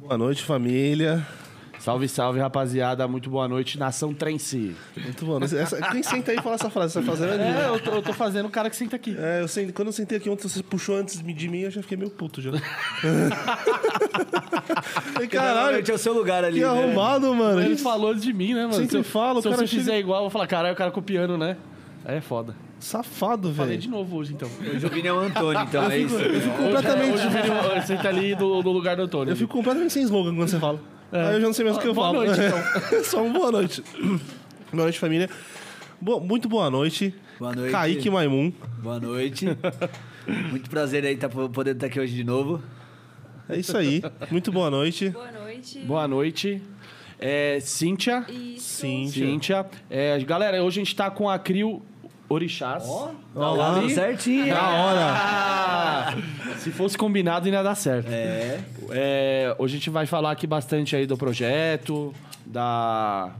Boa noite, família. Salve, salve, rapaziada. Muito boa noite, nação Trense. Muito boa noite. Essa- quem senta aí e fala essa frase? Essa frase é minha. É, eu tô, eu tô fazendo o cara que senta aqui. É, eu sei, quando eu sentei aqui ontem, você puxou antes de mim, eu já fiquei meio puto já. Falei, Caralho, Normalmente é o seu lugar ali. que né? arrombado, mano. Ele falou antes de mim, né, mano? Sempre se eu, falo, o se cara você fizer chega- igual, eu vou falar, caralho, o cara copiando, né? Aí é foda. Safado, Falei velho. de novo hoje, então. Hoje o Vini é o Antônio, então é isso. Completamente. Hoje, é, hoje o Vini- você tá ali do, do lugar do Antônio. Eu fico completamente sem slogan quando você fala. Aí eu já não sei mais o que eu Boa falo. noite, Só uma boa noite. Boa noite, família. Boa- muito boa noite. Boa noite. Kaique Maimum. Boa noite. Muito prazer aí tá, podendo estar aqui hoje de novo. É isso aí. Muito boa noite. Boa noite. Boa noite. É, Cíntia. Isso. Cíntia. É, galera, hoje a gente tá com a Crio Orixás. Tá lá Ali. certinho. Da hora. Ah! Se fosse combinado, ainda dá certo. É. É, hoje a gente vai falar aqui bastante aí do projeto, da...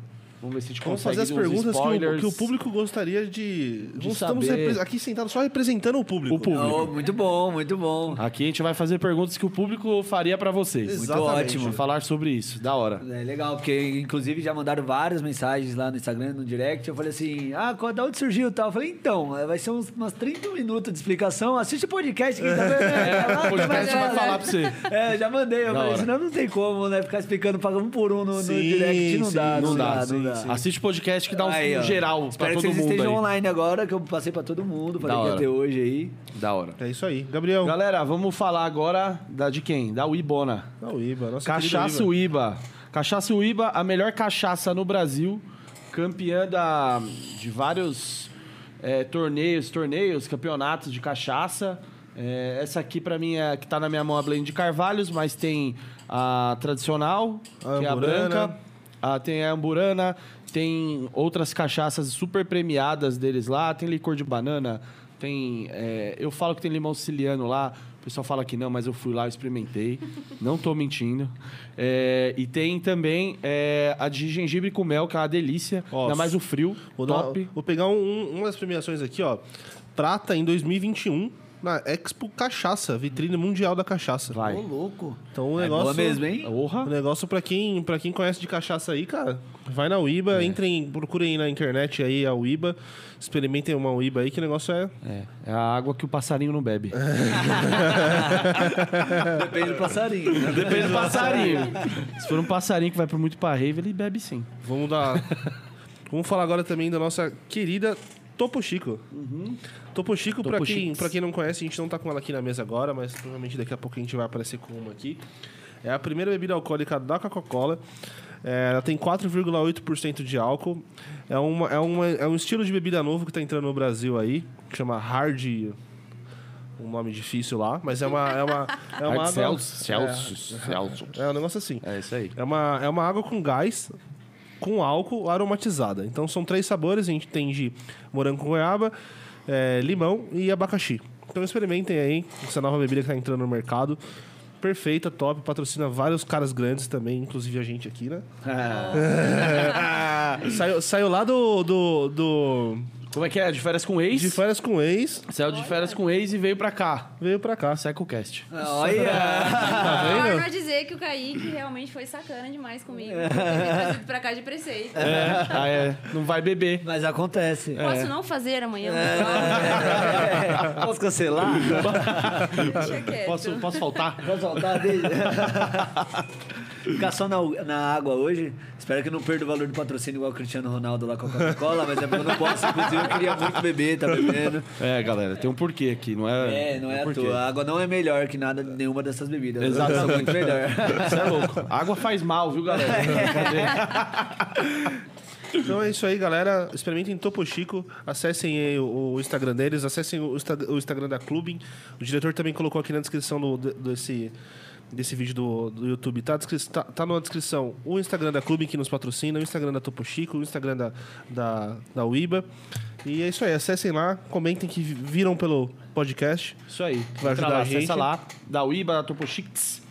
Vamos ver se a gente Vamos consegue fazer as uns perguntas que o, spoilers. que o público gostaria de. Nós estamos saber. repre- aqui sentados só representando o público. O público. Oh, muito bom, muito bom. Aqui a gente vai fazer perguntas que o público faria pra vocês. Exato. Muito Exatamente. Vamos ótimo. falar sobre isso, da hora. É legal, porque inclusive já mandaram várias mensagens lá no Instagram, no direct. Eu falei assim: ah, qual- da onde surgiu e tal? Eu falei: então, é, vai ser uns, umas 30 minutos de explicação. Assiste o podcast que tá vendo. É, lá, O podcast tá vai vendo, falar né? pra você. É, já mandei. Da Eu falei: hora. senão não tem como, né? Ficar explicando, pagar um por um no, no Sim, direct. Não sim, dá, não, sim, dá, sim, não dá. sim. Assiste o podcast que dá um Aí, ó. geral Espero pra que todo vocês mundo aí. estejam online agora, que eu passei pra todo mundo, Da falei que ia hora. ter hoje aí. Da hora. É isso aí. Gabriel. Galera, vamos falar agora da de quem? Da Uibona. Da Uíba, nossa Cachaça querida Uíba. Cachaça Uíba, a melhor cachaça no Brasil, campeã da, de vários é, torneios, torneios, campeonatos de cachaça. É, essa aqui pra mim é a que tá na minha mão a blend de Carvalhos, mas tem a tradicional, A que é a Amburana. branca, a- Ah, tem a Amburana, tem outras cachaças super premiadas deles lá, tem licor de banana, tem. é, eu falo que tem limão siciliano lá, o pessoal fala que não, mas eu fui lá, eu experimentei. não tô mentindo. É, e tem também é, a de gengibre com mel, que é uma delícia. Nossa. Ainda mais o frio. Vou, dar- top. vou pegar um- um- uma das premiações aqui, ó. Prata em 2021 na Expo Cachaça, vitrine mundial da cachaça. Vai. Ô, louco. Então o É negócio. boa mesmo, hein? O Porra. negócio pra quem, pra quem conhece de cachaça aí, cara, vai na Uiba, É. entrem, procurem na internet aí a Uiba, experimentem uma Uiba aí que o negócio é É, é a água que o passarinho não bebe. Depende do passarinho. né? Depende do passarinho. Se for um passarinho que vai pra muito pra rave, ele bebe sim. Vamos dar. Vamos falar agora também da nossa querida Topo Chico. Topo Chico, pra Topo quem, Chics. pra quem não conhece, a gente não tá com ela aqui na mesa agora, mas provavelmente daqui a pouco a gente vai aparecer com uma aqui. É a primeira bebida alcoólica da Coca-Cola. É, ela tem 4,8% de álcool. É, uma, é, uma, é um estilo de bebida novo que tá entrando no Brasil aí, que chama Hard. Um nome difícil lá, mas é uma. É uma, é uma água- Celsius, Celsius, Celsius. É, é um negócio assim. É isso aí. É uma, é uma água com gás, com álcool aromatizada. Então são três sabores, a gente tem de morango com goiaba, é, limão e abacaxi. Então experimentem aí essa nova bebida que tá entrando no mercado. Perfeita, top, patrocina vários caras grandes também, inclusive a gente aqui, né? saiu, saiu lá do, do, do- Como é que é? De férias com ex? De férias com ex, Saiu de férias com ex e veio pra cá. veio pra cá. tá SecoCast. Olha! Só pra dizer que o Kaique realmente foi sacana demais comigo. É. Ele ter trazido pra cá de preceito. É, ah, é. Não vai beber. Mas acontece. Posso não fazer amanhã? É. mas Posso cancelar? Deixa É, quieto. então. Posso, posso faltar? Posso soltar dele? Ficar só na, na água hoje. Espero que não perda o valor do patrocínio igual o Cristiano Ronaldo lá com a Coca-Cola, mas é porque eu não posso. Inclusive, eu queria muito beber, tá bebendo. É, galera, tem um porquê aqui, não é? É, não é um à porquê. toa. A água não é melhor que nada, nenhuma dessas bebidas. Exatamente. São Tá muito melhor. Isso é louco. A água faz mal, viu, É. galera? Cadê? Então é isso aí, galera. Experimentem Topo Chico. Acessem aí o, o Instagram deles, acessem o, Insta- o Instagram da Clubing. O diretor também colocou aqui na descrição do, do- desse, desse vídeo do, do YouTube. Tá, descri- tá, tá na descrição o Instagram da Clubing que nos patrocina, o Instagram da Topo Chico, o Instagram da, da, da Uiba. E é isso aí, acessem lá, comentem que vi- viram pelo podcast. Isso aí. Vai Entra ajudar lá, a gente. Acessa lá, da Uiba, da Topo Chics.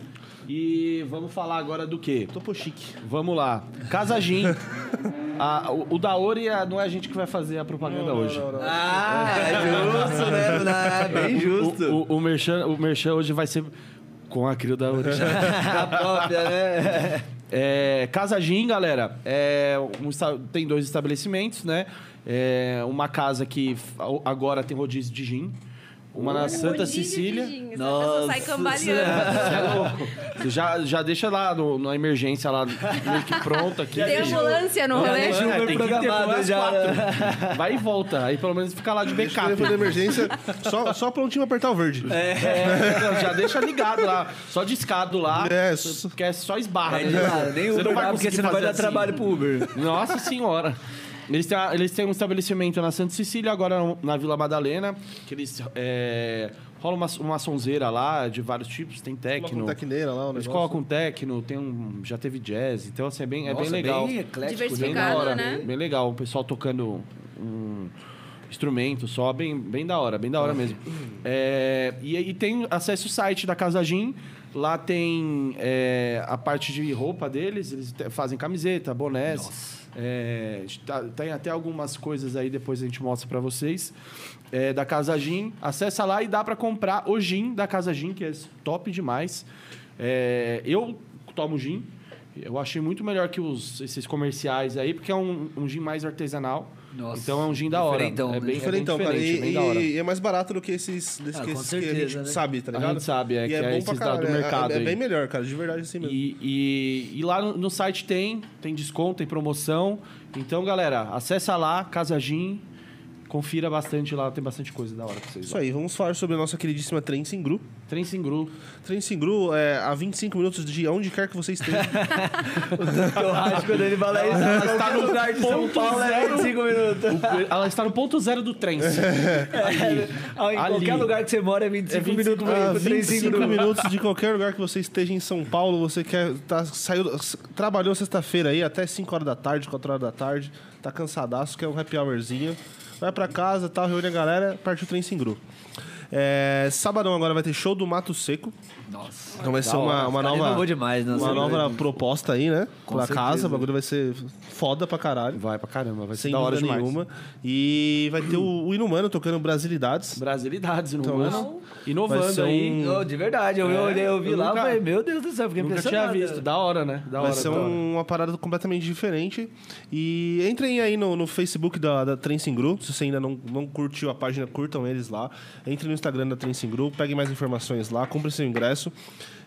E vamos falar agora do quê? Topo Chique. Vamos lá. Casa Gin. A- o, o Daori é- não é a gente que vai fazer a propaganda hoje. Ah, é justo, né? Não, É bem justo. O, o, o, merchan, o merchan hoje vai ser Com a crio da origem. A própria, né? É, Casa Gin, galera, é um esta- tem dois estabelecimentos, né? É uma casa que f- agora tem rodízio de gin, uma na Santa Cecília. Nossa. Sai cambaleando. Você é louco. Você já, já deixa lá no- na emergência, lá meio que pronto aqui. Tem ambulância no rolê? Deixa o É, Uber tem que ter programado umas já. né? Vai e volta. Aí pelo menos fica lá de O backup. telefone de emergência, só, só prontinho pra um apertar o verde. Ah, É, não, já deixa ligado lá. Só discado lá. É, Você quer só esbarra. É, né? de nada, Nem Você Uber dá, porque conseguir senão vai fazer dar assim. trabalho pro Uber. Nossa senhora. Eles têm, eles têm um estabelecimento na Santa Cecília, agora na Vila Madalena, que eles é, rola uma, uma sonzeira lá de vários tipos, tem Coloca um techno. tecneira lá, o Eles negócio. colocam techno, tem um, já teve jazz, então assim, é bem, é bem Nossa, legal. Bem eclético, Bem da bem Diversificado, hora, né? bem legal. O pessoal tocando um instrumento só, bem, bem da hora, bem da hora mesmo. É, e, e tem acesso ao site da Casa Gin. Lá tem é, a parte de roupa deles, eles te- fazem camiseta, bonés. É, tá- tem até algumas coisas aí, depois a gente mostra pra vocês. é, da Casa Gin. Acessa lá e dá pra comprar o gin da Casa Gin, que é top demais. É, eu tomo gin, eu achei muito melhor que os, esses comerciais aí, porque é um, um gin mais artesanal. Nossa. Então é um gin da hora. Diferentão, é né? bem, é bem Diferentão, então, cara. diferente, E, bem da hora. e- e é mais barato do que esses desse Ah, que, com esses que a gente certeza, né? sabe, tá A ligado? gente sabe, é e que é é bom pra esses da- do caralho. É- mercado É, é aí. bem melhor, cara, de verdade assim mesmo. E, e- e lá no, no site tem, tem desconto, tem promoção. Então, galera, acessa lá, Casa Gin, confira bastante lá, tem bastante coisa da hora pra vocês. Isso aí, vamos falar sobre a nossa queridíssima Trensing Gru. Trem sem grupo. Trensing Gru é a 25 minutos de onde quer que você esteja. Eu acho quando ele fala isso. Ela está tá no lugar de São ponto Paulo é zero. 25 minutos. Ela está no ponto zero do trem. Ali. Ah, Em Ali. qualquer lugar que você mora é 25, É 25 minutos. a por 35 25 minutos. minutos de qualquer lugar que você esteja em São Paulo, você quer tá, saiu, s- trabalhou sexta-feira aí até 5 horas da tarde, 4 horas da tarde, tá cansadaço, quer um happy hourzinho, vai pra casa, tal, reúne a galera, parte o trem sem grupo. É, sabadão agora vai ter show do Mato Seco, Nossa. então vai ser da uma, hora. uma Tá inovou nova demais, né? uma nova proposta aí, né? Com pra casa, certeza. o bagulho vai ser foda pra caralho. Vai pra caramba, vai ser Sem da hora dúvida demais. nenhuma. E vai ter o, o Inumano tocando Brasilidades. Brasilidades, inovando, Então, vai inovando ser aí. um- Oh, de verdade, eu, eu, olhei, eu vi eu lá nunca- e falei, meu Deus do céu, fiquei Nunca tinha impressionado. visto. Da hora, né? Da Vai hora. ser um- da hora. uma parada completamente diferente. E entrem aí no, no Facebook da, da Trensing Group. Se você ainda não, não curtiu a página, curtam eles lá. Entre no Instagram da Trensing Group, peguem mais informações lá, comprem seu ingresso.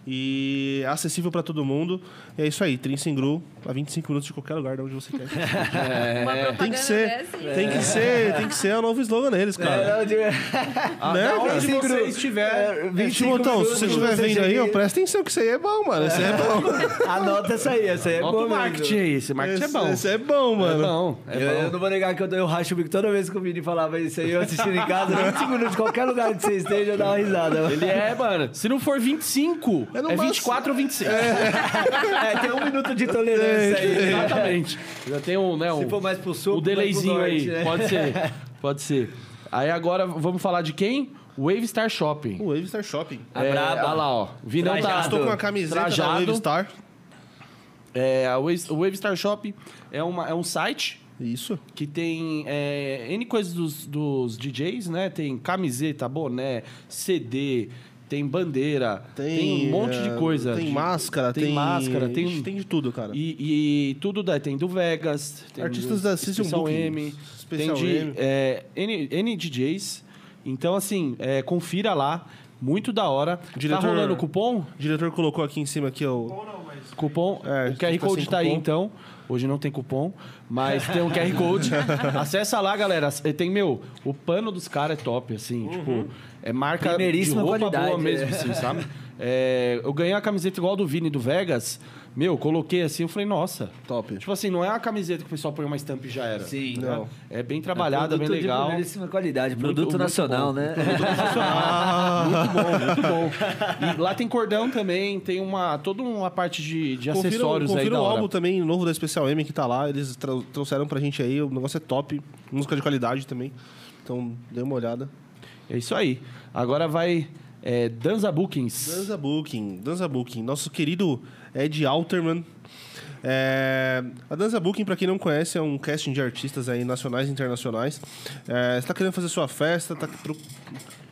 E é acessível pra todo mundo. E é isso aí, Trensing Group, a 25 minutos de qualquer lugar de onde você quer. é, Uma propaganda Tem que ser, dessa. e- É. tem que ser, tem que ser o novo slogan deles, É, cara. não, de- Ah, né, da cara? onde Sim, você Gru. estiver. É, Gente, 25 Montão, se minutos você estiver vendo aí, chega ó, presta atenção que isso aí é bom, mano. Isso aí é bom. Anota essa aí, essa aí é Nota boa o marketing mesmo. aí. Esse marketing é Isso- bom. Isso é bom, É mano. bom. eu, eu É bom. não vou negar que eu, eu racho o bico toda vez que o Vini falava isso aí, eu assistindo em casa, 25 minutos, qualquer lugar que você esteja, eu dava uma risada. Ele é, mano. Se não for 25, É no é máximo. 24 ou 26. É, tem um minuto de tolerância aí. né? Exatamente. Já tem um, né? Um, Se for mais pro sul, um delayzinho mais pro norte, aí. né? Pode ser. Pode ser. Aí agora vamos falar de quem? Wave Star Shopping. O Wave Star tá Shopping. A É, braba. Olha lá, ó. Vinão tá. Trajado. Estou com a camiseta Trajado. da Wave Star. É, a Wave, o Wave Star Shop é, uma, é um site Isso. que tem é, N coisas dos, dos DJs, né? Tem camiseta, boné, CD, tem bandeira, tem, um monte de eh, coisa. Tem De- máscara, tem. tem máscara, tem- Ixi, de tudo, cara. E, e tudo daí. Tem do Vegas, tem Artistas da System Special Booking, M, Special tem de M. é, N, N DJs. Então, assim, é, confira lá. Muito da hora. Diretor- Tá rolando cupom? O diretor colocou aqui em cima aqui o. Cupom, É, o tá QR sem Code tá aí cupom. então. Hoje não tem cupom, mas tem um QR Code. Acessa lá, galera. É, Tem, meu, o pano dos caras é top, assim. Tipo, é marca de Uhum. Primeiríssima roupa qualidade, boa mesmo, é. assim, sabe? É, eu ganhei uma camiseta igual a do Vini do Vegas. Meu, coloquei assim, eu falei, nossa. Top. Tipo assim, não é uma camiseta que o pessoal põe uma estampa e já era. Sim. né? Não. É bem trabalhada, um Produto bem de legal. primeiríssima qualidade, Muito- produto muito nacional, bom. né? Muito bom, muito bom. E lá tem cordão também, tem uma toda uma parte de, de Confira, acessórios aí confira da o hora. álbum também novo da Special M que tá lá. Eles tra- trouxeram pra gente aí. O negócio é top. Música de qualidade também. Então, dê uma olhada. É isso aí. Agora vai é, Danza Bookings. Danza Booking, Danza Booking, nosso querido Ed Alterman. É, a Danza Booking, para quem não conhece, é um tá casting de artistas aí nacionais e internacionais. É, você está querendo fazer sua festa, está tá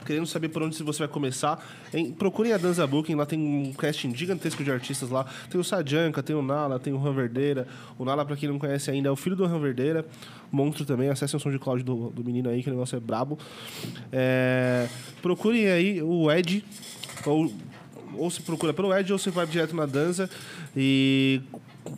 querendo saber por onde você vai começar, em- procurem a Danza Booking, lá tem um casting gigantesco de artistas lá. Tem o Sadjanka, tem o Nala, tem o Ran Verdeira. O Nala, pra quem não conhece ainda, é o filho do Ran Verdeira. Monstro também, acessem o som de Cláudio do, do menino aí, que o negócio é brabo. É, procurem aí o Ed, ou ou se procura pelo Ed ou você vai direto na dança e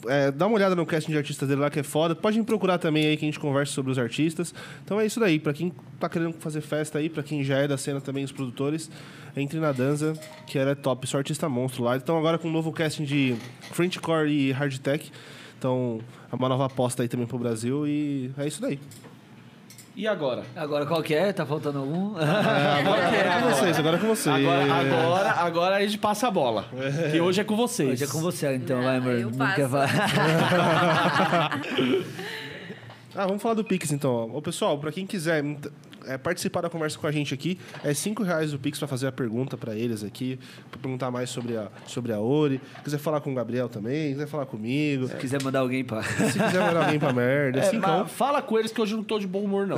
é, dá uma olhada no casting de artistas dele lá que é foda. Pode me procurar também aí que a gente conversa sobre os artistas. Então é isso daí, Pra quem tá querendo fazer festa aí, pra quem já é da cena também os produtores, entre na dança, que ela é top, só artista monstro lá. Então agora com um novo casting de Frenchcore e Hardtech. Então, é uma nova aposta aí também pro Brasil e é isso daí. E agora? Agora qual que é? Tá faltando algum? Agora com vocês, agora é com vocês. Agora, agora, agora a gente passa a bola. Que hoje é com vocês. Hoje é com você, então, Não, vai, amor. eu Não passo. quer falar. Ah, vamos falar do Pix então. ó. Ô, pessoal, pra quem quiser hum, t- é, participar da conversa com a gente aqui, é R$ 5 reais o Pix pra fazer a pergunta pra eles aqui, pra perguntar mais sobre a, sobre a Ori. Quiser falar com o Gabriel também, quiser falar comigo. Se quiser mandar alguém pra. Se quiser mandar alguém pra merda, é, É, cincão. mas fala com eles que hoje eu não tô de bom humor, não.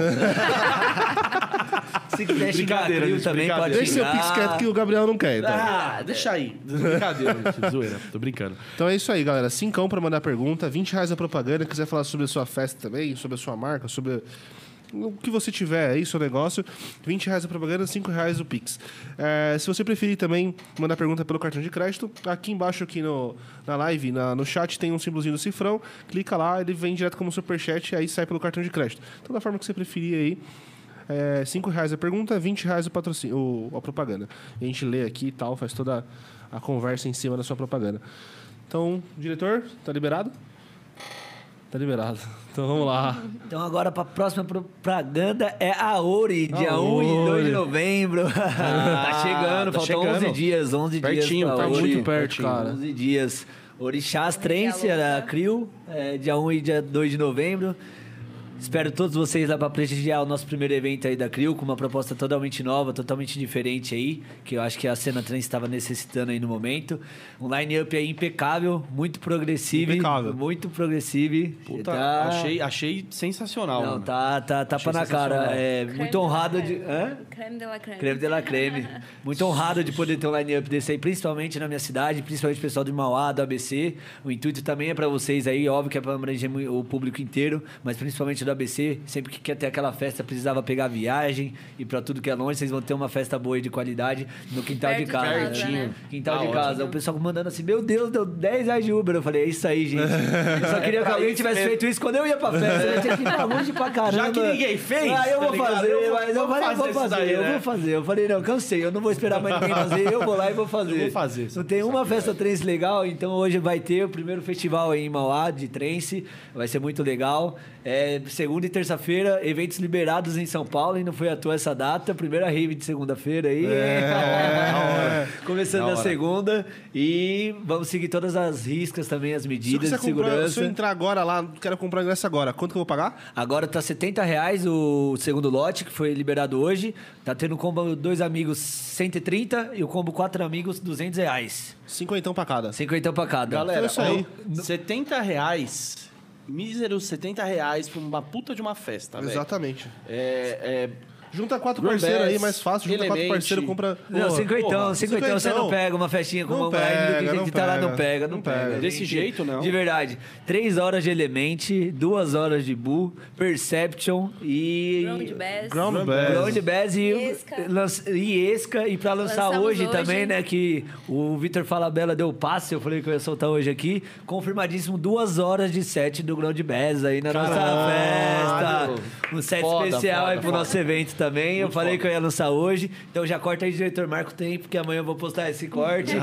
Se quiser xingar a Brincadeira, Crio gente, também, pode brincadeira. Deixa seu xingar. Pix quieto que o Gabriel não quer, então. Ah, deixa aí. Brincadeira, gente, zoeira. Tô brincando. Então é isso aí, galera. Cincão pra mandar pergunta, 20 reais a propaganda. Quiser falar sobre a sua festa também, sobre a sua marca, sobre o que você tiver aí, seu negócio. 20 reais a propaganda, 5 reais o Pix. É, se você preferir também mandar pergunta pelo cartão de crédito, aqui embaixo, aqui no, na live, na- no chat, tem um símbolozinho do cifrão. Clica lá, ele vem direto como superchat e aí sai pelo cartão de crédito. Então, da forma que você preferir aí. É, 5 reais a pergunta, 20 reais o patrocínio, o, a propaganda. E a gente lê aqui e tal, faz toda a conversa em cima da sua propaganda. Então, diretor, tá liberado? Tá liberado. Então vamos lá. Então agora pra próxima propaganda é a Ori, dia 1 e 2 de novembro. tá chegando, Ah, tá faltam chegando. 11 dias, 11 Pertinho, dias. pra tá Ori. muito perto, cara. 11 dias. Orixás Trance Dia louca. da Crio, é, dia 1 e dia 2 de novembro. Espero todos vocês lá para prestigiar o nosso primeiro evento aí da Crio, com uma proposta totalmente nova, totalmente diferente aí, que eu acho que a cena trans estava necessitando aí no momento. Um line-up aí impecável, muito progressivo. Impecável. Muito progressivo. Puta, Tá- achei, achei sensacional. não, mano. tá, tá, tapa na cara. É muito honrado de. Hã? Creme de la creme. Creme de la creme. Muito honrado de poder ter um line-up desse aí, principalmente na minha cidade, principalmente o pessoal do Mauá, do ABC. O intuito também é pra vocês aí, óbvio que é pra abranger mui- o público inteiro, mas principalmente do ABC. Sempre que quer ter aquela festa, precisava pegar viagem e pra tudo que é longe, vocês vão ter uma festa boa e de qualidade no quintal Perto de de casa. casa, Pertinho. né? Quintal Tá de ótimo. casa. O pessoal mandando assim: Meu Deus, deu 10 reais de Uber. Eu falei: É isso aí, gente. Eu só queria que alguém tivesse feito isso quando eu ia pra festa. Eu tinha que ir pra longe pra caramba. Tá Já que ninguém fez, Ah, eu tá vou ligado? fazer, Eu vou- mas eu vou falei: fazer Vou isso daí, fazer, eu né? vou fazer. Eu falei, não, cansei, eu não vou esperar mais ninguém fazer, eu vou lá e vou fazer. Eu vou fazer. Não tem uma festa trance legal, então hoje vai ter o primeiro festival aí em Mauá de trance, vai ser muito legal. É, segunda e terça-feira, eventos liberados em São Paulo, e não foi à toa essa data, primeira rave de segunda-feira aí. Começando Da na hora. segunda, e vamos seguir todas as riscas também, as Se eu, medidas quiser de comprar- segurança. se eu entrar agora lá, quero comprar o ingresso agora, quanto que eu vou pagar? Agora tá R$ 70 reais o segundo lote, que foi liberado hoje. Tá tendo o combo dois amigos 130 e o combo quatro amigos 200 reais. 50 então pra cada. 50 pra cada. Galera, Então é isso ó, 70 reais. Míseros 70 reais pra uma puta de uma festa, velho. Exatamente. É, Junta quatro Grand parceiros aí, Bass, mais fácil. Junta quatro Element. parceiros, compra... Não, Pô, cinquentão, porra, cinquentão, você não pega uma festinha com Não uma pega, pega, do não jeito que tá lá, não pega, pega, não não pega. pega. Desse jeito, não. De verdade. Três horas de Element, duas horas de Bull, Perception e... Ground Bass. Ground Ground Bass. Bass e Esca. lança- e Esca. E pra lançar Lançamos hoje, hoje. também, né? Que o Vitor Falabella deu o passe, eu falei que eu ia soltar hoje aqui. Confirmadíssimo, duas horas de set do Ground Bass aí na nossa Caralho. festa. Um set Foda, especial foda, aí pro foda. nosso evento também. eu Muito falei foda. que eu ia lançar hoje. Então já corta aí, diretor, marca o tempo, que amanhã eu vou postar esse corte.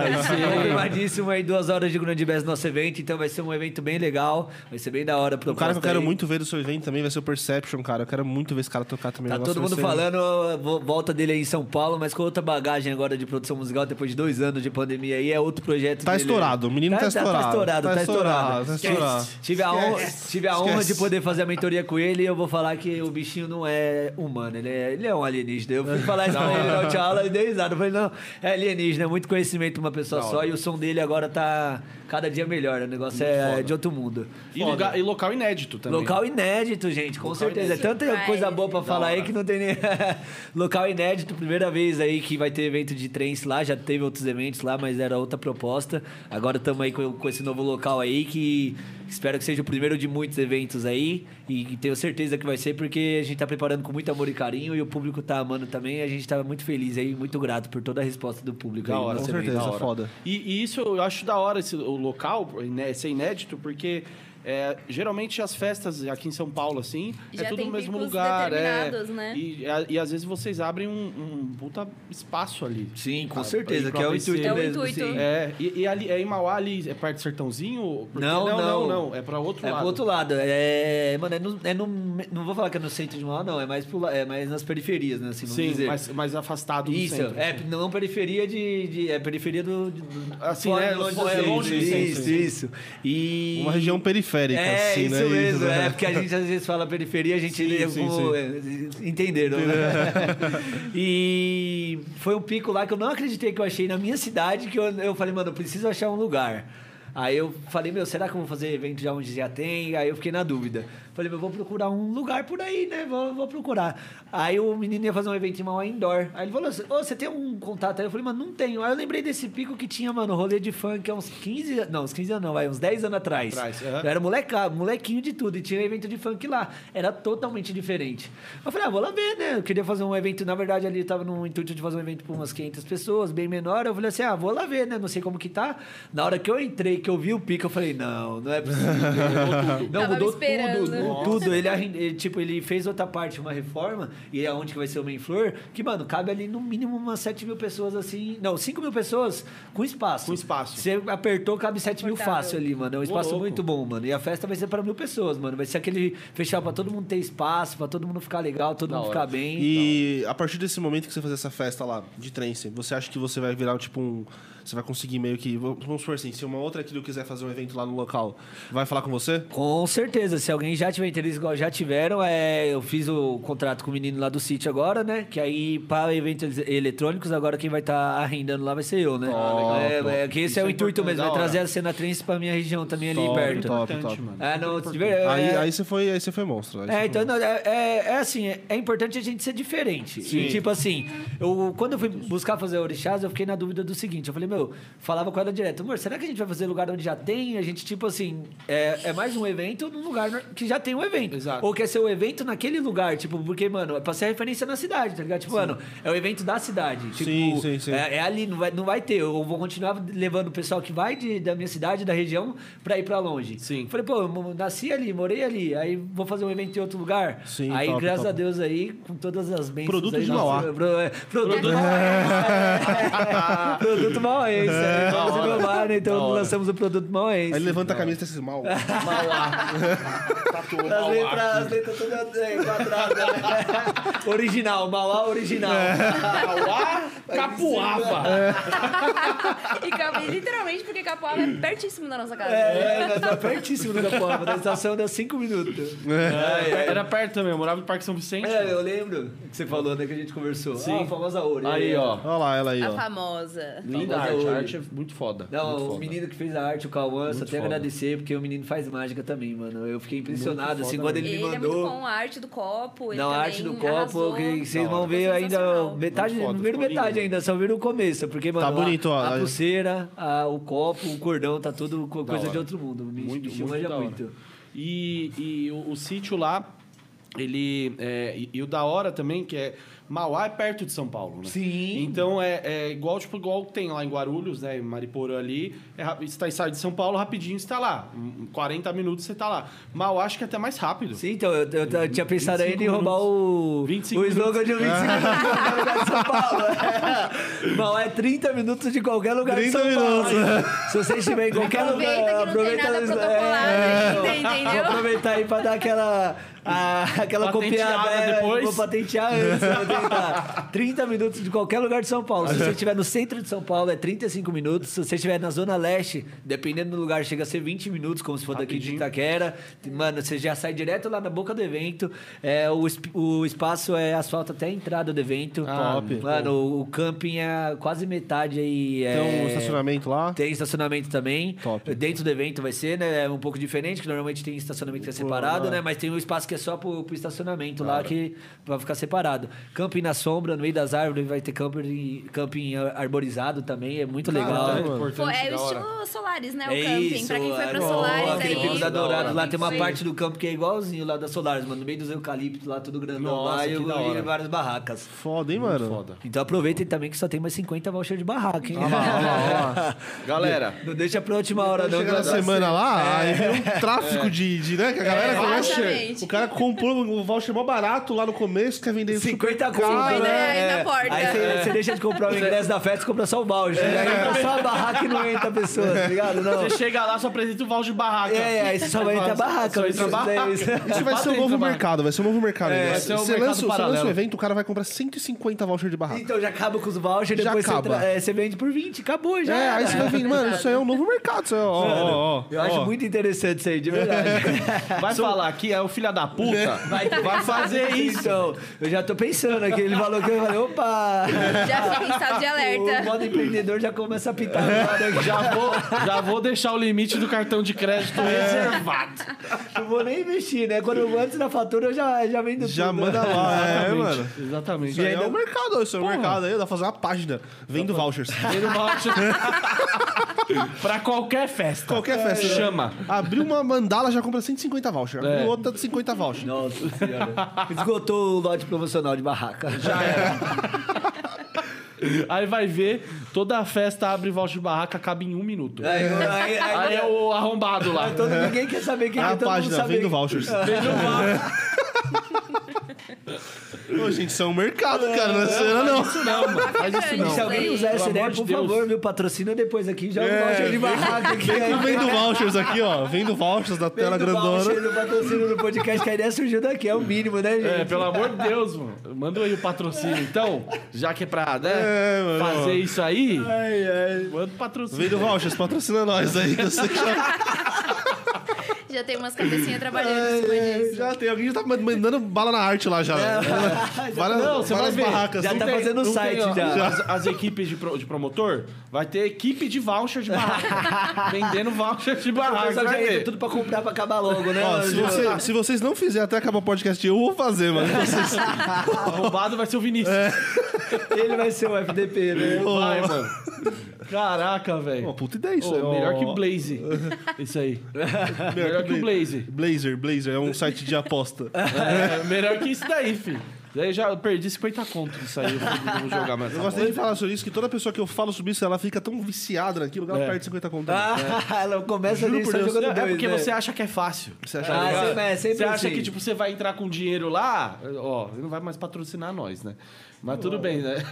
Confirmadíssimo aí, duas horas de Ground Bass no nosso evento. Então vai ser um evento bem legal. Vai ser bem da hora. O cara que eu quero muito muito ver do seu evento também vai ser o Perception, cara. Eu quero muito ver esse cara tocar também. Tá Nossa, é todo vai mundo ser- falando a vo- volta dele aí em São Paulo, mas com outra bagagem agora de produção musical, depois de dois anos de pandemia aí, é outro projeto Tá dele. estourado, o menino tá Tá estourado, estourado, tá tá estourado, estourado. tá Esquece. estourado. Tive a honra, Esquece. tive a honra Esquece. de poder fazer a mentoria com ele e eu vou falar que o bichinho não é humano, ele é é, ele é um alienígena. Eu fui falar isso pra ele na última aula e dei risada. Eu falei, não, é alienígena, é muito conhecimento de uma pessoa só e o som dele agora tá cada dia melhor. O negócio é de outro mundo. E, lugar- e local inédito também. Local inédito, gente, com certeza. É inédito. tanta coisa boa pra falar aí que não tem nem. Local inédito, primeira vez aí que vai ter evento de trens lá, já teve outros eventos lá, mas era outra proposta. Agora estamos aí com, com esse novo local aí que espero que seja o primeiro de muitos eventos aí. E, e tenho certeza que vai ser, porque a gente tá preparando com muito amor e carinho e o público tá amando também. A gente tá muito feliz aí, muito grato por toda a resposta do público Da aí. hora, no nosso com também, certeza, da hora. foda. E, e isso eu acho da hora, esse, o local, iné- ser inédito, porque é, geralmente as festas aqui em São Paulo, assim, Já é tudo tem no mesmo picos lugar. É, determinados, né? e, a- e às vezes vocês abrem um, um puta espaço ali. Sim, com Ah, certeza, e que é o pra intuito É o mesmo. intuito. sim. É, e, e ali, é em Mauá ali, é parte do sertãozinho? Porque- Não, não, não. não, É pra outro É lado. pro outro lado. É, mano, é no, é no- Não vou falar que é no centro de Mauá, não. É mais, pro, la- é mais nas periferias, né? Assim, vamos Sim, dizer. mas, mas afastado Isso, do centro. assim. é, não periferia de, de- É periferia do. do- do- Assim, fora né, do- fo- é longe do centro, Isso, sim. isso. E. Uma região periférica, É, assim, isso né? mesmo. É, porque a gente às vezes fala periferia, a gente Sim, lê sim, como- é, Entenderam, né? e foi um pico lá que eu não acreditei que eu achei na minha cidade, que eu, eu falei, mano, eu preciso achar um lugar. Aí eu falei, meu, será que eu vou fazer evento já onde já tem? Aí eu fiquei na dúvida. Falei, meu, vou procurar um lugar por aí, né? Vou, vou procurar. Aí o menino ia fazer um evento em Mauá indoor. Aí ele falou assim, ô, você tem um contato aí? Eu falei, mano, não tenho. Aí eu lembrei desse pico que tinha, mano, rolê de funk há uns 15 anos. Não, uns 15 anos não, vai, uns 10 anos atrás. Atrás, aham. Eu era moleca, molequinho de tudo. E tinha um evento de funk lá. Era totalmente diferente. Eu falei, ah, vou lá ver, né? Eu queria fazer um evento. Na verdade, ali tava no intuito de fazer um evento para umas 500 pessoas, bem menor. Eu falei assim, ah, vou lá ver, né? Não sei como que tá. Na hora que eu entrei, que eu vi o pico, eu falei, não, não é possível. não, Tava me mudou esperando. tudo. mudou Nossa. Tudo. Ele, arren- ele, tipo, ele fez outra parte, uma reforma. E é onde que vai ser o Main Flor. Que, mano, cabe ali no mínimo umas 7 mil pessoas assim. Não, 5 mil pessoas com espaço. Com espaço. Você apertou, cabe 7 mil Confortável. fácil ali, mano. É um espaço louco. muito bom, mano. E a festa vai ser pra mil pessoas, mano. Vai ser aquele fechar pra todo mundo ter espaço, pra todo mundo ficar legal, todo mundo ficar bem. E a partir desse momento que você fazer essa festa lá de trance, você acha que você vai virar tipo um. Você vai conseguir meio que. Vamos supor assim, se uma outra Kilo quiser fazer um evento lá no local, vai falar com você? Com certeza, se alguém já tiver interesse igual já tiveram, é, eu fiz o contrato com o menino lá do sítio agora, né? Que aí para eventos eletrônicos, agora quem vai estar arrendando lá vai ser eu, né? é, é, que esse Isso é o é intuito importante, mesmo, da é hora. trazer a cena trance pra minha região também ali Top, perto. top, Importante, top. mano. É, não, de verdade, Aí, é- aí você foi, aí você foi monstro. aí você É, foi então, não, é, é- é assim, é, é importante a gente ser diferente. E, tipo assim, eu, quando eu fui buscar fazer orixás, eu fiquei na dúvida do seguinte, eu falei, meu, falava com ela direto, amor, será que a gente vai fazer lugar onde já tem? A gente, tipo assim, é, é mais um evento num lugar no- que já tem um evento. Exato. Ou quer ser um evento naquele lugar, tipo, porque, mano, é pra ser a referência na cidade, tá ligado? Tipo, mano, é o evento da cidade. Tipo, Sim, sim, sim. é- é ali, não vai, não vai ter. Eu vou continuar levando o pessoal que vai de- da minha cidade, da região, pra ir pra longe. Sim. Falei, pô, eu mo- nasci ali, morei ali, aí vou fazer um evento em outro lugar. Sim, aí, top, graças top. a Deus aí, com todas as bênçãos. Produto aí, de nossa, Mauá. pro- é, produto Mauá. Produto mauense. É, Da inclusive, hora. o Mar, né? Da Então hora. lançamos o produto mauense. Aí ele levanta a camisa e diz mal. As letras, as letras todas é, quadradas. né? original, Mauá original. É. Mauá, Capuaba. É. E Cap- e literalmente porque Capoava é pertíssimo da nossa casa. É, nós tá pertíssimo da Capoava, da estação dá cinco minutos. É, Era perto também, eu morava no Parque São Vicente. É, eu lembro que você falou, né, que a gente conversou. Sim. Ah, a famosa Ori. Aí, é. ó. Olha lá ela aí, A ó. famosa. Linda a Famosa arte, a Ori. arte é muito foda. muito Não, foda. o menino que fez a arte, o Cauã, só Muito tenho a foda. agradecer, porque o menino faz mágica também, mano. Eu fiquei impressionado, assim, quando ele Ele, me é muito mandou. bom, a arte do copo. Ele Não, a também arte do copo, arrasou. que vocês Da vão hora. é ver ainda. Sensacional. Metade, Muito foda, não viram ficou metade lindo. ainda, só viram o começo. Porque, mano, Tá bonito, ó. a, a pulseira, a- o copo, o cordão, tá tudo co- coisa de outro mundo. Me, Muito, me muito, manja da hora. muito. E, e o, o sítio lá, ele. é, e, e o da hora também, que é. Mauá é perto de São Paulo, né? Sim. Então é, é igual, tipo, igual tem lá em Guarulhos, né? Em Mariporã ali. É, rap- você tá- sai de São Paulo rapidinho, você tá lá. Em 40 minutos você tá lá. Mauá acho que é até mais rápido. Sim, então, eu, eu- eu tinha pensado ainda em 25 roubar o, 25 o slogan de 25 minutos de São Paulo. É. Mal é 30 minutos de qualquer lugar de 30 São Paulo. minutos. Se você estiver em qualquer Aproveita lugar, é, que não tem nada os- protocolado ainda, então, entendeu? Vou aproveitar aí pra dar aquela, a- aquela Patenteada copiada. é, depois. Vou patentear antes. né? tá 30 minutos de qualquer lugar de São Paulo. Se você estiver no centro de São Paulo, é 35 minutos. Se você estiver na Zona Leste, dependendo do lugar, chega a ser 20 minutos, como se for daqui de Itaquera. Mano, você já sai direto lá na boca do evento. É, o, esp- o espaço é asfalto até a entrada do evento. Ah, top. Mano, o- o camping é quase metade aí. Tem um é, estacionamento lá. tem estacionamento também. Top. Dentro do evento vai ser, né? É um pouco diferente, que normalmente tem estacionamento que é separado, né? Mas tem um espaço que é só pro, pro estacionamento lá, que vai ficar separado. Camping na sombra, no meio das árvores, vai ter camping, camping ar- arborizado também, é muito legal. Caralho, Pô, é Tá importante, o da hora. estilo Solaris, né? O É camping. isso, pra quem foi pra é, Solaris aquele aí. pico da Dourado lá tem uma Sim. parte do campo que é igualzinho lá da Solaris, mano. No meio dos eucaliptos lá, tudo grandão Nossa, lá que e, da hora. e várias barracas. Foda, hein, mano? Foda. Então aproveitem também que só tem mais 50 vouchers de barraca, hein? Galera, Não deixa pra última Tá hora, não. Chega na não dá semana lá, É. aí vira um tráfico de, de, né? Que a galera começa. exatamente. O cara comprou um voucher mó barato lá no começo, quer vender super 50 caro, conto, né? reais na É. porta. Aí você, você deixa de comprar o ingresso da festa e compra só o balde. né? Aí compra só a barraca e não entra a pessoa, tá ligado? Não. você chega lá, só apresenta o voucher de barraca. É, aí você só vai entrar a barraca. né? Só entra a barraca. Isso é isso. Isso vai Bate ser um dentro, novo mano. mercado, vai ser um novo mercado. É, vai Você ser um mercado lança, você lança paralelo. um evento, o cara vai comprar 150 vouchers de barraca. Então já acaba com os vouchers, Já depois você, acaba. tra- é, você vende por 20, acabou já. É, aí você vai vir, mano, isso aí é um novo mercado. Isso aí, ó, ó, ó, Eu acho ó. muito interessante isso aí, de verdade. Vai falar que é o filho da puta. Vai, fazer isso. Então, eu já tô pensando aqui, ele falou que eu falei, opa! Já fica em estado de O alerta. modo empreendedor já começa a pitar né? agora aqui. Já vou, já vou deixar o limite do cartão de crédito É. reservado. Não vou nem investir, né? Quando eu antes da fatura, eu já, já vendo Já tudo. manda lá, é, Exatamente, mano. Exatamente. Isso aí é um mercado, isso é um mercado aí, dá pra fazer uma página. Vendo vouchers. Dinheiro voucher. pra qualquer festa. Qualquer festa. né? Chama. Abriu uma mandala, já compra 150 vouchers. Abriu É. outra, 50 vouchers. Nossa senhora. Esgotou o lote promocional de barraca. Aí vai ver, toda a festa abre voucher de barraca, acaba em um minuto. Aí, aí- aí- Aí é o arrombado lá. todo, ninguém quer saber quem É é, a todo mundo página, sabe. vendo vouchers. Vende um voucher. Ô, gente, isso é um mercado, cara, não é cena, não. Isso não, mano. É, Faz isso Grande Se não. alguém lei. usar essa Pelo ideia, amor de por Deus. favor, meu patrocina depois aqui. Já é. É. o voucher de barraca aqui. Vendo, aí. vendo vouchers aqui, ó. Vendo vouchers da tela Vendo voucher grandona. é um do patrocínio do podcast, que a ideia surgiu daqui. É o mínimo, né, gente? É, pelo amor de Deus, mano. Manda aí o patrocínio, então. Já que é pra né, É, mano. fazer isso aí, Ai, ai. manda o patrocínio. Vendo vouchers, patrocina nós aí. que eu sei que já, Já tem umas cabecinhas trabalhando em cima É disso. já tem alguém que já tá mandando bala na arte lá já. Várias, Não, você várias vai ver. barracas. Já Não tá tem- fazendo o Não site tem, ó, já. As, as equipes de, pro- de promotor vai ter equipe de voucher de barraca. vendendo voucher de O é barraca. pessoal já vai ver. entra tudo pra comprar pra acabar logo, né? Ó, se, Ângelo? você- se vocês não fizerem até acabar o podcast, eu vou fazer, mano. Vocês- Arrombado vai ser o Vinícius. Ele vai ser o FDP, né? Vai, mano. Caraca, velho. Uma puta ideia isso. Ô, aí, ó. melhor que o Blaze. Isso aí. Melhor que o Blaze. Blazer, Blazer, é um site de aposta. É, melhor que isso daí, filho. Daí já perdi 50 conto disso aí. Eu fui- não vou jogar mais. Eu gosto nem de falar sobre isso, que toda pessoa que eu falo sobre isso, ela fica tão viciada naquilo que ela É. perde 50 conto. Ah, ela começa Juro ali por só Deus. jogando É dois, porque né? você acha que é fácil. Você acha Ah, legal? sempre, é sempre você acha assim. que tipo, você vai entrar com dinheiro lá, ó, não vai mais patrocinar nós, né? Mas tudo bem, né?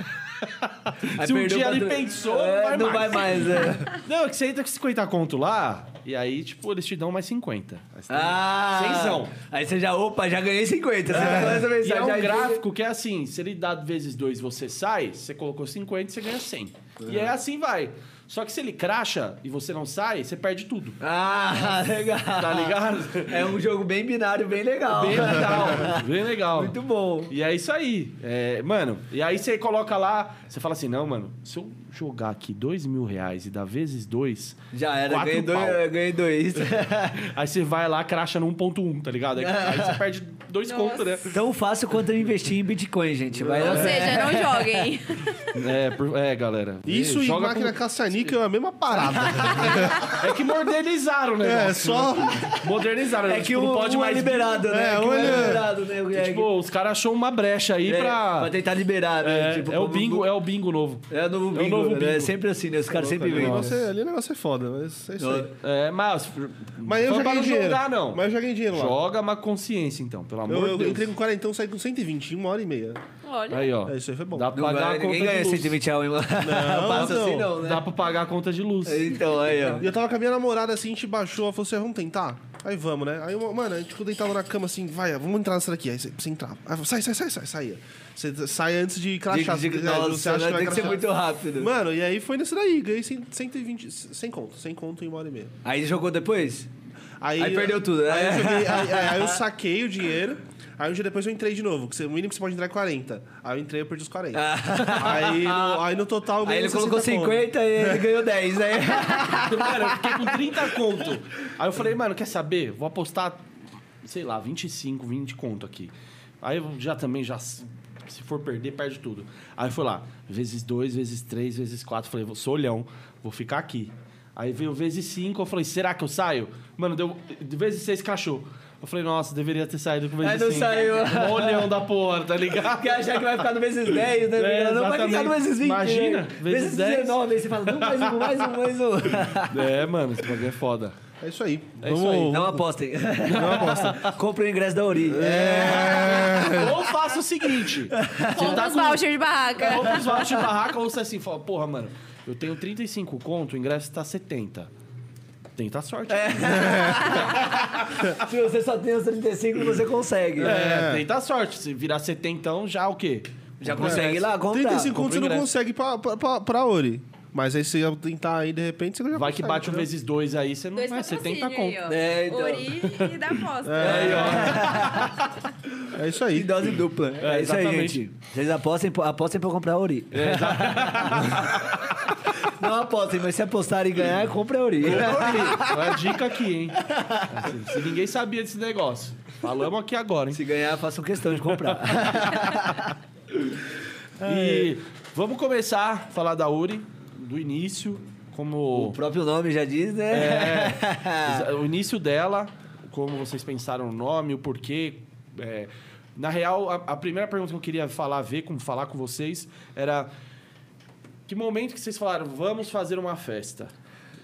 Aí Se um perdeu dia o ele patro- pensou, É, não vai mais. é. Não, é que você entra com 50 conto lá, e aí, tipo, eles te dão mais 50. Aí você tem- Ah! Cenzão. Aí você já, opa, já ganhei 50. Você já começa a E pensar, é já um gráfico que é assim, se ele dá vezes 2 você sai, você colocou 50 você ganha 100. E é assim vai. Só que se ele cracha e você não sai, você perde tudo. Ah, legal. Tá ligado? É um jogo bem binário, bem legal. Bem legal, É bem legal. Muito bom. E é isso aí. É, mano, e aí você coloca lá, você fala assim, não, mano, se eu jogar aqui dois mil reais e dar vezes dois, Já era, Quatro ganhei dois, pau. eu ganhei dois. aí você vai lá, cracha no 1.1, tá ligado? Aí, aí você perde dois Nossa. contos, né? Tão fácil quanto eu investir em Bitcoin, gente. Vai Ou seja, não joguem. É, por- é, galera. Isso e joga máquina com- caça-níquel é a mesma parada. É que modernizaram o É, negócio. só. Modernizaram. é tipo, que o não um, pode um mais... é liberado, né? É, que um é é- liberado, né? É, tipo, os caras achou uma brecha aí é, pra... pra tentar liberar, né? É, Tipo, é o como- bingo, é o bingo novo. É o novo É o bingo, novo né? É bingo. sempre assim, né? Os caras sempre Ali o vêm. negócio é- ali o negócio é foda, mas é isso aí. É, mas... Mas eu foi pra joguei não dinheiro. jogar, não. Mas eu joguei dinheiro lá. Joga uma consciência, então, pelo amor Eu, eu de Deus. entrei com 40, saí com 120, em uma hora e meia. Olha. Aí, ó. É, isso aí foi bom. Dá pra Não pagar vai, a conta ninguém de ganha luz. 120 reais, mano. Não passa não. assim não, né? Dá pra pagar a conta de luz. É, Então, aí, ó. E eu tava com a minha namorada assim, a gente baixou, ela falou assim: "Ah, vamos tentar? Aí vamos, né? Aí, mano, a gente ficou deitado na cama assim, vai, vamos entrar nessa daqui. Aí você você entrava. Aí, sai, sai, sai, sai, saia. Você sai antes de crachar. Digo- digo- tá nossa, você- né? você acha que vai tem que ser crachar. muito rápido. Mano, e aí foi nesse daí, ganhei 100, 120, 100 conto, 100 conto em uma hora e meia. Aí jogou depois? Aí, Aí perdeu tudo, né? Aí eu, joguei- aí- aí- aí eu saquei o dinheiro. Aí um dia depois eu entrei de novo, que você- o mínimo que você pode entrar é 40. Aí eu entrei e eu perdi os 40. aí, no, aí no total eu Aí ganhei ele colocou 60 conto. 50 e ele ganhou 10, né? Mano, eu fiquei com 30 conto. Aí eu falei, mano, quer saber? Vou apostar, sei lá, 25, 20 conto aqui. Aí eu já também, já se se for perder, perde tudo. Aí foi lá, vezes 2, vezes 3, vezes 4. Falei, vou- sou olhão, vou ficar aqui. Aí veio vezes 5, eu falei, será que eu saio? Mano, deu de vezes 6, crachou. Eu falei, nossa, deveria ter saído com vezes Aí não 5. saiu. Olhão da porra, tá ligado? Porque achar que vai ficar no vezes 10, né? É, não vai ficar no exatamente. vezes 20. Imagina, né? vezes 10. 19. Aí você fala, não, mais um, mais um, mais um. É, mano, esse bagulho é foda. É isso aí. É isso aí. Não apostem. Não apostem. Compre o ingresso da Ori. É. Ou faça o seguinte: você Compra tá os com vouchers de barraca. É, Ou pros vouchers de barraca, ou você assim, fala, porra, mano, eu tenho 35 conto, o ingresso tá 70. Tenta a sorte. É, Se você só tem os 35, você consegue. É. tenta a sorte. Se virar 70, então já o quê? Já consegue ir lá comprar. 35 compra contos você não ingresso. consegue pra, pra, pra, pra Ori. Mas aí você ia tentar aí, de repente, você já Vai que consegue, bate um entendeu? vezes dois aí, você não Dois vai. patrocínios 70 aí, conto. ó. É, então. Ori e da aposta. É isso Em aí. dose dupla. É, isso aí, exatamente. gente. Vocês apostem, apostem pra eu comprar a Ori. Não apostem, mas se apostarem e ganhar, compra a Ori. Então é dica aqui, hein? Assim, se ninguém sabia desse negócio. Falamos aqui agora, hein? Se ganhar, façam questão de comprar. E vamos começar a falar da Uri, do início, como. O próprio nome já diz, né? É, o início dela, como vocês pensaram o nome, o porquê. é, na real, a, a primeira pergunta que eu queria falar, ver, como falar com vocês, era que momento que vocês falaram, vamos fazer uma festa?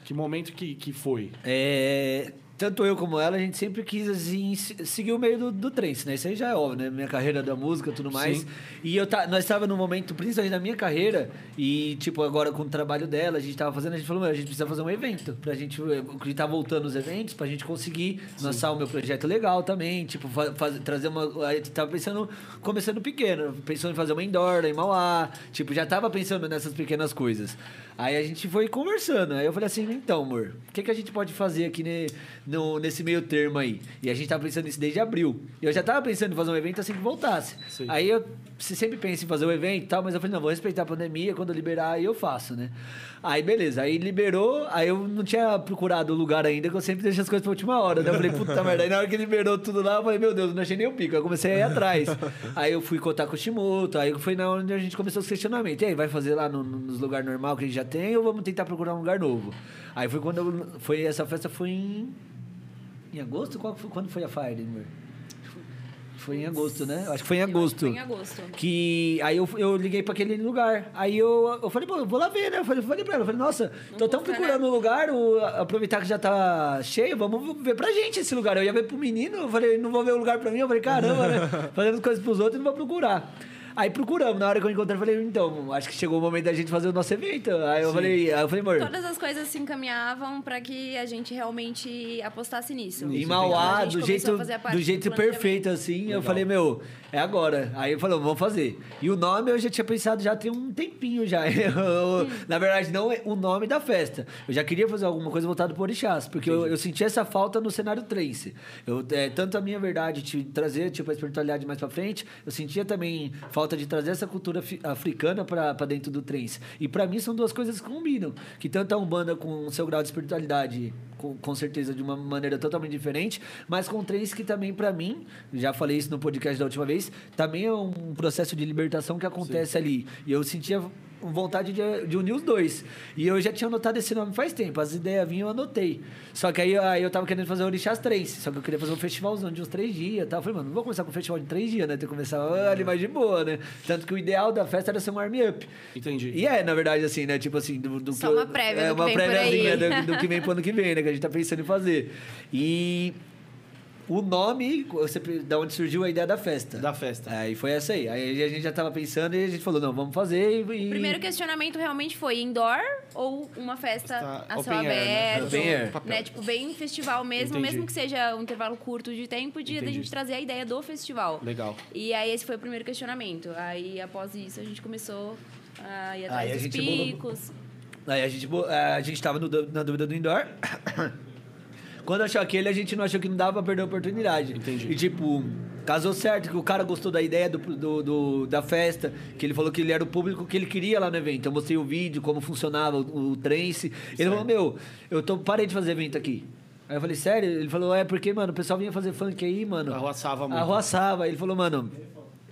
Que momento que, que foi? É, tanto eu como ela, a gente sempre quis assim, se- seguir o meio do, do trance, né? Isso aí já é óbvio, né? Minha carreira da música e tudo mais. Sim. E eu ta- nós estávamos num momento, principalmente na minha carreira, e tipo, agora com o trabalho dela, a gente tava fazendo, a gente falou, meu, a gente precisa fazer um evento pra gente. eh, A gente tá voltando os eventos pra gente conseguir lançar o meu projeto legal também. Tipo, fa- faz- trazer uma. A gente tava pensando, começando pequeno, pensando em fazer uma indoor em Mauá. Tipo, já tava pensando nessas pequenas coisas. Aí a gente foi conversando. Aí eu falei assim, então, amor, o que, que a gente pode fazer aqui ne- no- nesse meio termo aí? E a gente tava pensando nisso desde abril. E eu já tava pensando em fazer um evento assim que voltasse. Sim. Aí eu se- sempre penso em fazer o evento e tal, mas eu falei, não, vou respeitar a pandemia, quando eu liberar aí eu faço, né? Aí beleza, aí liberou, aí eu não tinha procurado o lugar ainda, que eu sempre deixo as coisas pra última hora. Daí eu falei, puta merda, aí na hora que liberou tudo lá, eu falei, meu Deus, não achei nem o pico. Aí eu comecei a ir atrás. aí eu fui contar com o Shimoto, aí foi na onde a gente começou os questionamentos. E aí, vai fazer lá no- no- nos lugares normal que a gente já tem ou vamos tentar procurar um lugar novo? Aí foi quando eu, foi essa festa foi em. Em agosto? Qual foi- quando foi a Fire, amor? Foi em agosto, né? Acho que foi em Eu acho que agosto. foi em agosto. Que aí eu, eu liguei pra aquele lugar. Aí eu, eu falei, pô, eu vou lá ver, né? Eu falei, falei pra ela, eu falei, nossa, tô vou tão ficar, procurando né? um lugar, o- aproveitar que já tá cheio, vamos ver pra gente esse lugar. Eu ia ver pro menino, eu falei, não vou ver o lugar pra mim. Eu falei, caramba, né? Fazendo coisas pros outros, não vou procurar. Aí procuramos, na hora que eu encontrei, eu falei, então, acho que chegou o momento da gente fazer o nosso evento. Aí eu falei, aí eu falei, amor. Todas as coisas se encaminhavam pra que a gente realmente apostasse nisso. Em Então, a Mauá, do gente começou jeito, a fazer a parte do jeito planejamento. perfeito, assim. Eu falei, meu, é agora. Aí ele falou, vamos fazer. E o nome eu já tinha pensado já tem um tempinho já. Eu- na verdade, não é o nome da festa. Eu já queria fazer alguma coisa voltada pro Orixás, porque eu, eu senti essa falta no cenário trance. Eu, é, tanto a minha verdade de trazer tipo, a espiritualidade mais pra frente, eu sentia também falta de trazer essa cultura fi- africana pra pra dentro do trance. E pra mim são duas coisas que combinam. Que tanto a Umbanda com o seu grau de espiritualidade com, com certeza de uma maneira totalmente diferente, mas com três que também pra mim, já falei isso no podcast da última vez, também é um processo de libertação que acontece ali. E eu sentia vontade de, de unir os dois. E eu já tinha anotado esse nome faz tempo, as ideias vinham, eu anotei. Só que aí, aí eu tava querendo fazer o Orixás 3, só que eu queria fazer um festivalzão de uns três dias, tá? Eu falei, mano, não vou começar com um festival de três dias, né? Tem que começar ali mais de boa, né? Tanto que o ideal da festa era ser um arm-up. Entendi. E é, na verdade, assim, né? Tipo assim, do, do Só que eu- uma prévia é, do que uma vem por préviazinha aí. do- do que vem pro ano que vem, né? Que a gente tá pensando em fazer. E o nome, você, da onde surgiu a ideia da festa. Da festa. Aí foi essa aí. Aí a gente já tava pensando e a gente falou, não, vamos fazer e... e- Primeiro questionamento realmente foi indoor ou uma festa Tá, a céu open air, né? aberto? Open air. né? Tipo, bem festival mesmo, Entendi. mesmo que seja um intervalo curto de tempo, de da Entendi. gente trazer a ideia do festival. Legal. E aí esse foi o primeiro questionamento. Aí após isso a gente começou a ir atrás Aí a dos gente bolou- picos. Aí a gente, bo- a gente tava no du- na dúvida do indoor. Quando achou aquele, a gente não achou que não dava pra perder a oportunidade. Entendi. E tipo, casou certo, que o cara gostou da ideia do, do- do- da festa, que ele falou que ele era o público que ele queria lá no evento. Eu mostrei o vídeo, como funcionava o, o trance. Ele falou, meu, eu tô, parei de fazer evento aqui. Aí eu falei, sério? Ele falou, é porque, mano, o pessoal vinha fazer funk aí, mano. Arroaçava muito. Arroaçava. Ele falou, mano,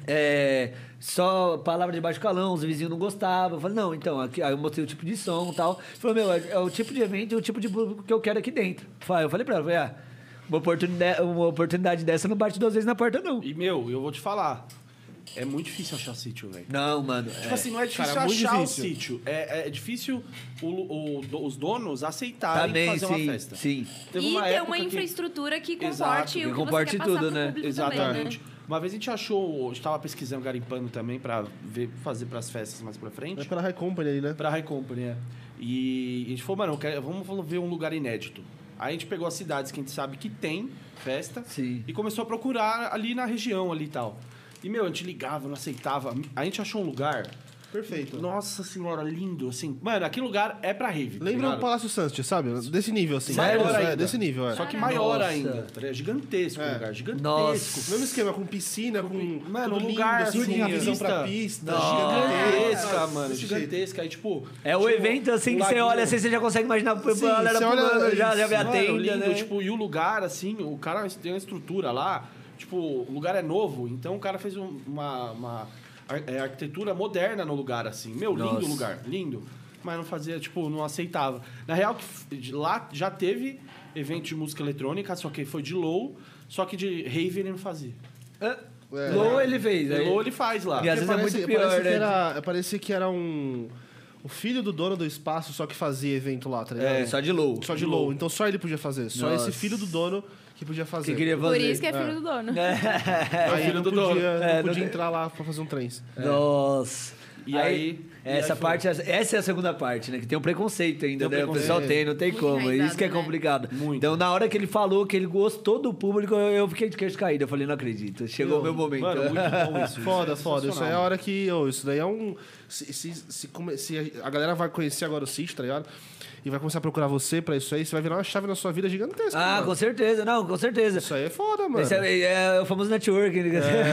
é, só palavra de baixo calão, os vizinhos não gostavam. Eu falei, não, então, aqui, aí eu mostrei o tipo de som e tal. Ele falou, meu, é, é o tipo de evento e o tipo de público que eu quero aqui dentro. Fa- Eu falei pra ela, falei, ah, uma oportunidade, uma oportunidade dessa não bate duas vezes na porta, não. E, meu, eu vou te falar. É muito difícil achar sítio, velho. Não, mano. Tipo assim, não é difícil Cara, muito achar difícil. o sítio. É, é difícil o- o do- os donos aceitarem Também, fazer tá sim, uma festa. sim. e ter época uma que- infraestrutura que comporte Exato, o que que comporte você quer passar tudo, pro né? público também, né? Exatamente. Uma vez a gente achou, a gente tava pesquisando, garimpando também pra ver, fazer pras festas mais pra É frente. pela High Company ali, né? Pra High Company, é. E a gente falou, mano, eu quero- vamos ver um lugar inédito. Aí a gente pegou as cidades que a gente sabe que tem festa Sim. e começou a procurar ali na região ali e tal. E, meu, a gente ligava, não aceitava. A gente achou um lugar, Perfeito. nossa senhora, lindo, assim. Mano, aquele lugar é pra rave. tá Lembra um ligado? o Palácio Sunset, sabe? Desse nível, assim. Sério? É, Ainda. desse nível, é. Só que Caramba. maior Nossa. ainda. tá ligado? Gigantesco o É. lugar, gigantesco. Nossa. Mesmo esquema, com piscina, com Mano, tudo um lugar lindo, assim, assim, a visão pista. pra pista. Gigantesca, Nossa, mano. desse jeito. Gigantesca. Aí, tipo. É o tinha um- evento assim um que você laguinho. olha assim, você já consegue imaginar a Sim, galera você pulando, olha já, já vê a Mano, tenda, lindo, né? tipo, e o lugar, assim, o cara tem uma estrutura lá, tipo, o lugar é novo, então o cara fez um- uma, uma ar- é, arquitetura moderna no lugar, assim. Meu, lindo Nossa. o lugar, lindo. Mas não fazia, tipo, não aceitava. Na real, que f- de lá já teve evento de música eletrônica, só que foi de low, só que de rave ele não fazia. Hã? É. Low ele fez. aí- Low ele faz lá. E às Porque vezes é parece- muito pior, parece né? Que era, parecia que era um... O filho do dono do espaço só que fazia evento lá, tá ligado? É, só de low. Só de low. Então só ele podia fazer. Só Nossa. esse filho do dono que podia Que fazer. queria Por fazer. isso que é filho do dono. Aí filho não do podia, dono. não É, não podia tem- entrar lá pra fazer um trance. Nossa. É. E aí- e essa aí foi. parte, essa é a segunda parte, né? Que tem um preconceito ainda, Tem um né? preconceito. O pessoal tem, não tem Muito como. enraizado, Isso que é né? complicado. Muito. Então, na hora que ele falou que ele gostou do público, eu, eu fiquei de queixo caído. Eu falei, não acredito. Chegou o meu momento. Mano, muito bom isso. Foda, isso é foda. Isso aí é sensacional. a hora que. ô, isso daí é um. Se, se, se come- se a a galera vai conhecer agora o Cis, tá ligado? E vai começar a procurar você pra isso aí, você vai virar uma chave na sua vida gigantesca. ah, mano. com certeza. Não, com certeza. Isso aí é foda, mano. Esse é, é o famoso networking. né? É, mano, que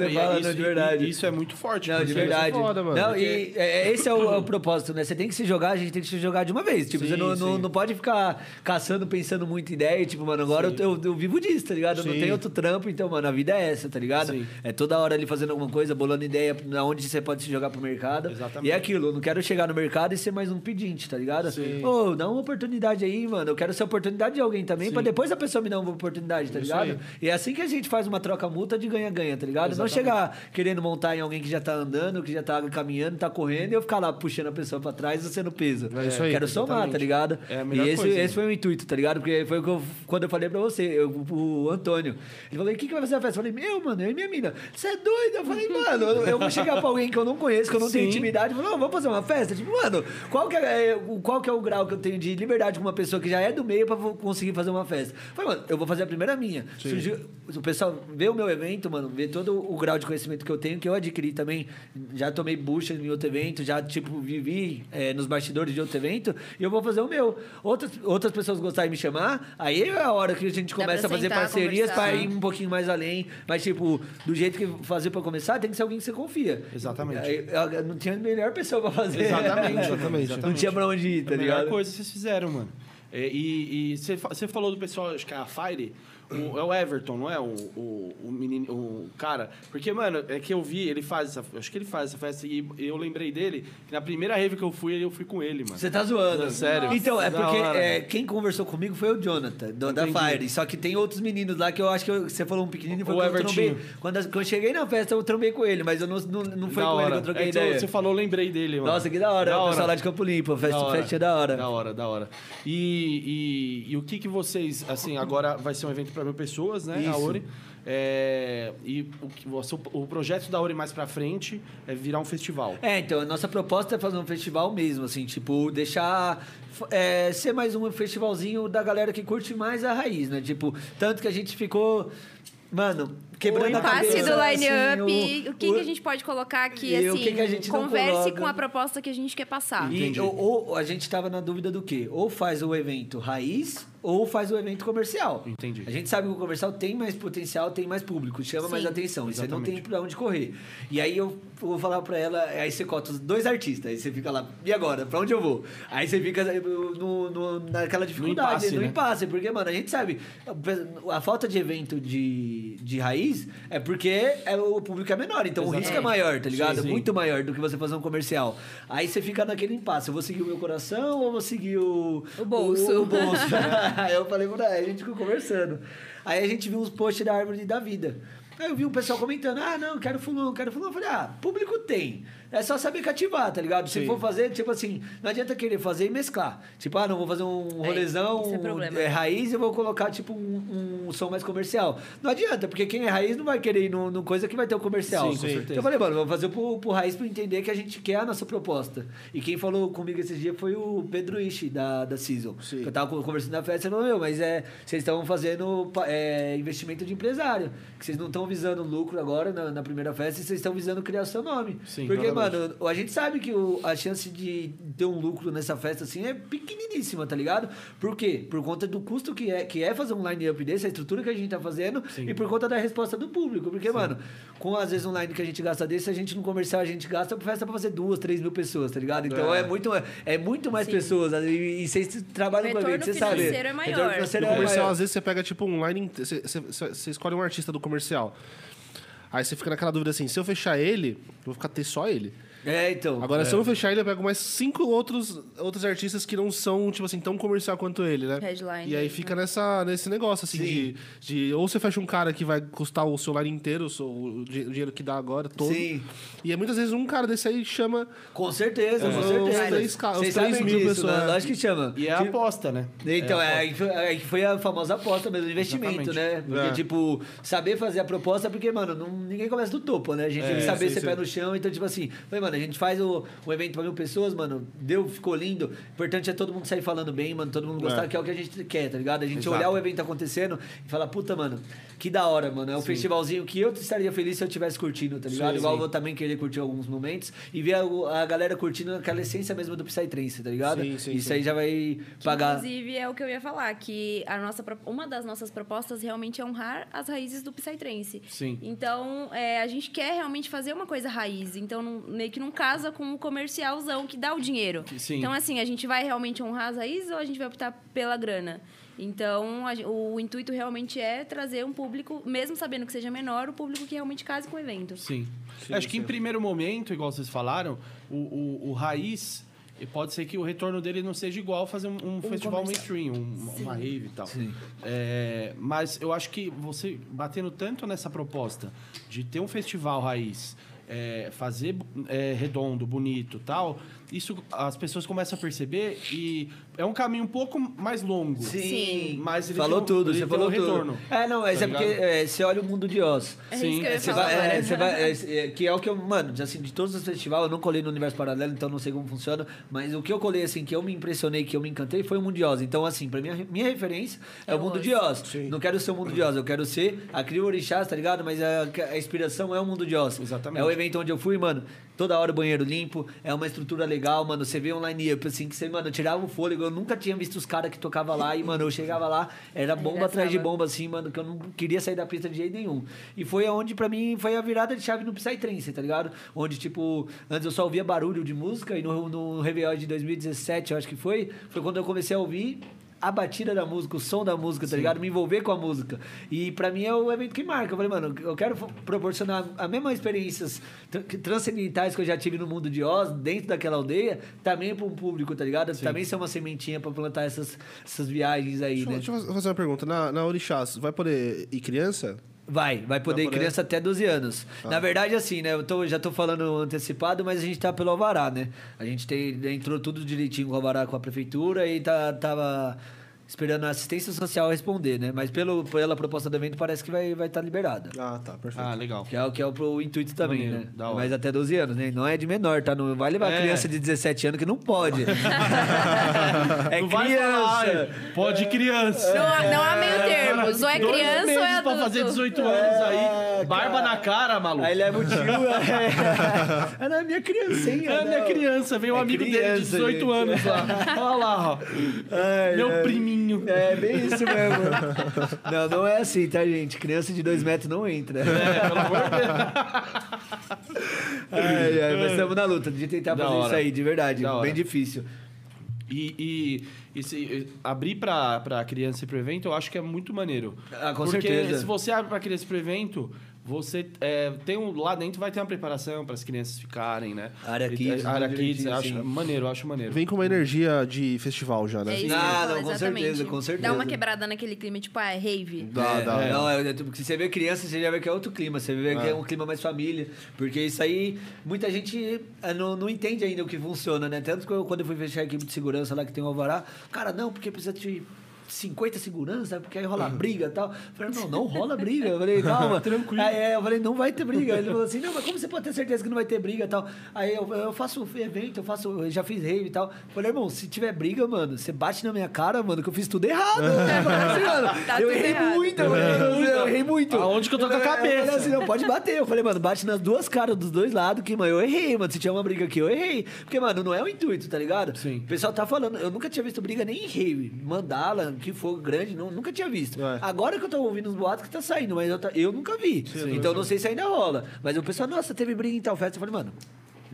você e fala, isso, não, de verdade. e- Isso é muito forte. Não, de porque- verdade. foda, mano, Não, porque- e é, é, esse é o, é o propósito, né? Você tem que se jogar, a gente tem que se jogar de uma vez. Tipo, Sim, você não, não, sim. não pode ficar caçando, pensando muito em ideia. e, Tipo, mano, agora eu, eu- eu vivo disso, tá ligado? Eu não Sim. tenho outro trampo, então, mano, a vida é essa, tá ligado? Sim. É toda hora ali fazendo alguma coisa, bolando ideia na onde você pode se jogar pro mercado. Exatamente. E é aquilo, eu não quero chegar no mercado e ser mais um pedinte, tá ligado? Ô, dá uma oportunidade aí, mano. Eu quero ser oportunidade de alguém também, pra depois a pessoa me dar uma oportunidade, tá ligado? aí. E é assim que a gente faz uma troca multa de ganha-ganha, tá ligado? Não chegar querendo montar em alguém que já tá andando, que já tá caminhando, tá correndo, e eu ficar lá puxando a pessoa pra trás, você no peso. É isso aí, Quero somar, exatamente. tá ligado? É a e melhor esse, coisa, esse mano. foi o intuito, tá ligado? Porque foi o que eu- quando eu falei pra você, eu- o Antônio. Ele falou, e quem que vai fazer a festa? Eu falei, meu, mano, eu e minha mina. Você é doido? Eu falei, mano, eu, eu vou chegar pra alguém que eu não conheço, que eu não tenho Sim. intimidade. Falou, não, vamos fazer uma festa? Tipo, mano, qual que, é, é, o- qual que é o grau que eu tenho de liberdade com uma pessoa que já é do meio pra vo- conseguir fazer uma festa? Eu Falei, mano, eu vou fazer a primeira minha. Surgiu- o pessoal vê o meu evento, mano, vê todo o grau de conhecimento que eu tenho, que eu adquiri também. Já tomei bucha em outro evento, já, tipo, vivi é, nos bastidores de outro evento, e eu vou fazer o meu. Outras, outras pessoas gostarem de me chamar, aí é a hora que a gente Dá começa pra a fazer sentar, parcerias pra conversar. ir um pouquinho mais além. Mas, tipo, do jeito que fazer pra começar, tem que ser alguém que você confia. Exatamente. Aí, eu- Não tinha melhor pessoa pra fazer. Exatamente, exatamente. Não tinha pra onde ir, tá é a melhor ligado? coisa que vocês fizeram, mano. É, E você falou do pessoal, acho que é a Fire, o- é o Everton, não é? O, o, o menino, o cara. Porque, mano, é que eu vi, ele faz essa. Acho que ele faz essa festa e eu lembrei dele. Que na primeira rave que eu fui, eu fui com ele, mano. Você tá zoando. Não, sério. Então, é Da porque hora. é, quem conversou comigo foi o Jonathan, do- da Entendi. Fire. Só que tem outros meninos lá que eu acho que eu- você falou um pequenininho e foi O que eu Evertinho. trombei. Quando as- quando eu cheguei na festa, eu trombei com ele, mas eu não, não, não foi Da com ele hora. que eu troquei É, então, ideia. Você falou, eu lembrei dele, mano. Nossa, que da hora. Da o hora. pessoal lá de Campo Limpo, a Da festa, hora. festa é da hora. Da hora, da hora. E, E, e- e o que, que vocês. Assim, agora vai ser um evento para mil pessoas, né? A Isso. Ori. É, e o, que você- o projeto da Ori mais para frente é virar um festival. É, então, a nossa proposta é fazer um festival mesmo, assim, tipo, deixar. f- é, ser mais um festivalzinho da galera que curte mais a raiz, né? Tipo, tanto que a gente ficou. Mano, quebrando o a cabeça. impasse do line-up, assim, o, que, que a gente pode colocar aqui, E o assim, que que a gente não converse coloca? com a proposta que a gente quer passar. E, ou, ou a gente tava na dúvida do quê? Ou faz o evento raiz, ou faz o evento comercial. Entendi. A gente sabe que o comercial tem mais potencial, tem mais público, chama mais Sim. atenção. E você não Exatamente. tem pra onde correr. E aí eu vou falar pra ela, aí você cota os dois artistas, aí você fica lá, e agora? Pra onde eu vou? Aí você fica eh, no, no- naquela dificuldade, no impasse, impasse, né? porque, mano, a gente sabe, a, a falta de evento de, de raiz é porque é, o público é menor, então o risco é maior, tá ligado? Sim, sim. Muito muito maior do que você fazer um comercial. Aí você fica naquele impasse. Eu vou seguir o meu coração ou vou seguir o... O bolso. O, o bolso. Aí eu falei, mano, aí a gente ficou conversando. Aí a gente viu uns posts da Árvore da Vida. Aí eu vi o pessoal comentando, ah, não, quero fulano, quero fulano. Eu falei, ah, público tem. É só saber cativar, tá ligado? Se for fazer, tipo assim, não adianta querer fazer e mesclar. Tipo, ah, não, vou fazer um É, rolezão isso é problema. é, raiz e vou colocar, tipo, um, um som mais comercial. Não adianta, porque quem é raiz não vai querer ir num, num coisa que vai ter o comercial. Sim, com certeza. Então eu falei, mano, vamos fazer pro, pro Raiz pra entender que a gente quer a nossa proposta. E quem falou comigo esses dias foi o Pedro Ishi, da, da Season. Sim. Que Eu tava conversando na festa e falou, meu, mas é, vocês estavam fazendo pa- é, investimento de empresário. Que vocês não estão visando lucro agora na, na primeira festa e vocês estão visando criar seu nome. Sim, Porque, claramente. mano, a gente sabe que o- a chance de ter um lucro nessa festa, assim, é pequeniníssima, tá ligado? Por quê? Por conta do custo que é, que é fazer um line-up desse, a estrutura que a gente tá fazendo, e por conta da resposta do público. Porque, mano, com às vezes um line que a gente gasta desse, a gente no comercial, a gente gasta pra festa pra fazer duas, três mil pessoas, tá ligado? Então é, muito, é muito mais pessoas. E, e vocês trabalham O com evento, retorno vocês sabem. financeiro é maior. Retorno financeiro No é comercial, maior. às vezes, você pega, tipo, um line... inte- Você, você- você- você escolhe um artista do comercial. Aí você fica naquela dúvida assim, se eu fechar ele, eu vou ficar ter só ele. É, então. Agora, se eu não fechar ele, eu pego mais cinco outros, outros artistas que não são, tipo assim, tão comercial quanto ele, né? Headline, E aí né? fica nessa, nesse negócio, assim, de, de... Ou você fecha um cara que vai custar o seu lar inteiro, o, seu- o di- o dinheiro que dá agora, todo. Sim. E aí, muitas vezes um cara desse aí chama... Com certeza, com É. Os certeza. três ca- os Vocês três sabem mil disso, pessoas. né? Lógico que chama. E é a Tipo, aposta, né? Então, é, aí foi- aí que foi a famosa aposta mesmo, investimento, né? Porque, É. tipo, saber fazer a proposta, porque, mano, não- ninguém começa do topo, né? A É, gente tem que saber ser pé no chão. Então, tipo assim, foi, mano, a gente faz o, o evento pra mil pessoas, mano, deu, ficou lindo. O importante é todo mundo sair falando bem, mano, todo mundo gostar, que é o que a gente quer, tá ligado? A gente olhar o evento acontecendo e falar, puta, mano, que da hora, mano. É um festivalzinho que eu estaria feliz se eu estivesse curtindo, tá ligado? Igual eu vou também querer curtir alguns momentos e ver a, a galera curtindo aquela essência mesmo do Psytrance, tá ligado? Sim, sim, Isso sim. aí já vai Que, pagar. Inclusive, é o que eu ia falar, que a nossa, pro- uma das nossas propostas realmente é honrar as raízes do Psytrance. Sim. Então, é, a gente quer realmente fazer uma coisa raiz. Então, não- meio que não casa com o comercialzão que dá o dinheiro. Sim. Então, assim, a gente vai realmente honrar as raízes ou a gente vai optar pela grana? Então, a gen- o intuito realmente é trazer um público, mesmo sabendo que seja menor, o público que realmente case com o evento. Sim. Acho que em primeiro momento, igual vocês falaram, o, o, o raiz. e Pode ser que o retorno dele não seja igual fazer um, um festival comercial. mainstream, um- uma rave e tal. É, mas eu acho que você batendo tanto nessa proposta de ter um festival raiz, é, fazer é, redondo, bonito e tal, isso as pessoas começam a perceber e é um caminho um pouco mais longo. Sim. Mas ele falou tem um- tudo, ele você tem falou um retorno. tudo. É, não, mas Tá é porque ligado? é, você olha o mundo de Oz. É Sim, isso que eu É, ia Você falar vai, é, agora. você vai- é, cê- é, que é o que eu, mano, de, assim, de todos os festivais, eu não colei no universo paralelo, então não sei como funciona, mas o que eu colei, assim, que eu me impressionei, que eu me encantei, foi o mundo de Oz. Então, assim, pra minha, minha referência é, É o mundo Oz. de Oz. Não quero ser o mundo de Oz, eu quero ser a Crio Orixás, tá ligado? Mas a, a inspiração é o mundo de Oz. Exatamente. É o evento onde eu fui, mano, toda hora o banheiro limpo, é uma estrutura legal, mano, você vê online, assim, que você, mano, eu tirava o fôlego, eu nunca tinha visto os caras que tocavam lá, e, mano, eu chegava lá, era bomba atrás de engraçado. bomba bomba, assim, mano, que eu não queria sair da pista de jeito nenhum. E foi aonde, pra mim, foi a virada de chave no Psytrance, tá ligado? Onde, tipo, antes eu só ouvia barulho de música e no, no Réveillon de 2017, eu acho que foi, foi quando eu comecei a ouvir a batida da música, o som da música, tá ligado? Me envolver com a música. E pra mim é o evento que marca. Eu falei, mano, eu quero fo- proporcionar a mesma experiências tr- que- transcendentais que eu já tive no mundo de Oz, dentro daquela aldeia, também pra um público, tá ligado? Também ser uma sementinha pra plantar essas, essas viagens aí, Deixa, eu- né? deixa eu fazer uma pergunta. Na, na Orixás, vai poder ir criança? Vai, vai poder ir poder? criança até 12 anos. Tá. Na verdade, assim, né? Eu tô- já tô falando antecipado, mas a gente tá pelo Alvará, né? A gente tem, entrou tudo direitinho com o Alvará com a prefeitura e tá, tava esperando a assistência social responder, né? Mas pelo, pela proposta do evento parece que vai estar vai tá liberada. Ah, tá, perfeito. Ah, legal. Que é o que é o, pro intuito também, Maneiro, né? da hora. Mas até 12 anos, né? Não é de menor, tá? Não vai levar É. criança de 17 anos que não pode. é Não vai falar, "Ai, criança. É. pode criança. Não, há- não há meio termo. Ou é Dois criança ou meses é pra fazer adulto. 18 anos aí. Barba na É, cara, maluco. Aí leva o tio. É, é na minha criancinha. É minha não. criança, veio um É amigo dele de criança, 18 gente. anos lá. Olha lá, ó. Ai, Meu ai. priminho. É, bem isso mesmo. não, não é assim, tá, gente? Criança de dois metros não entra. É, pelo amor de Deus. Ai, ai, mas estamos na luta de tentar Da fazer isso hora. aí, de verdade. Da hora. Bem difícil. E, e- e se- e abrir pra, pra criança e pro evento, eu acho que é muito maneiro. Ah, com Porque certeza. se você abre pra criança e pro evento, você é, tem um, lá dentro vai ter uma preparação para as crianças ficarem, né? Área E- kids, área tudo kids, direitinho, acho sim. maneiro, acho maneiro. Vem com uma energia de festival já, né? É isso que eu Ah, falo, não, com exatamente. certeza, com certeza. Dá uma quebrada naquele clima, tipo, ah, é rave. Dá, é, dá. Não, é, é, porque você vê criança, você já vê que é outro clima, você vê que é um clima mais família. Porque isso aí, muita gente é, não, não entende ainda o que funciona, né? Tanto que eu, quando eu fui fechar a equipe de segurança lá que tem o Alvará, cara, não, porque precisa de 50 segurança, porque aí rola briga e tal. Eu falei, não, não rola briga. Eu falei, calma. Tranquilo. Aí, é, eu falei, não vai ter briga. Ele falou assim, não, mas como você pode ter certeza que não vai ter briga e tal? Aí eu, eu faço evento, eu faço, eu já fiz rave e tal. Eu falei, irmão, se tiver briga, mano, você bate na minha cara, mano, que eu fiz tudo errado. Eu falei assim, mano, Tá eu tudo errei errado. muito, eu errei muito, eu errei muito. Aonde que eu tô com a Eu falei cabeça? assim, não, pode bater. Eu falei, mano, bate nas duas caras dos dois lados, que, mano, eu errei, mano. Se tiver uma briga aqui, eu errei. Porque, mano, não é o intuito, tá ligado? Sim. O pessoal tá falando, eu nunca tinha visto briga nem em rave. Mandala, que for grande, não- nunca tinha visto. É. Agora que eu tô ouvindo os boatos que tá saindo, mas eu, tá- eu nunca vi. Então não sei se ainda rola. Mas o pessoal, nossa, teve briga em tal festa. Eu falei, mano.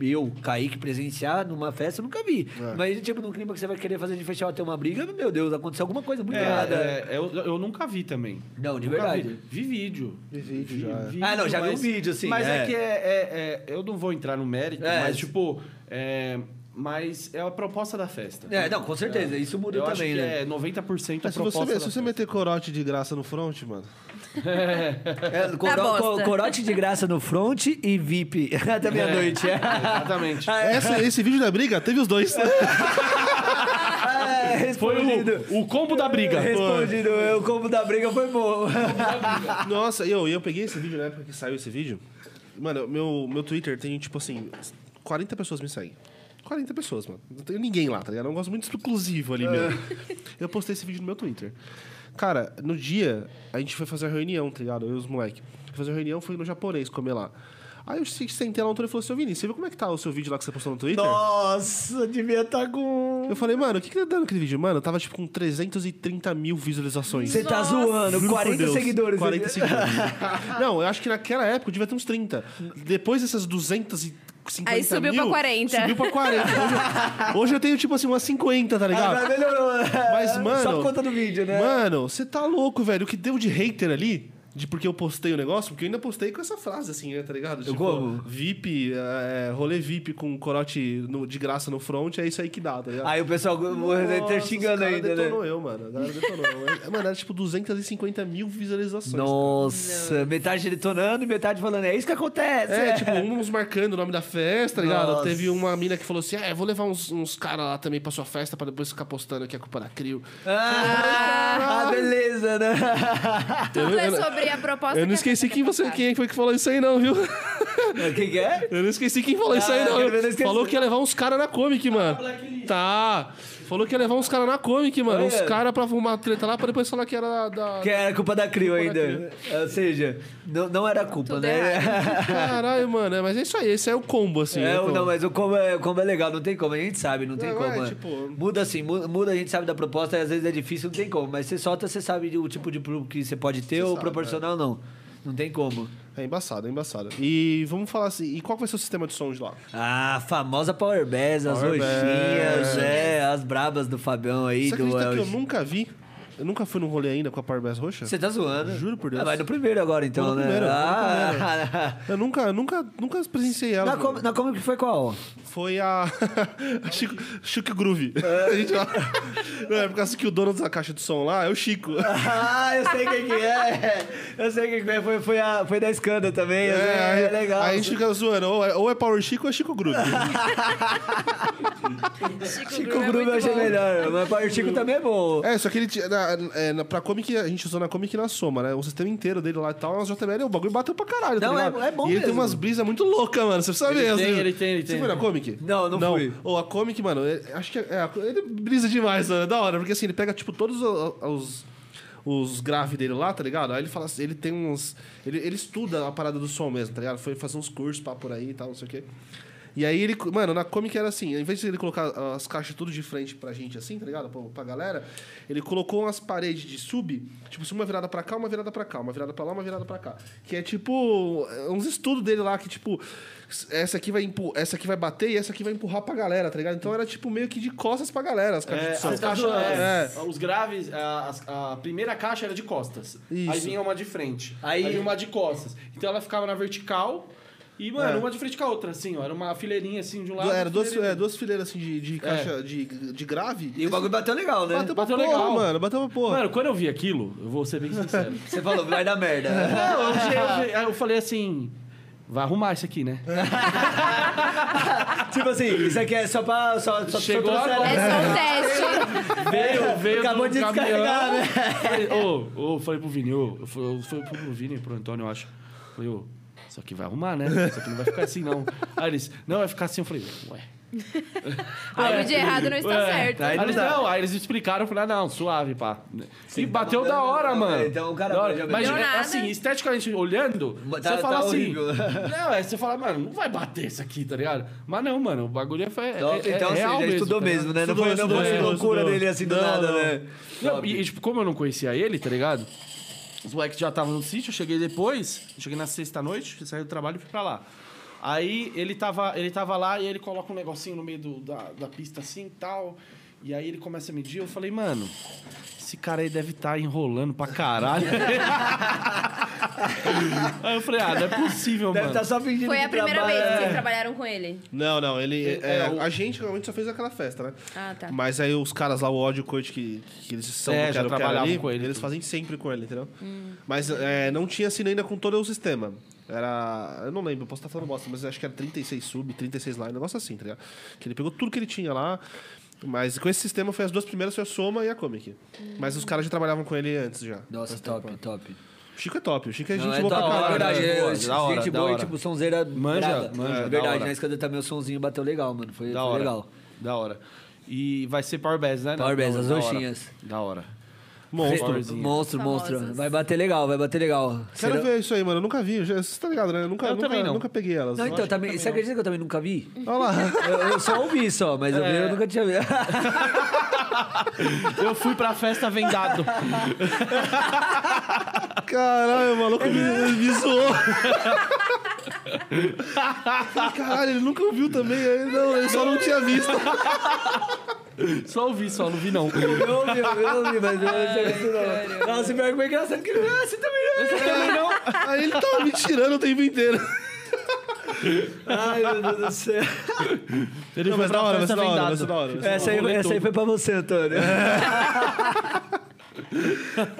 Eu, Kaique, presenciar numa festa, eu nunca vi. É. Mas, tipo, num clima que você vai querer fazer de fechar até uma briga, meu Deus, aconteceu alguma coisa muito É, errada. é, eu, eu nunca vi também. Não, de Nunca verdade. Vi, Vi vídeo. Vi vídeo já, é. Ah, não, já vi um vídeo, sim, Mas é, é. que é, é- é- Eu não vou entrar no mérito, É. mas tipo. é, mas é a proposta da festa. É, não, com certeza, isso muda Eu acho também, que né? é 90% a Mas se você, proposta me- da se você festa. meter corote de graça no front, mano. É, coro- bosta. co- corote de graça no front e VIP até meia-noite. É. Exatamente. Essa- esse vídeo da briga teve os dois. É, Foi respondido. o, o combo da briga. É, Respondido, eu, o combo da briga foi bom. Nossa, e eu, e eu peguei esse vídeo na época que saiu esse vídeo. Mano, meu, meu Twitter tem, tipo assim, 40 pessoas me seguem. 40 pessoas, mano. Não tem ninguém lá, tá ligado? Eu gosto muito exclusivo ali É. mesmo. Eu postei esse vídeo no meu Twitter. Cara, no dia, a gente foi fazer uma reunião, tá ligado? Eu e os moleques. Fazer uma reunião, fui no japonês comer lá. Aí eu se- sentei lá no Twitter e falei, seu Vini, você viu como é que tá o seu vídeo lá que você postou no Twitter? Nossa, devia estar com. Eu falei, mano, o que que tá dando aquele vídeo? Mano, tava tipo com 330 mil visualizações. Você tá zoando, Juro por 40 Deus, seguidores. 40 seguidores. Não, eu acho que naquela época eu devia ter uns 30. Depois dessas 250 Aí subiu pra mil, 40. Subiu pra 40. Hoje eu, hoje eu tenho, tipo assim, umas 50, tá ligado? Agora Ah, melhorou. Mas, mano... Só por conta do vídeo, né? Mano, você tá louco, velho. O que deu de hater ali... De porque eu postei o negócio, porque eu ainda postei com essa frase, assim, né, tá ligado? Tipo, como? VIP, é, rolê VIP com corote no- de graça no front, é isso aí que dá, tá ligado? Aí o pessoal tá Nossa, os xingando cara ainda, né? detonou eu, mano. A galera detonou. É, mano, era tipo 250 mil visualizações. Nossa, metade detonando e metade falando, é isso que acontece. É, tipo, uns marcando o nome da festa, tá ligado? Nossa. Teve uma mina que falou assim: ah, eu vou levar uns, uns caras lá também pra sua festa pra depois ficar postando que é culpa da Crio. Ah, ah, beleza, né? Tudo é sobre a proposta Eu não que a esqueci festa quem, quer você, passar. quem foi que falou isso aí, não, viu? Quem que é? Eu não esqueci quem falou isso aí, Ah, não. eu não esqueci. Ah, Falou que ia levar uns caras na Comic, mano. Tá. Falou que ia levar uns caras na Comic, mano. Uns Olha. caras pra arrumar treta lá pra depois falar que era da. Que era culpa da Crio Culpa da ainda. Ou seja, não, não era culpa, Tudo né? Caralho, mano. É, mas é isso aí. Esse é o combo, assim. né, É, pô? não, mas o combo é, o combo é legal, não tem como, a gente sabe, não tem Não, como. é, mano. tipo- Muda assim, mu- muda, a gente sabe da proposta, às vezes é difícil, não tem como. Mas você solta, você sabe o tipo de público que você pode ter ou proporcional, não. Não tem como. É embaçado, é embaçado. E vamos falar assim, e qual vai ser o sistema de som de lá? Ah, a famosa Power Bass, as Power roxinhas, é, as brabas do Fabião aí, Você do é acredita que eu Elgin. nunca vi Eu nunca fui num rolê ainda com a Power Bass roxa. Você tá zoando. Juro por Deus. Ah, vai no primeiro agora, então, Vou no né? primeiro, vou no ah, Eu nunca, nunca, nunca presenciei ela. na, com, na Comic foi qual? Foi a. a Chico, Chico Groove. É. A gente fala- Não, é por causa que o dono da caixa de som lá é o Chico. Ah, eu sei quem que é. Eu sei quem que é. Foi, foi, a, foi da Scanda também. eu sei, É, aí- legal. Aí a gente fica zoando. Ou é, ou é Power Chico ou é Chico Groove. Chico, Chico Groove Groove é eu muito achei bom. melhor. Mas o Chico também é bom. É, só que ele. tinha- Na, é, na- pra Comic, a gente usou na Comic e na Soma, né? O sistema inteiro dele lá e tal, as JBL, o bagulho bateu pra caralho. tá Não, é- ligado? é bom E ele tem mesmo. umas brisas muito loucas, mano. Você precisa ver. tem, assim. ele tem, ele Você tem. foi na Comic? Não, não fui. Ou a Comic, mano, é- acho que. é, ele brisa demais, mano. É da hora, porque assim, ele pega, tipo, todos o- os. Os graves dele lá, tá ligado? Aí ele fala assim, ele tem uns. Ele, ele estuda a parada do som mesmo, tá ligado? Foi fazer uns cursos pra por aí e tal, não sei o quê. E aí ele. Mano, na Comic era assim, ao invés de ele colocar as caixas tudo de frente pra gente, assim, tá ligado? Pra, pra galera, ele colocou umas paredes de sub, tipo, assim, uma virada pra cá, uma virada pra cá, uma virada pra lá, uma virada pra cá. Que é tipo. é Uns estudos dele lá que, tipo, essa aqui vai empu essa aqui vai bater e essa aqui vai empurrar pra galera, tá ligado? Então era tipo meio que de costas pra galera, as caixas É, de som. as caixas- É. é, Os graves, a, as- a primeira caixa era de costas. Aí Isso. vinha uma de frente. Aí- Aí... vinha uma de costas. Então ela ficava na vertical e, mano, uma de frente com a outra, assim, ó. Era uma fileirinha assim de um lado. Du- É. Era uma duas, fileirinha é, duas fileiras assim de, de caixa de, de grave. E o bagulho bateu legal, né? bateu, Bateu pra porra, legal. mano. Bateu pra porra. Mano, quando eu vi aquilo, eu vou ser bem sincero. Você falou, vai dar merda. Não, eu, vi- eu vi- eu falei assim. Vai arrumar isso aqui, né? É. tipo assim, isso aqui é só pra... Só, só Chegou só trouxe agora. É ela. só um teste. Veio, veio. Acabou do de caminhão. descarregar, né? Falei, ô, ô, falei pro Vini, ô, eu falei, eu falei pro Vini, pro Antônio, eu acho. Falei, ô, isso aqui vai arrumar, né? Isso aqui não vai ficar assim, não. Aí eles, não, vai ficar assim. Eu falei, ué. Algo de errado não está Ué, tá certo. É, tá aí Aí, não eles, dá. não, aí eles explicaram, eu falei, ah, não, suave, pá. e bateu tá da mandando, hora, tá mano. mandando. Então, cara, Da já hora. Mas, deu é, nada. assim, esteticamente olhando, Tá- você fala tá assim... horrível. Não, é, você fala, mano, não vai bater isso aqui, tá ligado? Mas não, mano, o bagulho foi, é, Top, é, então é você real já estudou tá mesmo, ligado? né? Não foi, não Estudou, foi estudou, loucura estudou. dele assim do Não, nada, não. né? Não, Top. e, e, tipo, como eu não conhecia ele, tá ligado? Os moleques já estavam no sítio, eu cheguei depois, eu cheguei na sexta-noite, saí do trabalho e fui pra lá. Aí ele tava, ele tava lá e ele coloca um negocinho no meio do- da, da pista assim e tal. E aí ele começa a medir, eu falei, mano, esse cara aí deve estar enrolando pra caralho. aí eu falei, ah, não é possível, Deve tá assim. mano. estar só fingindo Foi que a primeira trabalha, vez que vocês né? trabalharam com ele. Não, não, ele. É, é, é, o- A gente realmente só fez aquela festa, né? Ah, tá. Mas aí os caras lá, o ódio coach que, que eles são É, do já Quero Quero trabalhavam ali, com ele, eles tudo. fazem sempre com ele, entendeu? Hum. Mas é, não tinha sido ainda com todo o sistema. Era. Eu não lembro, eu posso estar falando bosta, mas acho que era 36 sub, 36 line, um negócio assim, tá ligado? Que ele pegou tudo que ele tinha lá. Mas com esse sistema foi as duas primeiras, foi a Soma e a Comic. Hum. Mas os caras já trabalhavam com ele antes já. Nossa, top, top. O Chico é top, o Chico é Não, gente é boa da pra hora, caralho. verdade. né? é, Boa, gente da hora, da boa e hora. tipo, sonzeira Manja, brava. manja, É da verdade, hora. na escada também o sonzinho bateu legal, mano. Foi, Da foi hora. legal. Da hora. E vai ser Power Bass, né? Power Bass, Da as hora. roxinhas. Da hora. Monstro. Powerzinho. Monstro, monstro. Famosas. Vai bater legal, vai bater legal. Quero Será- ver isso aí, mano. Eu nunca vi. já- Você tá ligado, né? Eu nunca, Eu nunca, também não. nunca peguei elas. Não, então, também, você acredita que eu também nunca vi? Olha lá. Eu, eu só ouvi só, mas eu, vi, eu nunca tinha visto. Eu fui pra festa vendado. Caralho, o maluco é me, me zoou. Caralho, ele nunca ouviu também. Ele, não, ele só não tinha visto. Só ouvi, só não vi não. Eu ouvi, eu ouvi, mas eu não tinha visto não. Nossa, pior que foi engraçado que ele... Ah, você também não. Aí ele tava me tirando o tempo inteiro. Ai, meu Deus do céu. Ele Não, foi mas pra da hora, mas festa É, da hora, mas vendado. da hora. Essa aí, essa aí foi pra você, Antônio.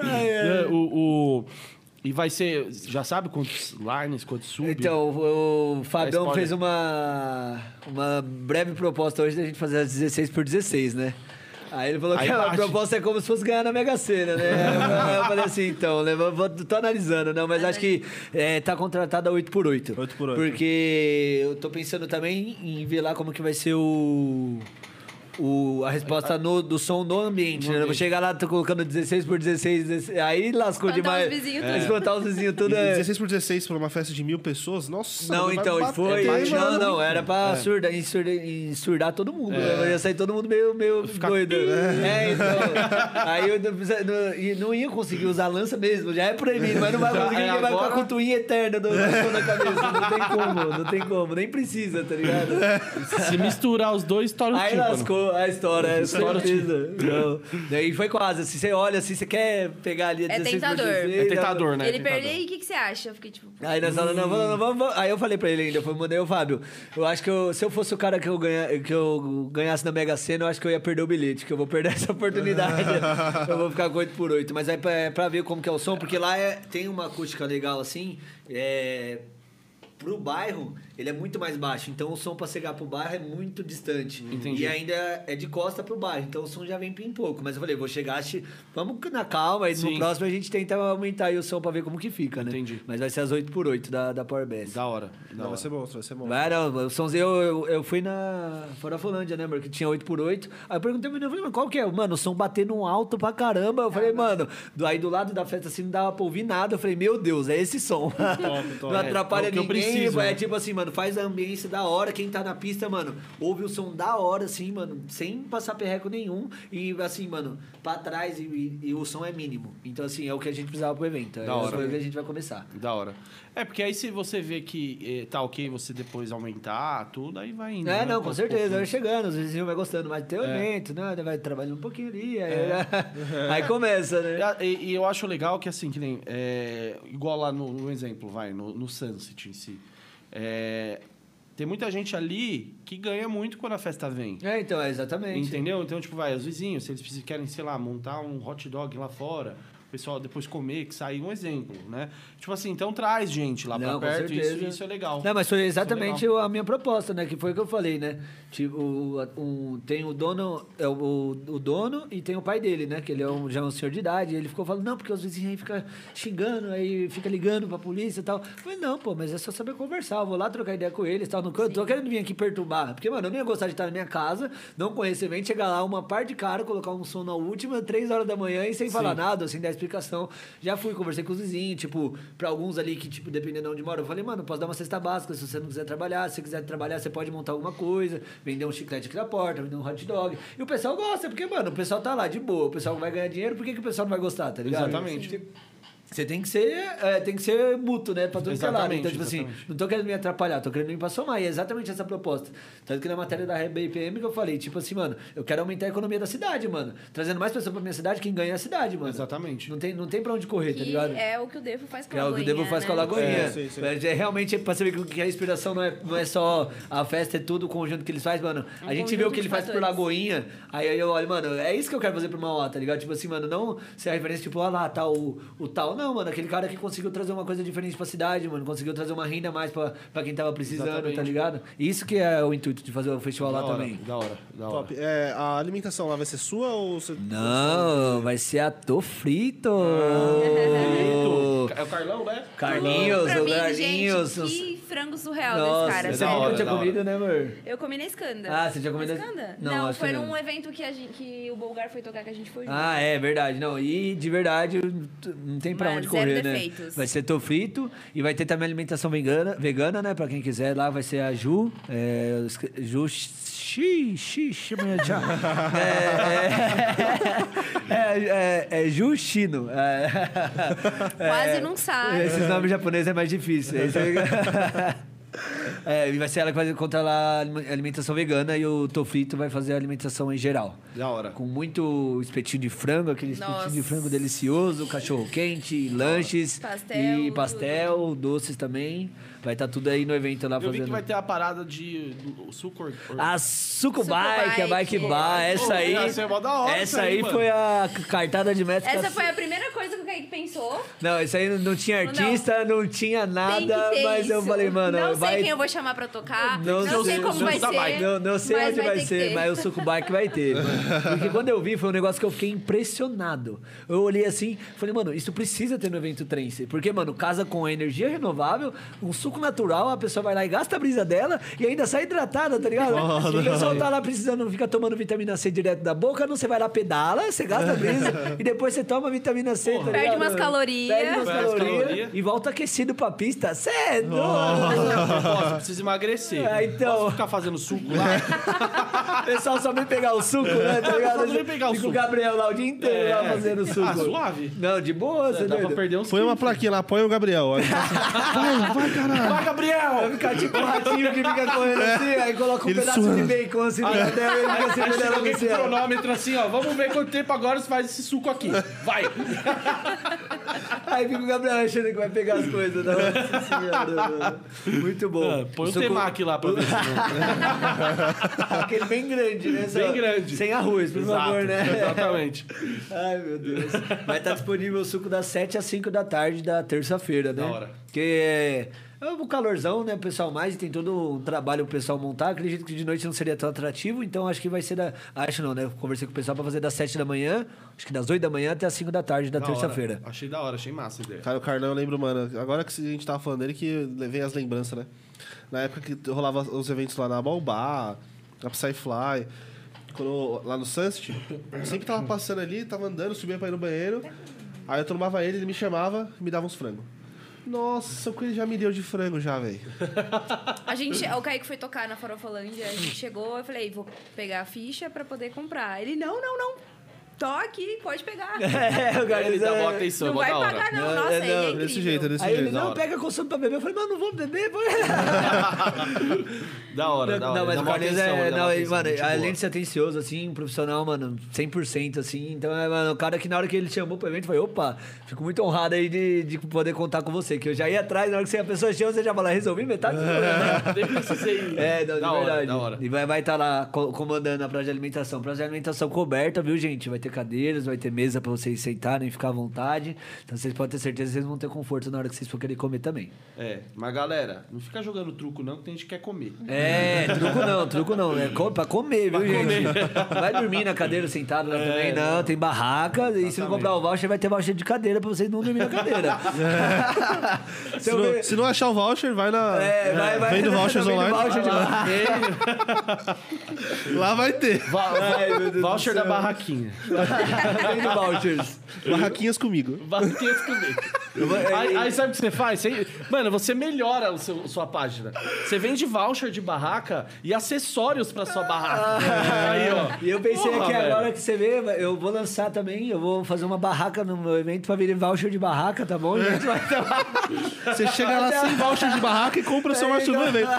É, o, o- E vai ser... Já sabe quantos lines, quantos sub? Então, o o Fabião spoiler. fez uma, uma breve proposta hoje da gente fazer as 16 por 16, né? Aí ele falou Aí que a bate. proposta é como se fosse ganhar na Mega Sena, né? Aí eu falei assim, então, né? Vou- vou- tô analisando, não, mas acho que é, tá contratada 8 por 8 8 por 8. Porque eu tô pensando também em ver lá como que vai ser o... o- a resposta no- do som no ambiente, né? Eu vou chegar lá, tô colocando 16 por 16, 16 aí lascou Espantar demais. É. os vizinhos tudo. Espantar os vizinhos tudo. é. 16 por 16 pra uma festa de mil pessoas? Nossa, Não, vai então, bater, foi. mano. não, não, era pra surda- ensurdar, ensurdar todo mundo. né? Ia sair todo mundo meio, meio doido. É, então. Aí eu não, precisa- não- e não ia conseguir usar a lança mesmo, já é proibido, mas não vai Já conseguir, é porque vai ficar agora. com a tuinha eterna do, do som na cabeça. Não tem como, não tem como, nem precisa, tá ligado? Se misturar os dois, estoura o Aí tímpano. lascou, Estourou a história, é Estourou, certeza. Não. Daí foi quase, assim, você olha assim, você quer pegar ali a É 16%, tentador. né? É tentador, né? Ele Tentador. perdeu e o que, que você acha? Eu fiquei tipo. Aí nós falamos, não, vamos, vamos, vamos. Aí eu falei pra ele ainda, eu falei, mandei o Fábio, eu acho que eu- se eu fosse o cara que eu, ganha, que eu ganhasse na Mega Sena, eu acho que eu ia perder o bilhete, que eu vou perder essa oportunidade. eu vou ficar com 8 por 8 Mas aí pra, é pra ver como que é o som, porque lá é- tem uma acústica legal assim, é, pro bairro ele é muito mais baixo, então o som pra chegar pro bairro é muito distante. Hum, Entendi. E ainda é de costa pro bairro, então o som já vem bem pouco. Mas eu falei, vou chegar, acho- vamos na calma, aí Sim. no próximo a gente tenta aumentar aí o som pra ver como que fica, né? Entendi. Mas vai ser as 8x8 da, da Power Bass. Da hora. Da Não, hora. vai ser bom, vai ser bom. Vai, não, o somzinho, eu, um eu, eu fui na Farolândia, né, mano, que tinha 8x8. Aí eu perguntei pro menino, eu falei, mano, qual que é? Mano, o som batendo um alto pra caramba. Eu É, falei, mano, do, aí do lado da festa assim não dava pra ouvir nada. Eu falei, meu Deus, é esse som. top. Não É, atrapalha é o que eu ninguém. preciso, é né? tipo assim, mano, faz a ambiência da hora. Quem tá na pista, mano, ouve o som da hora, assim, mano, sem passar perreco nenhum. E assim, mano, pra trás e, e- e o som é mínimo. Então, assim, é o que a gente precisava pro evento. é Da hora. Foi o que a gente vai começar. Da hora. É, porque aí se você vê que eh, tá ok, você depois aumentar tudo, aí vai indo. né? É, não, com Aos certeza. Vai pouquinhos. chegando, os vizinhos vai gostando mais do teu É. evento, né? Vai trabalhando um pouquinho ali, aí, aí começa, né? E, e eu acho legal que, assim, que nem. é, igual lá no, no exemplo, vai, no, no Sunset em si. É, tem muita gente ali que ganha muito quando a festa vem. É, então, é exatamente. Entendeu? Então, tipo, vai, os vizinhos, se eles precisam- querem, sei lá, montar um hot dog lá fora, o pessoal depois comer, que sair, um exemplo, né? Tipo assim, então traz gente lá Não, com pra perto, isso, certeza. isso é legal. Não, mas foi Isso é exatamente legal. a minha proposta, né? Que foi o que eu falei, né? Tipo, o- a- um- tem o dono, é, o, o dono e tem o pai dele, né? Que ele é um, já é um senhor de idade. Ele ficou falando, não, porque os vizinhos aí ficam xingando, aí fica ligando pra polícia e tal. Eu falei, não, pô, mas é só saber conversar. Eu vou lá trocar ideia com eles e tal. Não eu tô querendo vir aqui perturbar. Porque, mano, eu não ia gostar de estar na minha casa, não conhecer evento, chegar lá, uma par de cara, colocar um som na última, três horas da manhã e sem falar nada, sem dar explicação. Já fui, conversei com os vizinhos, tipo, pra alguns ali que, tipo, dependendo de onde mora, eu falei, mano, posso dar uma cesta básica se você não quiser trabalhar. Se você quiser trabalhar, você pode montar alguma coisa, vender um chiclete aqui na porta, vender um hot dog. E o pessoal gosta, porque, mano, o pessoal tá lá de boa, o pessoal vai ganhar dinheiro, por que, que o pessoal não vai gostar, tá ligado? Exatamente. Tipo, Você tem que ser, é, tem que ser mútuo, né? Pra todo que é lado. Exatamente, Então, tipo assim, exatamente. não tô querendo me atrapalhar, tô querendo me pra somar. E é exatamente essa a proposta. Tanto que na matéria da BPM que eu falei, tipo assim, mano, eu quero aumentar a economia da cidade, mano. Trazendo mais pessoas pra minha cidade, quem ganha é a cidade, mano. Exatamente. Não tem, não tem pra onde correr, tá Que ligado? é o que o Devo faz com Que é a o que o Lagoinha, Devo faz com a né? Lagoinha. É, sim, sim. Mas É, realmente pra você ver que a inspiração não é, não é só a festa, é tudo o conjunto que eles fazem, mano. Um a gente vê o que conjunto ele de faz por fatores. Lagoinha, aí aí eu olho, mano, é isso que eu quero fazer pro Mauá, tá ligado? Tipo assim, mano, não ser a referência, tipo, ah lá, tal, o, o tal. Não, mano, aquele cara que conseguiu trazer uma coisa diferente pra cidade, mano, conseguiu trazer uma renda a mais pra, pra quem tava precisando, tá Exatamente. ligado? Isso que é o intuito de fazer o festival Da lá hora, também. Da hora, da hora. Top. É, a alimentação lá vai ser sua ou você. Não, vai ser ator frito. É o Carlão, né? Carlinhos, pra o mim, Carlinhos. gente, que frango surreal Nossa, desse cara. é da da sério. hora, tinha da hora. comido, né, amor? Eu comi na Escanda. Ah, você tinha comido na na- Escanda? Não, Não, acho foi que num não. evento que, a gente, que o Bulgar foi tocar que a gente foi junto. Ah, é verdade. Não, e de verdade, t- não tem pra Mas onde zero correr, né? defeitos. Vai ser tô frito e vai ter também alimentação vegana, vegana né? Pra quem quiser, lá vai ser a Ju. É, eu esque- Ju. Xi, xi, xi, minha tia. é, é, é, é, é Ju Shino. É, Quase não sabe. Esses nomes japoneses é mais difícil. é isso aí. É, e vai ser ela que vai controlar a alimentação vegana e o Tofrito vai fazer a alimentação em geral. Da hora. Com muito espetinho de frango, aquele Nossa. espetinho de frango delicioso, cachorro quente, lanches Pastel, e pastel, doces também. Vai estar tudo aí no evento lá Eu vi fazendo. Ah. que vai ter a parada de do- o suco. or- or- A Suco Bike, a Bike Bike. Bar, essa Pô, aí. essa é mó da hora isso essa aí, aí mano. foi a cartada de mestre. Essa foi a primeira coisa que o Kaique pensou. Não, isso aí não- não tinha Não. artista, não, tinha Tem que nada, ter Ah, mas eu isso. falei, mano, Não sei vai quem eu vou chamar pra tocar. Não Não, sei sei, o como suco vai da ser. bike. Não, não sei mas onde vai, ter que ser, ter. mas o suco bike vai ter. mano. Porque quando eu vi, foi um negócio que eu fiquei impressionado. Eu olhei assim, falei, mano, isso precisa ter no evento trance. Porque, mano, casa com energia renovável, um suco natural, a pessoa vai lá e gasta a brisa dela e ainda sai hidratada, tá ligado? o pessoal tá lá precisando, fica tomando vitamina C direto da boca, não, você vai lá, pedala, você gasta a brisa e depois você toma vitamina C, tá Perde ligado? umas calorias. Perde umas Perde as calorias calorias. e volta aquecido pra pista. Cê é doido. Pô, Mas eu preciso emagrecer. É, então. Posso ficar fazendo suco lá? O pessoal só vem pegar o suco, né? Tá ligado? É. Só vem pegar o Fica suco. o Gabriel lá o dia inteiro lá fazendo suco. Ah, suave. É, Não, de boa, você Dá pra doido. perder uns Põe uma plaquinha lá, põe o Gabriel. ó. Vai, Gabriel! Vai ficar tipo um ratinho que fica correndo assim, aí coloca um Ele pedaço de suando. bacon assim no dela e fica assim, É. Aí chega olhando alguém com o você. cronômetro assim, ó. Vamos ver quanto tempo agora você faz esse suco aqui. Vai! É, Aí fica o Gabriel achando que vai pegar as coisas. Não, Nossa senhora, mano. Muito bom. Ah, Põe o Suco- é temaki lá pra ver se não- Aquele bem grande, né? só- Bem grande. Sem arroz, por Exato, favor, né? Exatamente. Ai, meu Deus. Vai estar disponível o suco das 7 às 5 da tarde da terça-feira, né? Da hora. Porque é é um calorzão, né? O pessoal mais tem todo um trabalho pro pessoal montar. Acredito que de noite não seria tão atrativo, então acho que vai ser da. Acho não, né? Eu Conversei com o pessoal pra fazer das 7 da manhã, acho que das 8 da manhã até as 5 da tarde da, Da terça-feira. hora. Achei da hora, achei massa a ideia. Cara, o Carlão, eu lembro, mano, agora que a gente tava falando dele, que levei as lembranças, né? Na época que rolava os eventos lá na Baobá, na Psyfly, quando, lá no Sunset, eu sempre tava passando ali, tava andando, subia pra ir no banheiro, aí eu tomava ele, ele me chamava e me dava uns frangos. Nossa, o que ele já me deu de frango já, velho. A gente, o Kaique foi tocar na Farofolândia, a gente chegou, eu falei, vou pegar a ficha pra poder comprar. Ele, não, não, não, toque, pode pegar. É, o Ele dá boa atenção, Não mó vai da hora. pagar não, É, nossa, é, ele é não, incrível. Desse jeito, desse Aí ele jeito. da não hora. pega consumo pra beber. Eu falei, mas não vou beber, vou. Da hora, da hora. Não, mas Dá o mó Carlinhos atenção, é. ele dá Não, mó ele, atenção, mano, gente boa. além de ser atencioso, assim, profissional, mano, 100%, assim. Então, é, mano, o cara que na hora que ele chamou pro evento, eu falei, opa, fico muito honrado aí de, de poder contar com você. Que eu já ia atrás, na hora que você, a pessoa chama, você já fala, resolvi metade do problema. Nem precisei. É, não, da de hora, verdade. da hora. E vai estar vai tá lá co- comandando a praça de alimentação. Praça de alimentação coberta, viu, gente? Vai ter cadeiras, vai ter mesa pra vocês sentarem e ficar à vontade. Então vocês podem ter certeza que vocês vão ter conforto na hora que vocês for querer comer também. É, mas galera, não fica jogando truco não, que tem gente que quer comer. É, truco não, truco não. É co- pra comer, viu, gente? Vai dormir na cadeira sentado É, lá também, né? não. Tem barraca. E se não comprar o voucher, vai ter voucher de cadeira pra vocês não dormir na cadeira. Então, Se não, se não achar o voucher, vai na. É, vai, vai. Vendo vai- vouchers vendo online. voucher de lá. Lá vai ter. Ai, meu Deus do Voucher da céu. barraquinha. Vendo vouchers. Barraquinhas comigo. Barraquinha é, comer. Aí, aí sabe o que você faz? Você- mano, você melhora o seu, sua página. Você vende voucher de barraca e acessórios pra sua barraca. Ah. Aí, ó. E eu pensei Porra, que velho. agora que você vê, eu vou lançar também, eu vou fazer uma barraca no meu evento pra vender voucher de barraca, tá bom, gente? Vai ter Você chega lá sem voucher de barraca e compra o seu voucher do evento.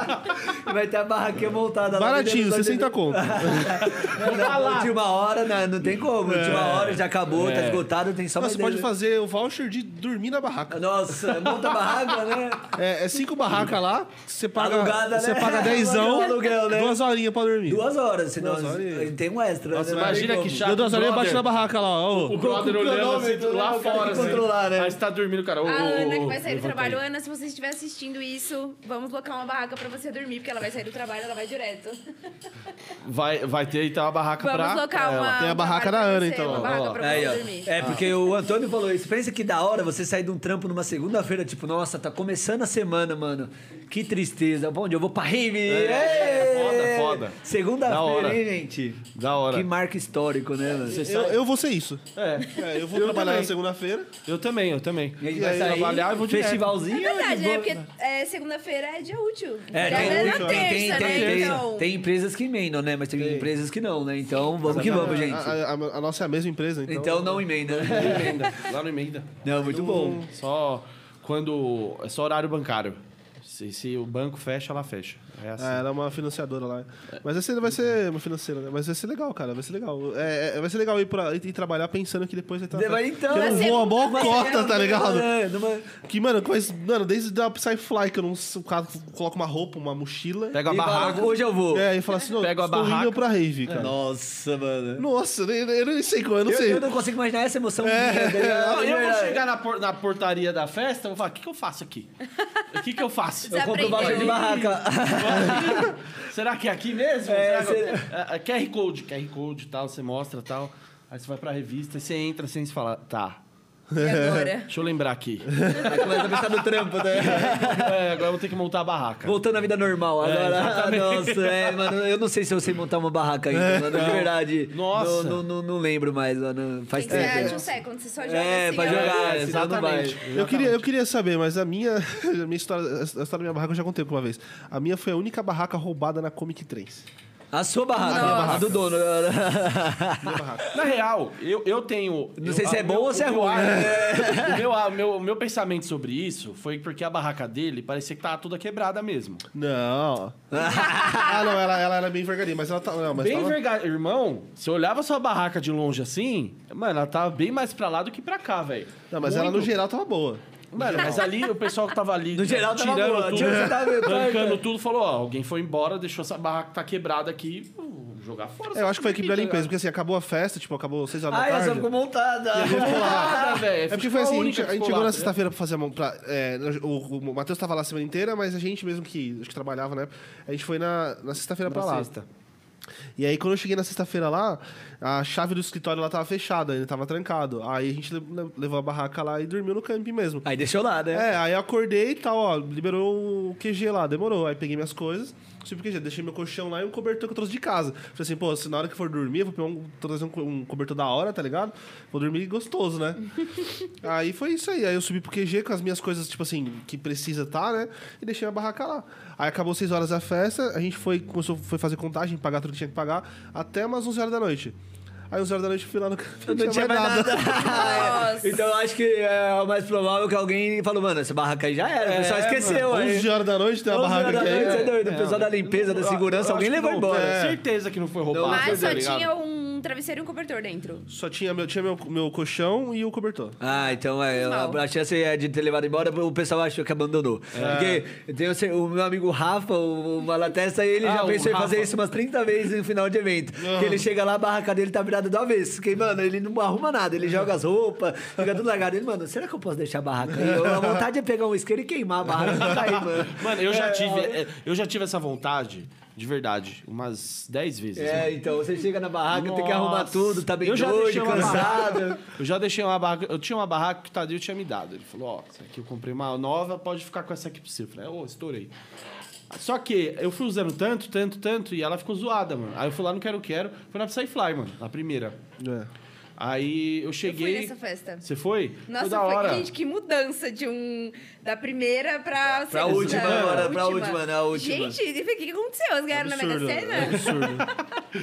Vai ter a barraquinha montada lá. Baratinho, vendendo só 60 de- conto. Não, não, última hora, não, não tem como. Última hora já acabou, tá esgotado, tem só Não, você mais pode dez- fazer o voucher de dormir na barraca. Nossa, monta a barraca, né? É, é cinco barracas lá, você paga, Alugada, você né? paga dezão, Aluguel, né? duas horinhas pra dormir. Duas horas, senão Duas horas. tem um extra. Nossa, né? Não imagina tem que como. chato. Deu duas horinhas, bate brother. na barraca lá, ó. O brother Com o olhando assim, cronômetro, lá né? O cara tem fora, que assim. controlar, né? Aí você tá dormindo, cara. ô, A ô, Ana, ô, Ah, é que vai sair do levanta trabalho. aí. Ana, se você estiver assistindo isso, vamos blocar uma barraca pra você dormir, porque ela vai sair do trabalho, ela vai direto. Vai, vai ter então a barraca Vamos pra. locar uma. É, Tem a um barraca trabalho da pra Ana, você, então, Uma ó. barraca pra Aí, você ó. dormir. É, Ah. porque o Antônio falou isso. Pensa que da hora você sair de um trampo numa segunda-feira, tipo, nossa, tá começando a semana, mano. Que tristeza. Bom dia, eu vou pra rave. É, Ê! foda, foda. Da Segunda-feira, hora. hein, gente? É, Da hora. Que marca histórico, né, mano? Eu, eu vou ser isso. É, É, eu vou Eu trabalhar também. na segunda-feira. eu também, eu também. E a gente E vai aí, sair, trabalhar, eu vou direto. É festivalzinho. verdade, de né? boa. Porque é, segunda-feira é dia útil. É, Já tem, é na tem, terça, tem, né? tem, então. tem empresas que emendam, né? Mas tem, empresas que não, né? Então vamos que vamos, A- gente. A, a- a nossa é a mesma empresa, então. Então não emenda. Emenda, lá no emenda. Não, muito bom. Só quando. É só horário bancário. Se, se o banco fecha, ela fecha. É assim. Ah, ela é uma financiadora lá. Mas essa vai ser uma financeira, né? Mas vai ser legal, cara. Vai ser legal. É, é- vai ser legal ir, pra, ir trabalhar pensando que depois vai estar. Mas então- eu Mas vou a segunda- mó cota, tá ligado? Tá É, numa- Que, mano, mas, mano, desde da Psyfly, que eu não sei, o cara coloca uma roupa, uma mochila. Pega a e fala, barraca. Hoje eu vou. É, e fala assim, não, Pega a estou barraca. indo pra rave, cara. Nossa, mano. Nossa, eu, eu não sei como, eu não Eu, sei. eu não consigo imaginar essa emoção. minha, tá ligado? Não, De eu vou verdade. chegar na, por- na portaria da festa, eu vou falar, o que, que eu faço aqui? O que, que eu faço? Eu Compro Aprendeu. voucher de barraca. Será que é aqui mesmo? É, Será que- É, é QR Code, QR Code e tal, você mostra e tal. Aí você vai pra revista, aí você entra sem se falar, tá. E agora? Deixa eu lembrar aqui. Aí começa a pensar no trampo, né? É, agora eu vou ter que montar a barraca. Voltando à vida normal agora. Ah, Nossa, é, mano, eu não sei se eu sei montar uma barraca ainda, mano, de verdade. Nossa. Não, não, não, não lembro mais, mano. Faz Tem que tempo. ser de um século, você só joga É, assim, pra ó. jogar, É, senão não vai. exatamente. Eu queria, eu queria saber, mas a minha, a minha história, a história da minha barraca eu já contei uma vez. A minha foi a única barraca roubada na Comic 3. A sua barraca, Nossa. a barraca do dono. Minha barraca. Na real, eu, eu tenho. Não eu- sei se a- é bom ou se o é meu ruim, né? ar- O meu, a- o meu, o meu pensamento sobre isso foi porque a barraca dele parecia que tava toda quebrada mesmo. Não. ah, não, ela, ela era bem vergadinha, mas ela tá. Não, mas bem tava- verga- Irmão, se eu olhava sua barraca de longe assim, mano, ela tava bem mais pra lá do que pra cá, velho. Não, mas ela no geral tava boa. Mano, mas ali o pessoal que tava ali. No geral, tava tirando boa. tudo, Tinha que né, você tava meio arrancando torta. tudo, falou: ó, alguém foi embora, deixou essa barraca que tá quebrada aqui, vou jogar fora. É, eu acho que foi a equipe da tá limpeza, ligado? porque assim, acabou a festa, tipo, acabou seis Ah, horas é, da Ai, tarde. essa ficou montada. tá Nada, velho. É porque Ficou foi assim, a única gente, que a gente ficou lá, chegou na tá ligado? sexta-feira pra fazer a mão. Pra, é, o o Matheus tava lá a semana inteira, mas a gente mesmo que, acho que trabalhava, né? A gente foi na, na sexta-feira pra lá. E aí, quando eu cheguei na sexta-feira lá, a chave do escritório lá tava fechada, ainda tava trancado. Aí a gente le- le- levou a barraca lá e dormiu no camping mesmo. Aí deixou lá, né? É, aí eu acordei e tal, ó, liberou o QG lá, demorou. Aí peguei minhas coisas, subi pro QG, deixei meu colchão lá e um cobertor que eu trouxe de casa. Falei assim, pô, se na hora que for dormir, eu vou pegar um, trazer um, co- um cobertor da hora, tá ligado? Vou dormir gostoso, né? aí foi isso aí. Aí eu subi pro QG com as minhas coisas, tipo assim, que precisa tá, né? E deixei a barraca lá. Aí acabou 6 horas da festa, a gente foi, começou, foi fazer contagem, pagar tudo que tinha que pagar, até umas 11 horas da noite. Aí 11 horas da noite eu fui lá no... Eu não tinha mais nada. Nossa. então eu acho que é o mais provável que alguém falou, mano, essa barraca aí já era. O pessoal É, esqueceu aí. 11 horas da noite tem uma 11 horas barraca da aqui noite, ainda. você é doido. O pessoal da limpeza, da segurança, Eu alguém acho que levou não, embora. é. Certeza que não foi roubado. Não, tá Mas só ligado? tinha um travesseiro e um cobertor dentro. Só tinha meu, tinha meu, meu colchão e o cobertor. Ah, então é, eu- Mal. a chance é de ter levado embora, o pessoal achou que abandonou. É. Porque tem o, seu- o meu amigo Rafa, o, o Malatesta, ele Ah, já o pensou em Rafa. fazer isso umas 30 vezes no final de evento. Que ele chega lá, a barraca dele tá virada do avesso. Porque, mano, ele não arruma nada, ele joga as roupas, fica tudo largado. Ele, mano, será que eu posso deixar a barraca aí? Eu- a vontade é pegar um isqueiro e queimar a barraca e cair, mano. Mano, eu já, É, tive, é, eu já tive essa vontade, de verdade, umas 10 vezes. né? É, então, você chega na barraca, tem que arrumar Nossa. tudo, tá bem eu já deixei doido, uma cansado. barraca- eu já deixei uma barraca. Eu tinha uma barraca que o Tadeu tinha me dado. Ele falou: Ó, essa aqui eu comprei uma nova, pode ficar com essa aqui pra você. Eu falei: Ô, estourei. Só que eu fui usando tanto, tanto, tanto, e ela ficou zoada, mano. Aí eu fui lá no Quero Quero, foi na Psyfly, mano, na primeira. Aí eu Eu fui cheguei. nessa festa. Você foi? Nossa, foi da foi, hora. gente, que mudança de um. Da primeira pra. Pra sexta. última agora, pra última, né, a última. Gente, e o que que aconteceu? Eles ganharam Absurdo, na Mega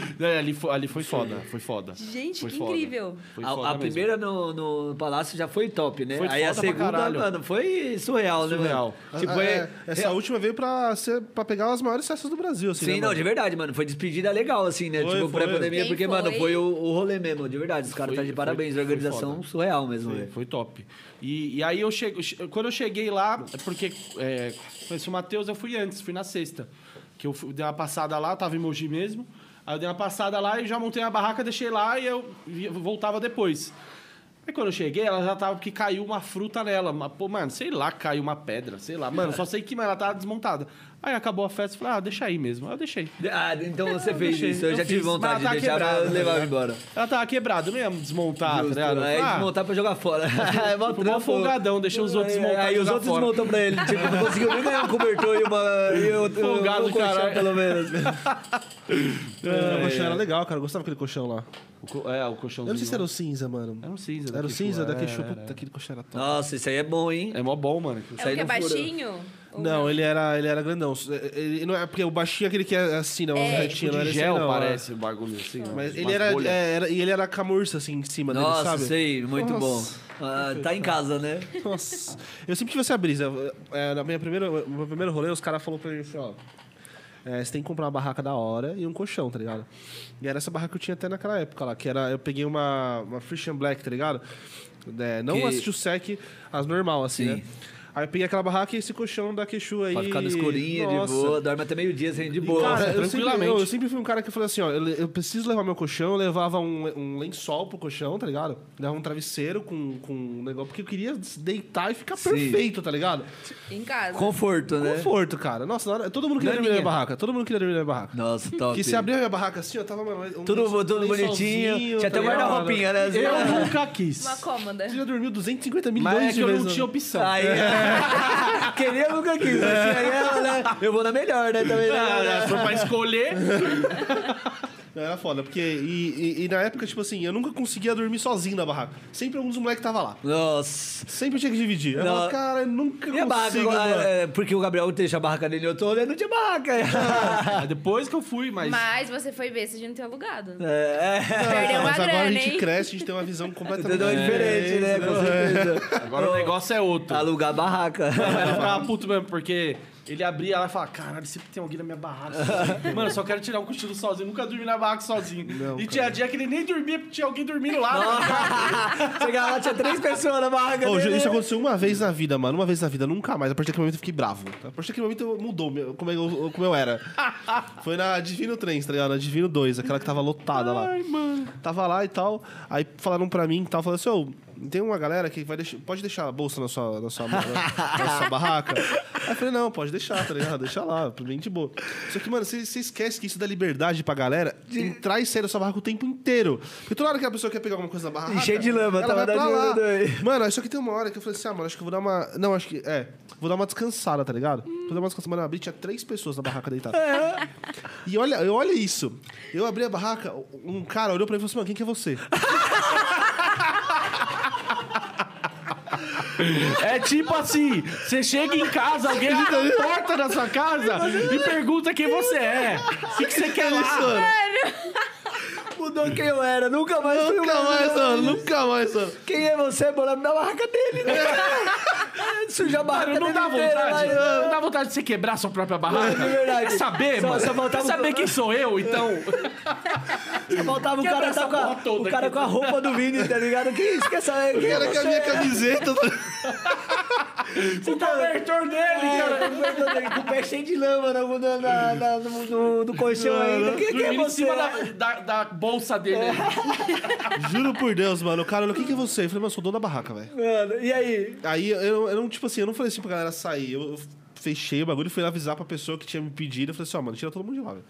Sena? É, ali foi, ali foi foda, foi foda. Gente, Foi que foda. incrível. Foi A- foda A, mesmo. primeira no, no Palácio já foi top, né? Foi Aí a foda pra segunda, caralho. mano, foi surreal, Surreal. né? mano? Tipo, Ah, é- é, essa é- última veio pra, ser, pra pegar as maiores festas do Brasil, assim. Sim, né, não, mano? de verdade, mano. Foi despedida legal, assim, né? Foi, tipo, foi. pré-pandemia, Quem porque, mano, foi? foi o, o rolê mesmo, de verdade. Os caras Foi- tá de foi- parabéns, foi a organização foda. surreal mesmo, Foi, velho. foi top. E, e aí eu chego. che- Quando eu cheguei lá, é porque é, conheci o Matheus, eu fui antes, fui na sexta. Que eu fui- dei uma passada lá, tava em Mogi mesmo. Aí eu dei uma passada lá e já montei a barraca, deixei lá e eu vi- voltava depois. Aí quando eu cheguei, ela já tava porque caiu uma fruta nela. Uma, pô, mano, sei lá, caiu uma pedra, sei lá. Mano, só sei que mano, ela tava desmontada. Aí acabou a festa, eu falei, ah, deixa aí mesmo. Aí eu deixei. Ah, então você fez deixei, isso. Eu, eu já tive fiz, vontade mas tá de deixar pra quebrado, levar né? embora. Ela tava quebrada, eu não ia desmontar, Justo, tá ligado? Eu Aí falei, ah, desmontar pra jogar fora. É mó Tipo, mó trampo. folgadão, deixa os outros Aí- desmontar e Aí os jogar outros fora. desmontam pra ele. Tipo, não conseguiu nem ganhar um cobertor e uma. E um, Folgado, um colchão, caralho. pelo menos. É, o colchão era legal, cara. Eu gostava daquele colchão lá. o co- é, o colchãozinho. Eu não sei se era lá. o cinza, mano. Era o cinza. Era o daqui, cinza tipo, daquele é, show. era. Puta, aquele colchão era top. Nossa, isso aí é bom, hein? É mó bom, mano. É Isso aí o que é não fura. baixinho? Ou Não, ele era, ele era grandão. Ele não é porque o baixinho é aquele que é assim, não. É, retinho, Tipo não de era gel, assim, não, parece, o bagulho assim. é. né? Mas ele Umas era, bolhas. é, era- E ele era com a camurça, assim, em cima Nossa, dele, sabe? sei, muito Nossa. bom. Ah, tá em casa, né? Nossa. Eu sempre tive essa brisa. É, na minha primeira, no meu primeiro rolê, os caras falaram pra mim assim, ó. é, você tem que comprar uma barraca da hora e um colchão, tá ligado? E era essa barraca que eu tinha até naquela época lá, que era. Eu peguei uma, uma Christian Black, tá ligado? É, não Que- assisti o SEC, as normal, assim, Sim. né? Aí eu peguei aquela barraca e esse colchão da Queixu aí. Pra ficar no escurinho, Nossa. de boa. Dorme até meio-dia, assim, de boa. Cara, eu sempre, tranquilamente. eu- eu sempre fui um cara que falou assim, ó, eu, le- eu preciso levar meu colchão, eu levava um, le- um lençol pro colchão, tá ligado? Levava um travesseiro com, com um negócio, porque eu queria deitar e ficar Sim. perfeito, tá ligado? Em casa. Conforto, né? Conforto, cara. Nossa, na hora- todo mundo queria Na dormir na minha minha. barraca, todo mundo queria dormir na minha barraca. Nossa, top. Que se abrir a minha barraca assim, ó, tava mano, um Tudo, lençol- tudo bonitinho. lençolzinho, Tinha até tá ligado? guarda-roupinha, né? Eu nunca quis. Uma cômoda. Você já dormiu 250 milhões Mas é que de eu vezes. não tinha né? opção. Aí, É. queria nunca quis. mas tinha ela, né? Eu vou na melhor, né? Também, né? Se for pra escolher, Não, era foda, porque. E, e- e na época, tipo assim, eu nunca conseguia dormir sozinho na barraca. Sempre alguns moleques tava lá. Nossa. Sempre eu tinha que dividir. Eu Não. falava, cara, eu nunca E a barraca? consigo. Ah, mano. é, porque o Gabriel deixa a barraca dele, eu tô olhando, não tinha barraca. Ah, depois que eu fui, mas. Mas você foi ver se a gente não tem alugado. É, Não, Perdeu uma mas agora a grana, gente hein? cresce, a gente tem uma visão completamente entendeu? É diferente, né? Com É. certeza. Agora o negócio é outro. Alugar barraca. Eu ficava puto mesmo, porque ele abria lá e falava: Caralho, sempre tem alguém na minha barraca. Mano, eu só quero tirar um cochilo sozinho. Nunca dormi na barraca sozinho. Não, e tinha dia que ele nem dormia porque tinha alguém dormindo lá. Chegava lá, tinha três pessoas na barraca. Ô, Ju, dele. né? isso aconteceu uma vez na vida, mano. Uma vez na vida, nunca mais. A partir daquele momento eu fiquei bravo. A partir daquele momento eu- mudou meu- como eu, como eu era. Foi na Divino 3, tá ligado? Na Divino 2, aquela que tava lotada lá. Ai, mano. Tava lá e tal. Aí falaram pra mim e tal. Falaram assim, ô, tem uma galera que vai deixar, pode deixar a bolsa na sua, na, sua, na, na sua barraca? Aí eu falei, não, pode deixar, tá ligado? Deixa lá, bem de boa. Só que, mano, você você esquece que isso dá liberdade pra galera de entrar e sair da sua barraca o tempo inteiro. Porque toda hora que a pessoa quer pegar alguma coisa na barraca... E cheio de lama, ela tava vai pra dando lá. dois. Mano, só que tem uma hora que eu falei assim, ah, mano, acho que eu vou dar uma. Não, acho que. É, vou dar uma descansada, tá ligado? Hum. Vou dar uma descansada. Mano, eu abri, tinha três pessoas na barraca deitada. E olha, eu- olha isso. Eu abri a barraca, um cara olhou pra mim e falou assim, mano, quem que é você? É tipo assim: você chega em casa, alguém abre a porta da sua casa e pergunta quem você é. O que, que você quer Isso, lá? mano. Mudou quem eu era, nunca mais fui o Nunca mesmo. mais, mano. Nunca mais, ah. mano. Quem é você? Bora na barraca dele, né? É, Suja a barraca Cara, não dele dá inteira, vontade? vai. né? Não dá vontade de você quebrar sua própria barraca? É verdade. Quer saber, Só- mano? só faltava- um- Quer saber quem sou eu, então? Só faltava o cara, essa tá com a, porra toda o cara aqui. com a roupa do Vini, tá ligado? Que isso? Quer saber? Quem O é cara com a você? minha camiseta. Você tá abertor dele, cara. É, com o pé- com o pé cheio de lama no, no, na- na- no, no- no colchão ainda. Quem quem é Dormindo em você? cima da, da- da bolsa dele. ali. Juro por Deus, mano. O cara olhou, quem que é você? Eu falei, mano, eu sou dono da barraca, velho. Mano, e aí? Aí eu- eu, eu não, tipo assim, eu não falei assim pra galera sair. Eu, eu fechei o bagulho e fui lá avisar pra pessoa que tinha me pedido. Eu falei assim, ó, mano, tira todo mundo de lá, velho.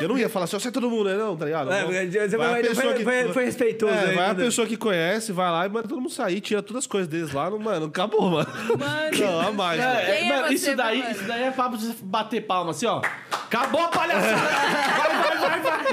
Eu não ia falar assim, ó, sai todo mundo, né? Não, tá ligado? É, porque você vai- a pessoa foi- foi- foi respeitoso né, É, aí, vai a tudo. pessoa que conhece, vai lá e manda todo mundo sair, tira todas as coisas deles lá, não, mano, acabou, mano. Mano. Não, a mais, mano. É, Quem é mano, você, isso, daí, mano? isso daí é papo de bater palma, assim, ó. Acabou a palhaçada.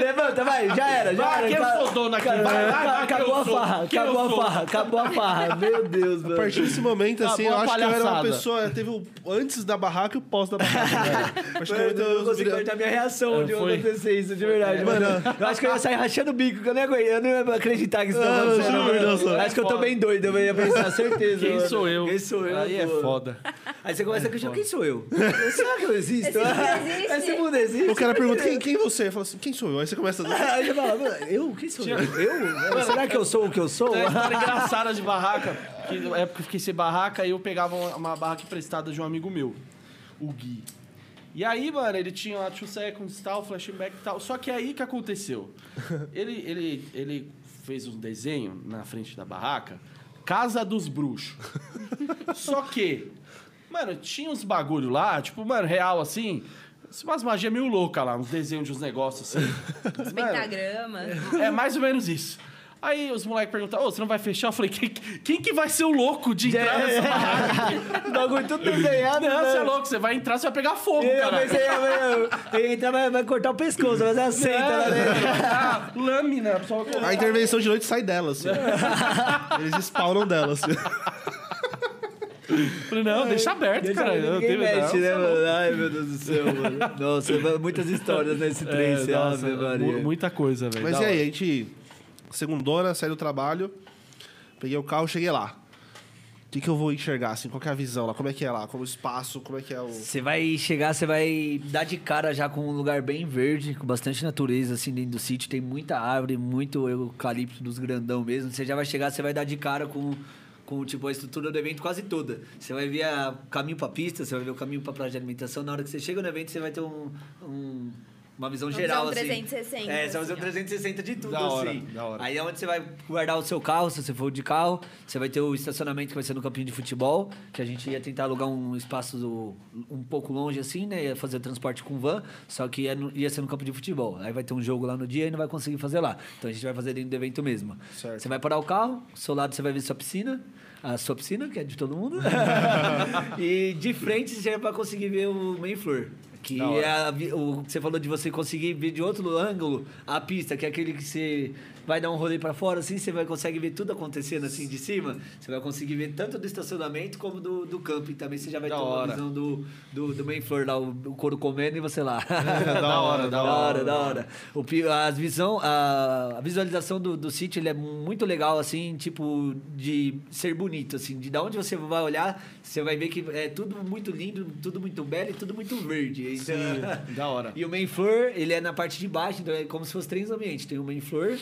Levanta, vai, já era, já Vai, era. que eu Ca- sou dono aqui, Cara, vai, vai, vai, que Acabou eu a sou, farra, que eu acabou a sou. farra, acabou a farra. Meu Deus, A mano. partir desse momento, assim, eu Acabou a acho que eu era uma palhaçada. pessoa. Teve o antes da barraca e o pós da barraca. velho. A partir do Mano, momento eu não consigo virei- aguentar a minha reação de foi. É. acontecer isso, de verdade. mano, eu acho que eu ia sair rachando o bico, que eu não ia, aguentar, eu não ia acreditar que isso tá Ah, acontecendo. juro por Deus, mano. mano. Acho que eu tô bem doido, eu ia pensar, certeza. Quem mano. sou eu? Quem sou eu? Aí é pô? foda. É Aí você começa a questionar, quem sou eu? Será que eu existo? Esse mundo existe? Esse mundo existe? O cara pergunta quem, quem você? Eu falo assim, quem sou eu? Aí você começa a. Aí você fala, mano, eu? Quem sou eu? Eu? Será que eu sou o que eu sou? Tem uma história engraçada de barraca. Que na época eu fiquei sem barraca e eu pegava uma, uma barraca emprestada de um amigo meu, o Gui. E aí, mano, ele tinha lá Two Seconds e tal, flashback e tal. Só que é aí que aconteceu? Ele, ele, ele fez um desenho na frente da barraca, Casa dos Bruxos. Só que, mano, tinha uns bagulho lá, tipo, mano, real assim, umas magias meio louca lá, uns desenhos de uns negócios assim. Os pentagrama. É mais ou menos isso. Aí os moleques perguntaram, ô, você não vai fechar? Eu falei, quem, quem que vai ser o louco de entrar É. nessa barraca? O bagulho tudo desenhado, Não, mano. você é louco, você vai entrar, você vai pegar fogo, Eu cara. pensei, eu, eu, eu ia entrar, vai, vai cortar o pescoço, mas aceita, Não, né? vai dar lâmina, só vai colocar. A intervenção de noite sai dela, assim. Eles spawnam dela, assim. Eu Falei, não, deixa aberto, É, Deixa cara. eu ver, Eu ninguém tenho- não, mexe, você né, é louco. mano? Ai, meu Deus do céu, mano. Nossa, mano, muitas histórias nesse trem, É, você nossa, abre, Maria. mu- muita coisa, velho. Mas da e aí, hora. a gente. Segundona, saí do trabalho, peguei o carro, cheguei lá. O que, que eu vou enxergar, assim? Qual que é a visão lá? Como é que é lá? Como é o espaço? Como é que é o. Você vai chegar, você vai dar de cara já com um lugar bem verde, com bastante natureza, assim, dentro do sítio. Tem muita árvore, muito eucalipto dos grandão mesmo. Você já vai chegar, você vai dar de cara com com tipo a estrutura do evento quase toda. Você vai ver a- o caminho para pista, você vai ver o caminho para praia de alimentação. Na hora que você chega no evento, você vai ter um- um- uma visão Uma geral visão assim. 360, É, você vai fazer um assim, ó. 360 de tudo Da hora, assim. da hora. Aí é onde você vai guardar o seu carro, se você for de carro, você vai ter o estacionamento que vai ser no campinho de futebol, que a gente ia tentar alugar um espaço do- um pouco longe assim, né? Ia fazer transporte com van, só que ia, no- ia ser no campo de futebol. Aí vai ter um jogo lá no dia e não vai conseguir fazer lá. Então a gente vai fazer dentro do evento mesmo. Certo. Você vai parar o carro, do seu lado você vai ver sua piscina. A sua piscina, que é de todo mundo. e de frente você vai conseguir ver o meio flor. Que Da hora. é a vi- o que você falou de você conseguir ver de outro ângulo a pista, que é aquele que você vai dar um rolê pra fora, assim, você vai consegue ver tudo acontecendo assim de cima. Você vai conseguir ver tanto do estacionamento como do, do camping também. Você já vai Da ter uma hora. visão do, do, do main floor lá, o, o couro comendo e você lá. É, da hora, da hora. da hora. O, pi- as visão, a, a visualização do, do sítio ele é muito legal, assim, tipo, de ser bonito, assim. De, da onde você vai olhar, você vai ver que é tudo muito lindo, tudo muito belo e tudo muito verde. Então, da hora. E o main floor, ele é na parte de baixo, então é como se fosse três ambientes. Tem o main floor,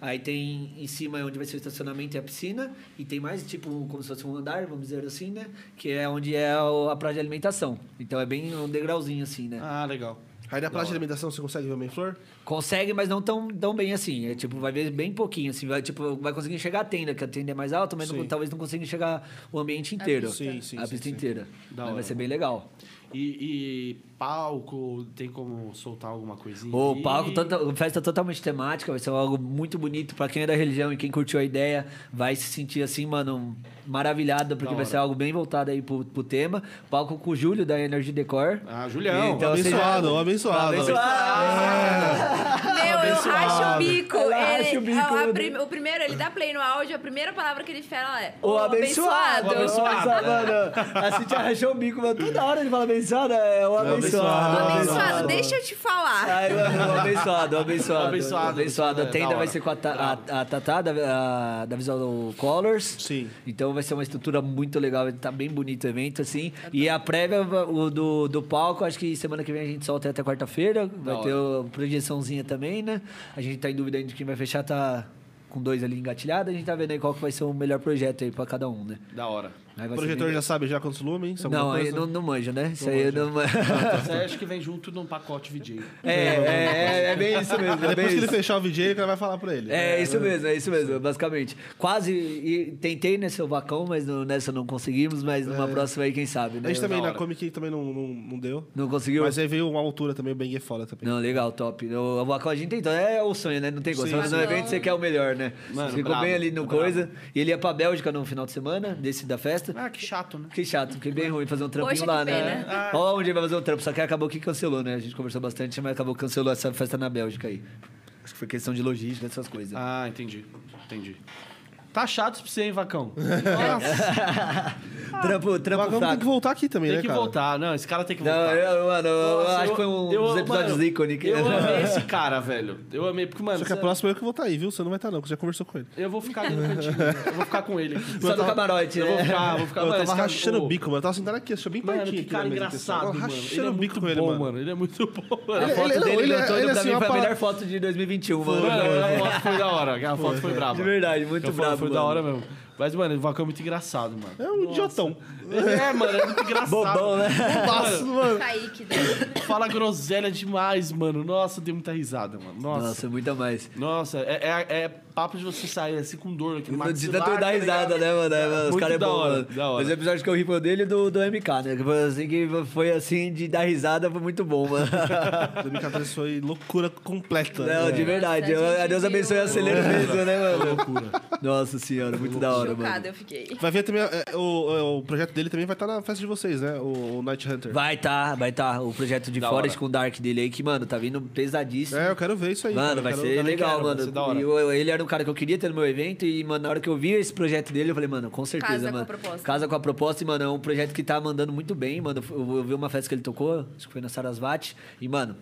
aí tem em cima é onde vai ser o estacionamento e a piscina, e tem mais, tipo, um- como se fosse um andar, vamos dizer assim, né? Que é onde é o- a praia de alimentação. Então é bem um degrauzinho, assim, né? Ah, legal. Aí na praça de alimentação você consegue ver o Mainflor? Consegue, mas não tão, tão bem assim. É tipo, vai ver bem pouquinho, assim. Vai, tipo, vai conseguir enxergar a tenda, que a tenda é mais alta, mas não- Sim. talvez não consiga enxergar o ambiente inteiro. pista. Sim, sim, A sim, pista sim. inteira. Da Mas hora. vai ser bem legal. E, e palco, tem como soltar alguma coisinha? O aí? palco, tanta- festa totalmente temática, vai ser algo muito bonito pra quem é da religião e quem curtiu a ideia, vai se sentir assim, mano, maravilhado, porque Da vai hora. ser algo bem voltado aí pro, pro tema. Palco com o Júlio da Energy Decor. Ah, Julião. Então, você- abençoado, o é abençoado. Meu, eu racho o bico. Eu Ele, racho o bico, a- a né? prim- o primeiro, ele dá play no áudio, a primeira palavra que ele fala é O abençoado. O abençoado. Nossa, mano. A Cintia rachou o bico, mano. Toda hora ele fala abençoado, é o abençoado. abençoado. Abençoado, deixa eu te falar. Ai, mano, o abençoado, o abençoado. O abençoado, abençoado. é, A tenda da hora. vai ser com a, ta, a, a Tatá da, a- da Visual Colors. Sim. Então vai ser uma estrutura muito legal, tá bem bonito o evento, assim. E a prévia o do, do palco, acho que semana que vem a gente solta até quarta-feira. Vai ter uma projeçãozinha também, né? A gente tá em dúvida ainda de quem vai fechar, tá com dois ali engatilhados. A gente tá vendo aí qual que vai ser o melhor projeto aí pra cada um, né? Da hora. Aí vai O ser projetor bem- já sabe já quantos lumens? alguma Não, aí coisa? não, não manjo, né? Isso aí eu não manjo. Isso aí acho que vem junto num pacote VJ. É, é, é, é bem isso mesmo. É bem Depois que isso. ele fechar o VJ, ele vai falar pra ele. É, isso mesmo, é isso mesmo, basicamente. Quase e, tentei né, nesse ovacão, mas não- nessa não conseguimos, mas numa próxima aí, quem sabe, né? É. A gente também, É, da na hora. Comic Con também não, não, não deu. Não conseguiu? Mas é- aí veio uma altura também, o Bang é foda também. Não, legal, top. O ovacão a gente tentou, é o sonho, né? Não tem como. Sim. Você vai no Mas evento, não- você quer o melhor, né? Mano, Você ficou bravo, bem ali no bravo. coisa. E ele ia pra Bélgica no final de semana, desse da festa. É. Ah, que chato, né? Que chato, fiquei bem ruim fazer um trampinho Poxa, que lá, né? pena. É. Ó, onde ele vai fazer um trampo, só que acabou que cancelou, né? A gente conversou bastante, mas acabou que cancelou essa festa na Bélgica aí. Acho que foi questão de logística, essas coisas. Ah, entendi. Entendi. Tá chato isso pra você, hein, Vacão? Nossa, trampo, O trampo Vagão tem que fraco. voltar aqui também, tem né, que cara? voltar. Não, esse cara tem que Não, voltar. eu, mano, eu Tá. Nossa, acho eu- que foi um eu- dos episódios mano, ícone que- Eu amei esse cara, velho. Eu amei, porque, mano, Só que a cê- próxima eu que vou estar aí, viu? Você não vai estar não, porque você já conversou com ele. eu vou ficar ali no cantinho. eu vou ficar com ele aqui. Só no camarote, Eu vou né? ficar, vou ficar. eu mano, tava esse cara- rachando ô, o bico, mano. Eu tava sentado aqui, achou bem Mano, pertinho que aqui cara na mesa aqui, engraçado, eu mano. tava Ele rachando é o muito bico com ele, bom, mano. mano. Ele é muito bom, A mano. Ele- foto ele- dele é- ele- no todo ele, pra assim, mim uma foi a palavra- melhor foto de 2021, mano. Mano, a foto foi da hora. A foto foi brava. De verdade, muito A foto bravo, Foi da mano. hora mesmo. Mas, mano, o Vacão é muito engraçado, mano. É um idiotão. Ele é, mano, é muito engraçado. Bobão, né? Bobaço, mano. Kaique, né? Fala groselha demais, mano. Nossa, deu muita risada, mano. Nossa. Nossa. Nossa, muita mais. é, é- é papo de você sair assim com dor aqui no Não de maxilar. tanto dar tá risada, ligado? né, mano? É, mano, Os Muito caras é da bom, hora, mano. da hora. Mas o episódio que eu ri foi o dele e do, do MK, né? Que foi assim que foi assim de dar risada, foi muito bom, mano. Tá 2014 foi loucura completa. né? Não, de verdade. Nossa, a gente eu- Deus abençoe e viu- acelera mesmo, né, mano? Nossa senhora, muito da hora, mano. Chocada eu fiquei. Vai ver também, é, o, o projeto dele também vai estar na festa de vocês, né? O, o Night Hunter. Vai tá, vai tá. O projeto de Da Forest hora. com o Dark dele aí, que, mano, tá vindo pesadíssimo. É, eu quero ver isso aí. cara. Mano, Eu vai quero- ser também legal, quero. vai ser da hora. mano. E eu- ele era um cara que eu queria ter no meu evento e, mano, na hora que eu vi esse projeto dele, eu falei, mano, com certeza, Casa com a mano. proposta. Casa com a proposta. E, mano, é um projeto que tá mandando muito bem, mano. Eu, eu vi uma festa que ele tocou, acho que foi na Sarasvati. E, mano,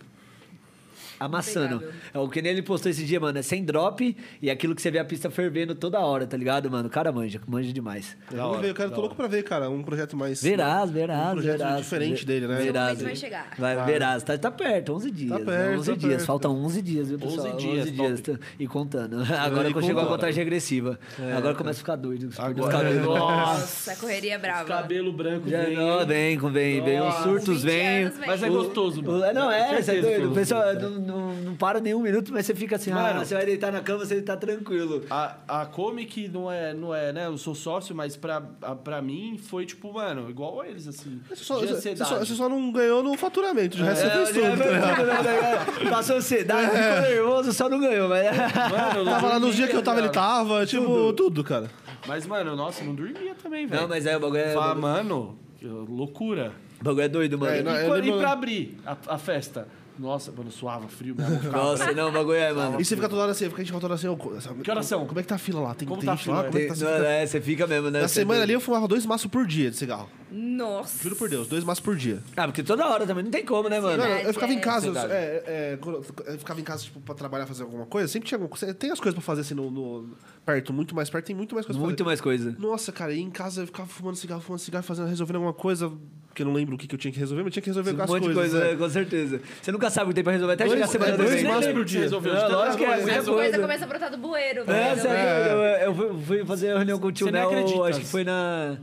amassando. Impecável. É o que nem ele postou esse dia, mano. É sem drop e aquilo que você vê a pista fervendo toda hora, tá ligado, mano? O cara manja, manja demais. Eu vou ver, eu quero, tô louco pra ver, cara, um projeto mais... Verás, né? verás, Um projeto verás. diferente Ver- dele, né? Verás. Esse momento vai chegar. Vai, Verás, tá, tá perto, 11 dias. né? perto, 11 tá dias, perto. faltam 11 dias, viu, pessoal? 11 dias, top. tá- e contando. Agora e que eu chego a contando. contagem regressiva. Agora começa a ficar doido. Agora- Nossa, a correria é brava. Cabelo branco Já vem. não, né? vem, vem, vem. Os Nossa. surtos 20 vem. anos, Mas é O- gostoso, mano. O- Não, é, você é Certeza que doido. O gostoso. pessoal não, não, não para nenhum minuto, mas você fica assim, ah, Mano. você vai deitar na cama, você tá tranquilo. A, a Comic não é, não é, né? Eu sou sócio, mas pra, a- pra mim foi tipo, mano, igual a eles, assim. Você só, de você, ansiedade. só, você só não ganhou no faturamento, de resto você fez É, tudo. né? é, é, é, Passou ansiedade, ficou nervoso, só não ganhou, mas. Mano, eu não Tava lá nos dormia, dias que eu tava, ele cara. tava, tipo, tudo, cara. Mas, mano, nossa, eu não dormia também, velho. Não, mas é, o bagulho é, Fala, o mano, que loucura. bagulho é doido, mano. É, não, e, eu quando- lembro- e pra abrir a, a festa? Nossa, mano, suava, frio, minha mão ficava- né? Nossa, não, o bagulho é, mano. E você fica toda hora assim, fica a gente fica toda hora assim, ô, sabe, Que horas são? Como é que tá a fila lá? Tem Como gente tá a lá? fila? Como é Tem- que tá não, é, você fica mesmo, né? Na Você- semana ali eu fumava dois maços por dia de cigarro. Nossa. Juro por Deus, dois maços por dia. Ah, porque toda hora também não tem como, né, mano? Mano, Verdade, eu ficava em é. casa, eu, Verdade. é, é, quando eu eu ficava em casa, tipo, pra trabalhar, fazer alguma coisa. Sempre tinha alguma coisa. Tem as coisas pra fazer assim no, no- perto, muito mais perto, tem muito mais coisa pra Muito fazer. mais coisa. Nossa, cara, e em casa eu ficava fumando cigarro, fumando cigarro, fazendo, resolvendo alguma coisa, que eu não lembro o que, que eu tinha que resolver, mas tinha que resolver Um as monte de coisas. coisa, né? né? com certeza. Você nunca sabe o que tem pra resolver até Dois- chegar a semana é, dois também. né? maços por Você dia. resolveu Não, de tantas lógico que é, coisas. As é coisas começam a brotar do bueiro, É, velho. sério, eu, eu fui- fui fazer a reunião com o tio Você nem Nel, acredita. acho que foi na.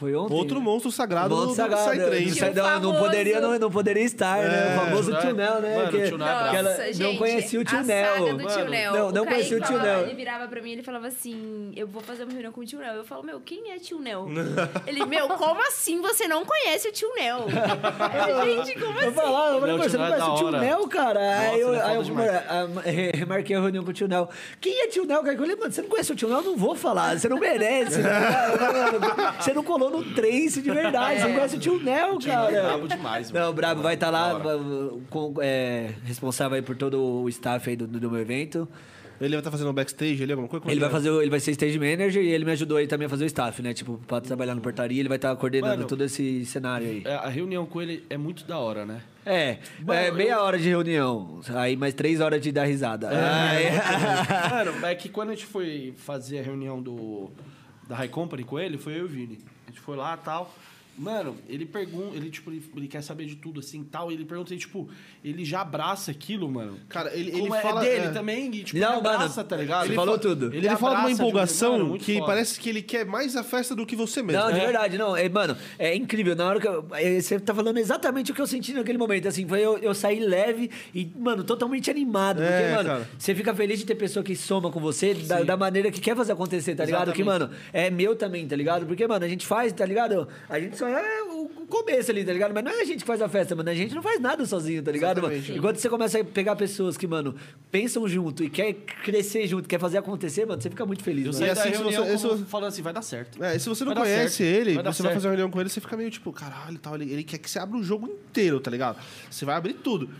Foi ontem? Outro monstro sagrado Monte do, do Sagrada, Sai Trem. É. do Sai- Tio não, não famoso. poderia, não, não poderia estar, né? O famoso Tio tio Nel, né? Mano, que, o tio Nel é Nossa, brabo. que ela gente, não conhecia o tio a Nel. saga do tio Nel. Não, O não Kaique conhecia o tio falava- Nel. Ele virava pra mim e ele falava assim, eu vou fazer uma reunião com o tio Nel. Eu falo, meu, quem é tio Nel? ele, meu, como assim você não conhece o tio Nel? Eu, gente, como Eu assim? falava, eu falei, Não, pô, tio você não Nel é conhece o da tio hora. Nel, cara? aí eu, ele é aí eu foda demais. ah, re- remarquei a reunião com o tio Nel. Quem é tio Nel, cara? Eu falei, mano, você não conhece o tio Nel? Eu não vou falar, você não merece. cara. Eu falei, mano, você não colou no trance de verdade, você não conhece o tio Nel, Tio Nel é cara. brabo demais, mano. Não, o Brabo vai estar lá, Da com- é, responsável aí por todo o staff aí do, do meu evento. Ele tá vai estar fazendo um backstage ali, alguma coisa? Como Ele é vai que é? fazer, o- ele vai ser stage manager e ele me ajudou aí também a fazer o staff, né? Tipo, pra trabalhar no portaria, ele vai estar coordenando Mano, todo esse cenário aí. É, a reunião com ele é muito da hora, né? É, é meia hora de reunião, aí mais três horas de dar risada. É. Ah, é. Aí- Mano, Ah, é que quando a gente foi fazer a reunião do da High Company com ele, foi eu e o Vini. A gente foi lá e tal. Mano, ele pergunta, ele tipo, ele, ele quer saber de tudo assim, tal, e ele pergunta e tipo, ele já abraça aquilo, mano. Cara, ele- ele Como é fala- dele é. também, e, tipo, ele Não, abraça, mano, tá ligado? ele falou tudo. Ele, fala de uma abraça um- empolgação mano, muito que foda. parece que ele quer mais a festa do que você mesmo. Não, de É. verdade, não. É, mano, é incrível. Na hora que eu, é, você tá falando exatamente o que eu senti naquele momento. Assim, foi eu, eu saí leve e, mano, totalmente animado. Porque, É, mano, cara. você fica feliz de ter pessoa que soma com você da, da maneira que quer fazer acontecer, tá ligado? Que, mano, é meu também, tá ligado? Porque, mano, a gente faz, tá ligado? A gente só é o começo ali, tá ligado? Mas não é a gente que faz a festa, mano. A gente não faz nada sozinho, tá ligado? mano? Exatamente. Enquanto você começa a pegar pessoas que, mano, pensam junto e quer crescer junto, quer fazer acontecer, mano, você fica muito feliz. Eu mano. saí E da assim, se reunião você- como isso- falando assim, vai dar certo. É, e se você não Vai dar conhece certo. ele, Vai dar você vai certo. fazer uma reunião com ele, você fica meio tipo, caralho, tal, ele, ele quer que você abra o jogo inteiro, tá ligado? Você vai abrir tudo.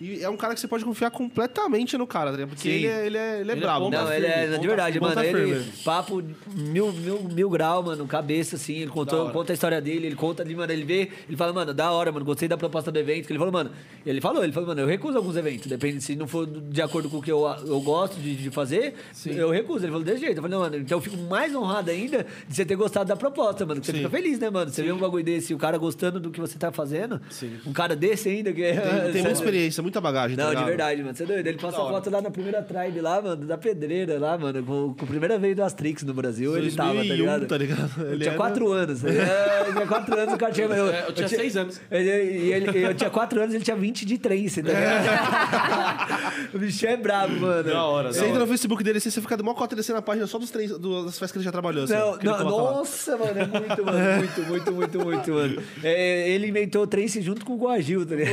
E é um cara que você pode confiar completamente no cara, tá ligado? Porque Sim. ele é, ele é, ele é Ele é brabo. ponta mano. Não, ele é de verdade, ponta mano. Ele, firme. papo mil, mil, mil grau, mano, cabeça, assim. Ele Da contou, hora. conta a história dele, ele conta ali, mano. Ele vê, ele fala, mano, da hora, mano, gostei da proposta do evento. Que ele falou, mano, ele falou, ele falou, mano, eu recuso alguns eventos. Depende, se não for de acordo com o que eu, eu gosto de, de fazer, eu recuso. Ele falou desse jeito. Eu falei, não, mano, então eu fico mais honrado ainda de você ter gostado da proposta, mano. Que você fica feliz, né, mano? Você vê um bagulho desse, o cara gostando do que você tá fazendo. Sim. Um cara desse ainda que Tem, tem Sério. muita experiência, muita bagagem, tá Não, de ligado? verdade, mano. Você é doido. Ele passou a foto lá na primeira tribe lá, mano, da pedreira lá, mano. Com, com a primeira vez do Astrix no Brasil, ele tava, tá 2001, ligado? tá ligado? Eu Ele tinha era- quatro anos. né? É, Eu tinha quatro anos, o cara tinha... Eu, É, eu tinha seis anos. Ele, e ele- eu tinha quatro anos, ele tinha 20 de trance, tá ligado? o bicho é brabo, mano. Da hora, da Você entra hora. no Facebook dele, assim, você fica de mó cota descendo a página só dos três, do- das festas que ele já trabalhou. assim, Não, que ele não, coloca lá. nossa, mano, é muito, mano, muito, muito, muito, muito, mano. É, ele inventou o trance junto com o Guagil, tá ligado?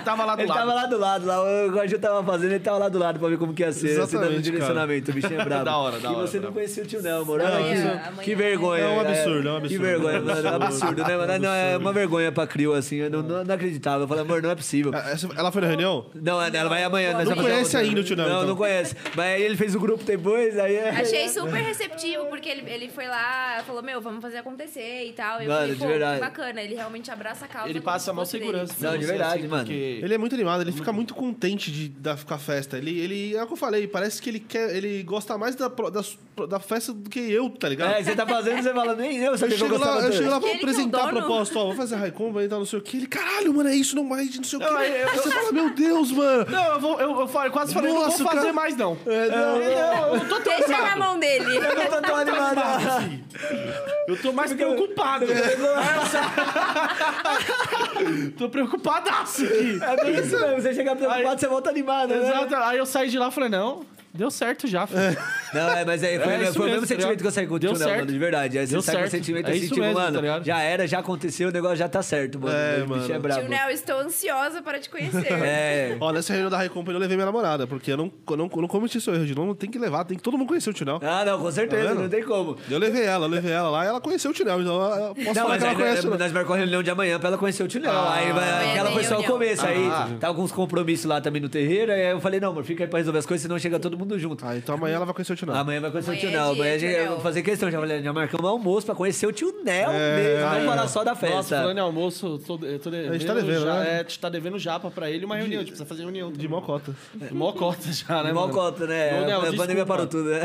Ele tava lá do ele lado. tava lá do lado, lá, o Guagil tava fazendo, ele tava lá do lado pra ver como que ia ser, Exatamente, se dando cara. direcionamento, o bichinho é brabo. Da hora, da E hora, você não brabo. conhecia o tio Nel, mano. Olha Amanhã, isso. é, amanhã. que vergonha. É um né? absurdo, é um Que absurdo. vergonha, mano, é um absurdo, né, mano? Não, é uma vergonha pra Crio, assim, eu não, não, não acreditava, eu falei, amor, não é possível. Ah, essa- Ela foi na reunião? Não, ela vai amanhã. nós Não vamos fazer conhece uma- ainda o tio Nel, Não, então. não conhece. Mas aí ele fez o grupo depois, aí... é- assim? Achei super receptivo, porque ele, ele foi lá, falou, meu, vamos fazer acontecer e tal. E eu Mano, falei, de pô, verdade. que bacana, ele realmente abraça a causa. Ele como passa se a maior fosse segurança. dele. pra Não, de você, assim, verdade, mano. porque- Ele é muito animado, engraçado, ele fica muito contente de dar, ficar festa. Ele, ele, é o que eu falei, parece que ele quer, ele gosta mais da, pro- da, da festa do que eu, tá ligado? É, você tá fazendo, você fala, nem eu Eu sabia que eu chego, lá, gostava eu tanto. chego lá Porque ele pra que é o apresentar a dono. proposta, ó, vou fazer Raikum, vai entrar não sei o que. Ele, caralho, mano, é isso, não mais, não sei o que. Não, eu- Você fala, meu Deus, mano. Não, eu, vou, eu, eu falei- quase falei, não Nossa, vou o fazer cara- mais, não. É, não, Deixa na mão dele. Eu Tá tô tão animado. Eu tô mais preocupado. tô preocupadaço aqui. É bem isso mesmo, você chega preocupado, Aí- você volta animado, né? Exato. Aí eu saí de lá e falei, não, deu certo já. filho. Não, é, mas aí foi, É foi isso mesmo, tá o mesmo sentimento ligado? que eu saí com o Deu Tunel, certo. mano, de verdade. Aí você Deu sai com o certo. sentimento É assim, isso tipo, mesmo, mano, tá ligado? já era, já aconteceu, o negócio já tá certo, mano. É, o bicho mano. é brabo. Tio Nel, estou ansiosa para te conhecer. É, Ó, nessa reunião da High Company eu levei minha namorada, porque eu não, eu não, eu não cometi seu erro de novo, tem que levar, tem que todo mundo conhecer o Tinel. Ah, não, com certeza, Tá vendo? não tem como. Eu levei ela, eu levei ela lá e ela conheceu o Tinel, então ela- eu posso não, falar mas é, que ela aí, conhece o nós, nós marcamos a reunião de amanhã pra ela conhecer o Tunel. aí vai, Amanhã aquela tem foi só o reunião. começo aí. Ah. Tá alguns compromissos lá também no terreiro. Aí eu falei, não, amor, fica aí pra resolver as coisas, senão chega todo mundo junto. Ah, então amanhã ela vai conhecer o Tinel. Amanhã vai conhecer o Amanhã tio é Nel. dia, Amanhã a tio gente- eu Nel. vou fazer questão. Já, falei, já marcamos almoço pra conhecer o tio Nel mesmo. Não falar só da Tá festa. É, Nossa, falando em almoço, eu tô, eu tô devendo. tá devendo, já, né? É, a gente tá devendo japa pra ele uma reunião. A gente precisa fazer reunião. É, De mocota. Mó cota já, né? Mó mano? cota, né? Ô, Nel, a desculpa. pandemia parou tudo, né?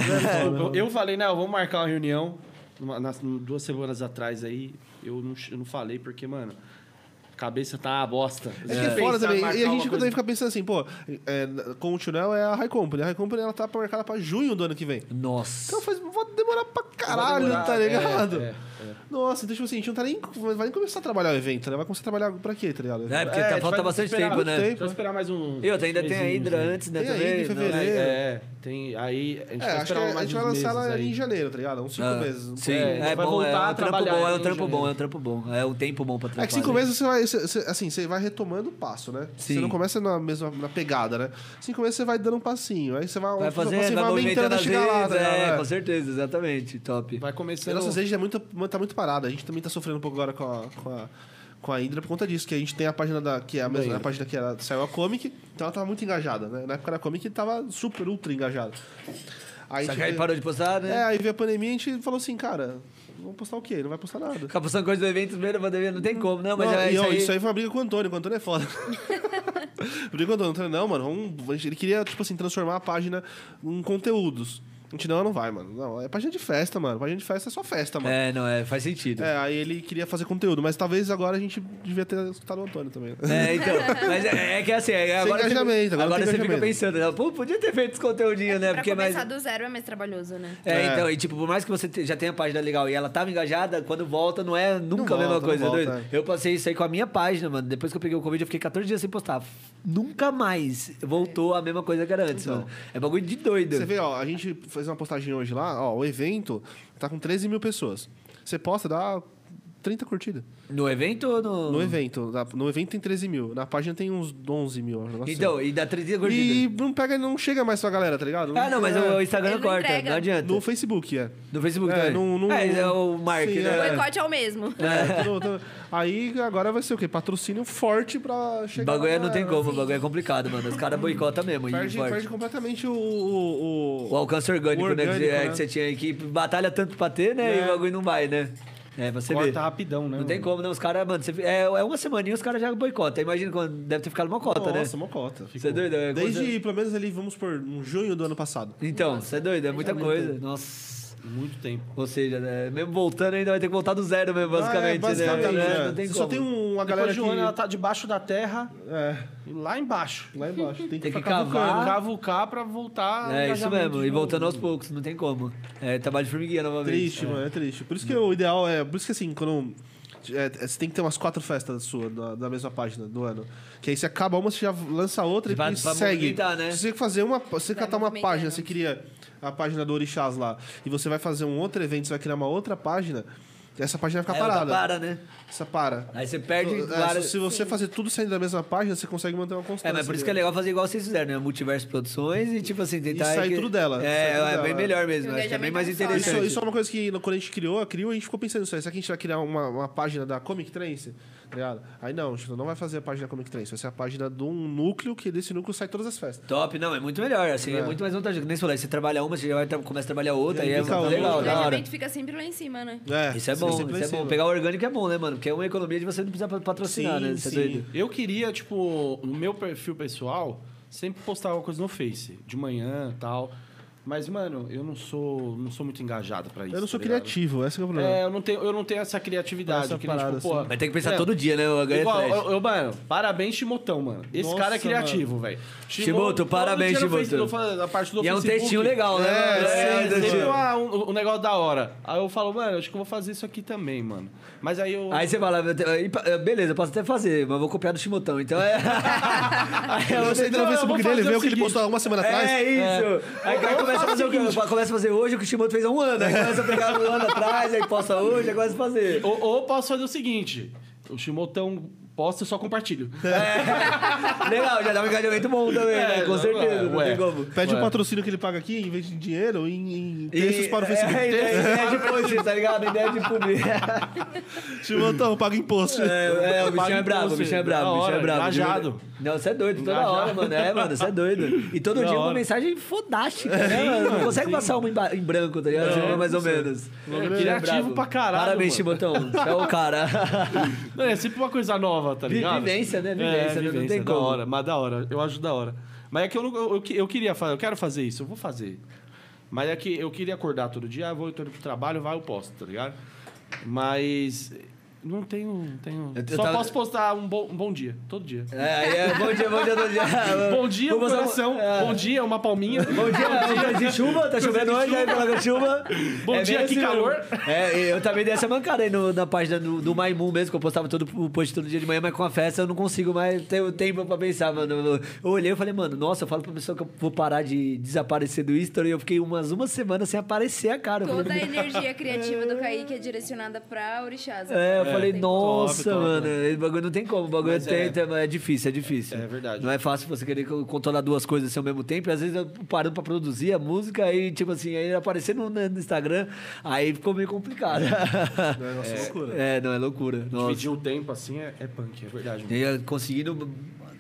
Eu- Eu falei, não, vamos marcar uma reunião. Uma- nas- duas semanas atrás aí, eu não, ch- eu não falei, porque, mano, a cabeça tá uma bosta. É que é foda também. E a gente também fica pensando assim, pô, é, com o Tunel é a High Company. A High Company ela tá marcada pra junho do ano que vem. Nossa. Então faz, vou demorar pra caralho, demorar, tá é, ligado? é, é. Nossa, então tipo assim, a gente não tá nem, vai nem começar a trabalhar o evento, né? Vai começar a trabalhar pra quê, tá ligado? É, porque É, tá- a gente falta vai bastante esperar tempo, muito né? tempo. Só esperar mais um. Eu ainda tem a Hydra antes, né? Tem a também. Hydra em não, fevereiro. né? É, tem. Aí a gente É, vai acho que esperar a mais gente uns vai lançar meses ela aí. em janeiro, tá ligado? Uns cinco Ah, meses. um Sim, pouco. É, é, vai bom, é, voltar é a um trampo trabalhar bom, é um em trampo bom, janeiro. é um trampo bom. É um tempo bom pra trabalhar. É que cinco meses você vai. você- você- assim, você vai retomando o passo, né? Sim. Você não começa na mesma na pegada, né? Cinco meses você vai dando um passinho. Aí você vai, um Vai fazer, você vai assim, vai movimentando aumentando a as chegar lá, tá vezes, ligado? é, É. com certeza, exatamente, top. Vai A começando. nossa seja é muito, tá muito parada. A gente também tá sofrendo um pouco agora com a, com a, com a Indra por conta disso, que a gente tem a página da. Que é a mesma a página que era, saiu a Comic, então ela tava muito engajada, né? Na época da Comic tava super, ultra engajada. Aí, a Só gente que aí veio- parou de postar, É, né? aí veio a pandemia e a gente falou assim, cara, vamos postar o quê? Não vai postar nada. Ficar postando coisa do evento mesmo, pandemia, não tem como, não, mas Não, é e, isso ó, aí. foi uma briga com o Antônio, que o Antônio é foda. briga com o Antônio, o Antônio, não, mano, vamos- a gente- ele queria, tipo assim, transformar a página em conteúdos. A gente, não, não vai, mano. Não, é página de festa, mano. Página de festa é só festa, mano. É. É, não, é, faz sentido. É. aí ele queria fazer conteúdo, mas talvez agora a gente devia ter escutado o Antônio também. né? então, mas é, é que assim, é, agora, você- engajamento, agora tem você fica engajamento. pensando, né? pô, podia ter feito esse conteúdinho, né? Pra Porque é mais, começar do zero é mais trabalhoso, né? É, É. então, e tipo, por mais que você te- já tenha a página legal e ela tava engajada, quando volta não é nunca Não a mesma volta, coisa, não doido. volta, é. Eu passei isso aí com a minha página, mano. Depois que eu peguei o Covid, eu fiquei 14 dias sem postar. Nunca mais voltou a mesma coisa que era antes, mano. É bagulho de doido. Então. Você vê, ó, a gente fez uma postagem hoje lá, ó, o evento tá com 13 mil pessoas. Você posta, dá 30 curtidas. No evento ou no. No evento, na- no evento tem 13 mil, na página tem uns 11 mil. um negócio Então, e dá 30 assim. curtidas. E não pega, não chega mais pra galera, tá ligado? Ah, não, mas o é. o Instagram Ele não corta, entrega. não adianta. No Facebook, é. No Facebook É, também. não- não- é, é o Mark, Sim, O é. né? boicote é o mesmo. É, tudo- tudo. Aí agora vai ser o quê? Patrocínio forte pra O chegar. bagulho é- lá, não tem né? como, o bagulho é complicado, mano. Os caras boicotam mesmo. e Perde, forte. perde completamente o. o, O alcance orgânico, O né? Que, orgânico, é, né? que você tinha aí que batalha tanto pra ter, né? E o bagulho não vai, né? É, pra você vê. Corta rapidão, né? Não tem mano? como, né? Os caras, mano, você, é, é uma semaninha os caras já boicotam. Imagina quando deve ter ficado uma cota, né? Nossa, uma cota. Você é doido? É coisa- Desde, pelo menos ali, vamos por um junho do ano passado. Então, você é doido? É muita já coisa. Nossa. Muito tempo. Ou seja, né? mesmo voltando ainda vai ter que voltar do zero mesmo, Ah, é, basicamente. basicamente, né? é. Não tem Você como. Só tem uma A galera galera de Joana, ela que... tá debaixo da terra, É, e lá embaixo. lá embaixo. Tem que, Tem que ficar cavar. cavucando. Ah. Cavucar pra voltar. ao É, isso engajamento mesmo. de E novo. voltando aos poucos, não tem como. É trabalho de formiguinha novamente. né? Triste, mano, é triste. Por isso que o ideal é. Por isso que assim, quando. é, é, você tem que ter umas quatro festas sua da, da mesma página do ano. Que aí você acaba uma, você já lança outra e Pra- e pra segue. movimentar, né? Se você fazer uma. Se você Vai catar uma movimentando. página, você cria a página do Orixás lá, e você vai fazer um outro evento, você vai criar uma outra página, essa página vai Aí ficar outra parada. Para, né? Essa para. Aí você perde É, várias- se, se você fazer tudo saindo da mesma página, você consegue manter uma constância. É, mas por isso que né? é legal fazer igual vocês fizeram, né? Multiverso Produções e, tipo assim, tentar... sai que- tudo É, dela, sai tudo é dela, bem é. melhor mesmo. E o Acho que é bem mais engajamento interessante. Isso, isso é uma coisa que quando a gente criou, a criou, a gente ficou pensando nisso. aí. Será que a gente vai criar uma, uma página da Comic Trance? Tá ligado? Aí não, a gente não vai fazer a página da Comic Trance, vai ser a página de um núcleo que desse núcleo sai todas as festas. Top, não, é muito melhor, assim, é, É. muito mais vantajoso. Que nem você falou, aí você trabalha uma, você já vai tra- começa a trabalhar outra, E aí aí é fica legal, o outra, da hora. engajamento fica sempre lá em cima, né? É, Isso é bom, ser isso é flexível. bom. Pegar orgânico é bom, né, mano? Porque é uma economia de você não precisar patrocinar, Sim, né? Você é sim. doido? Eu queria, tipo, no meu perfil pessoal, sempre postar alguma coisa no Face, de manhã e tal. Mas, mano, eu não sou, não sou muito engajado pra isso. Eu não sou tá ligado? criativo, esse que é o problema. É, eu não tenho, eu não tenho essa criatividade. Essa eu queria, parada, tipo, pô, assim. Vai ter que pensar É. todo dia, né? O H é Igual, trash. eu, eu, mano, parabéns, Timotão, mano. Esse Nossa, cara é criativo, velho. Timoto, todo dia parabéns, no Timoto. Facebook, eu falo da parte do E é um Facebook. textinho legal, né? É, mano? É, sim, do sim. sempre tipo- uma- um, um negócio da hora. Aí eu falo, mano, acho que eu vou fazer isso aqui também, mano. Mas aí eu. Aí você fala, "Aí, pa- beleza, eu posso até fazer, mas vou copiar do Chimotão. Então é. Aí eu Eu você entra Não, no eu Facebook vou fazer dele, vê o o que ele seguinte. postou uma semana atrás. É isso. Aí, aí começa, a fazer o que, começa a fazer hoje o que o Shimoto fez há um ano. Aí começa a pegar um ano atrás, aí posta hoje, aí começa a fazer. Ou, ou posso fazer o seguinte: o Timotão posta, eu só compartilho. Legal, já dá um engajamento bom também, É, né? Com não, certeza, não ué. tem como. Pede o Ué. patrocínio que ele paga aqui, em vez de dinheiro, em, em textos É. E- para o Facebook. É, ideia, ideia de post, tá ligado? Ideia de publicar. Timotão, paga imposto. É, é, o bichinho é bravo, o bichinho é bravo, Da o bichinho é hora, bravo. engajado. Não, você é doido, toda Engajado. hora, mano. É, mano, você é doido. E todo Da dia uma hora. mensagem fodástica, né, mano? Não consegue passar uma em, ba- em branco, tá ligado? Você é mais ou menos. É, criativo pra caralho, Parabéns, mano. Chimotão. Você é o cara. Não, é sempre uma coisa nova, tá Vi- ligado? vivência, né? Vivência, né? Não tem É, da como. hora, mas da hora. Eu acho da hora. Mas é que eu, não, eu, eu que- eu queria fazer, eu quero fazer isso, eu vou fazer. Mas é que eu queria acordar todo dia, ah, vou todo pro trabalho, vai, eu posto, tá ligado? Mas não tenho. Não tenho Eu- eu só tava- posso postar um bom, um bom dia, todo dia. É, aí é, bom dia, bom dia, bom dia. Bom dia, um Vou mostrar- coração. é. Bom dia, uma palminha. Bom dia, bom dia de chuva, tá de chovendo hoje, aí pela chuva. Bom É dia, bem que assim mesmo. calor. É, eu também dei essa mancada aí no- na página do, do Maimun mesmo, que eu postava todo o post todo dia de manhã, mas com a festa eu não consigo mais ter o tempo pra pensar, mano. Eu olhei e falei, mano, nossa, eu falo pra pessoa que eu vou parar de desaparecer do history, eu fiquei umas uma semana sem aparecer a cara. Eu falei, Toda a energia criativa do Kaique é direcionada pra orixás. É, eu Não falei, tem nossa, top, mano, o bagulho não tem como, o bagulho Mas tem, é. tem- mas é. difícil, é difícil. É verdade. Não é fácil você querer co- controlar duas coisas assim ao mesmo tempo, e às vezes eu parando pra produzir a música e, tipo assim, aí aparecendo no, no Instagram, aí ficou meio complicado. É, nossa, loucura. É, não, é loucura. Nossa. Dividir o tempo assim é, é punk, é verdade. mano. E aí, conseguindo.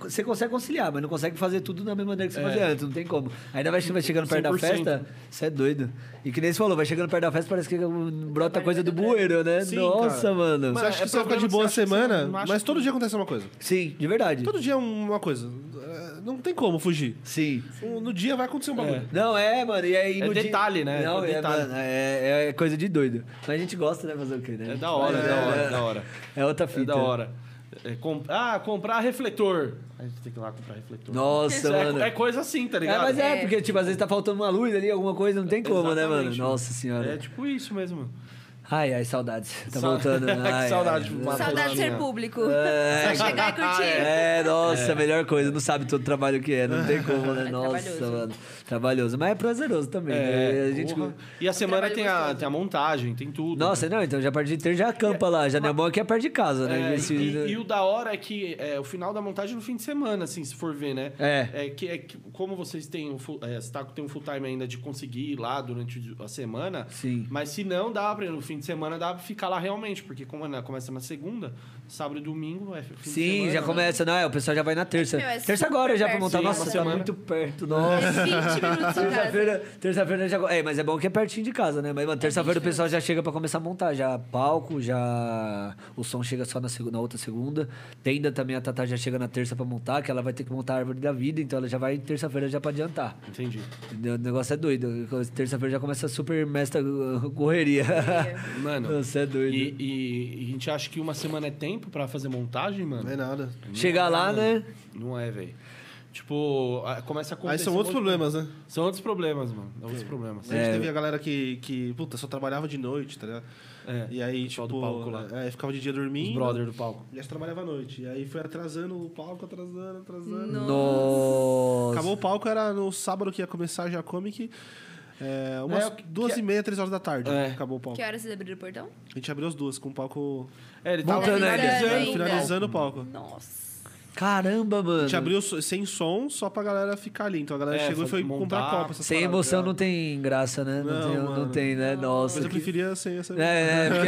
Você consegue conciliar, mas não consegue fazer tudo da mesma maneira que você fazia antes, não tem como. Ainda vai, che- vai chegando perto da 100%. festa, você é doido. E que nem você falou, vai chegando perto da festa, parece que hum, brota coisa do bueiro, né? Sim, Nossa, cara. mano. Você acha é que você vai problema ficar de que boa a você acha que você semana, não acha mas que- todo dia acontece uma coisa. Sim, de verdade. Todo dia é uma coisa. É, Não tem como fugir. Sim. Um- No dia vai acontecer um bagulho. Não, é, mano. E aí, É no dia- detalhe, né? Não, É é, detalhe. mano, é, é coisa de doido. Mas a gente gosta, né? Fazer o quê, né? É da hora, é da hora, é da hora. É outra É fita. da hora. É com- Ah, comprar refletor. A gente tem que ir lá comprar refletor. Nossa, Isso é, mano. é coisa assim, tá É, ligado? mas é, É. porque, tipo, às vezes tá faltando uma luz ali, alguma coisa, não tem como, né, Exatamente, mano? Nossa senhora. É tipo isso mesmo. Ai, ai, saudades. Tá Sa- voltando. Que Ai, saudade, ai. mano. Saudade de ser público. Só chegar e curtir. É, nossa, a melhor coisa. Não sabe todo o trabalho que é, não tem como, né? É Nossa, trabalhoso. mano. Trabalhoso, mas é prazeroso também. É, né? A gente- porra. E a semana tem a, gostoso. tem a montagem, tem tudo. Nossa, não, então já parte de ter já acampa lá. Já não é bom aqui é perto de casa, né? É, Esse- e, e- e o da hora é que é, o final da montagem é no fim de semana, assim, se for ver, né? É. que, é que como vocês têm um, full- é, você tá- tem um full time ainda de conseguir ir lá durante o- a semana. Sim. Mas se não, dá pra, no fim de semana dá pra ficar lá realmente, porque como é na- começa na segunda, sábado e domingo é fim de Sim, semana, já né? começa, não é? O pessoal já vai na terça. Meu, é terça super agora já pra perto. montar. Sim, Nossa, uma tá semana. muito perto, É nossa. 20 minutos em casa. Terça-feira terça já. É, mas é bom que é pertinho de casa, né? É Mas, mano, terça-feira o pessoal já chega pra começar a montar. Já palco, já. O som chega só na, segu- na outra segunda. Tenda também, a Tatá já chega na terça pra montar, que ela vai ter que montar a árvore da vida, então ela já vai terça-feira já pra adiantar. Entendi. Entendeu? O negócio é doido. Terça-feira já começa a super mestra uh, correria. Mano. Você é doido. E, e- e a gente acha que uma semana é tempo pra fazer montagem, mano? Não é nada. Chegar lá, né? Não é, velho. Tipo, a- começa a Aí acontecer. são um outros monte- É. problemas, né? São outros problemas, mano. São outros problemas. A gente teve a galera que, que, puta, só trabalhava de noite, tá ligado? É, E aí, tipo, pessoal do palco lá. é, ficava de dia dormindo. Os brother do palco. E aí trabalhava à noite. E aí foi atrasando o palco, atrasando, atrasando. Nossa. Acabou o palco, era no sábado que ia começar já a Comic. É, umas É, o que- duas e meia, três horas da tarde. É. Acabou o palco. Que horas vocês abriram o portão? A gente abriu as duas, com o palco. É, ele tava Montando ainda. finalizando. Ainda. Finalizando o palco. Nossa. Caramba, A mano. gente abriu so- sem som só pra galera ficar ali. Então a galera É, chegou e foi foi montar, comprar copa. essas Sem paradas. emoção não tem graça, né? Não, Não, tem, não mano. tem, né? Nossa. Mas eu que- preferia sem essa. É, é, porque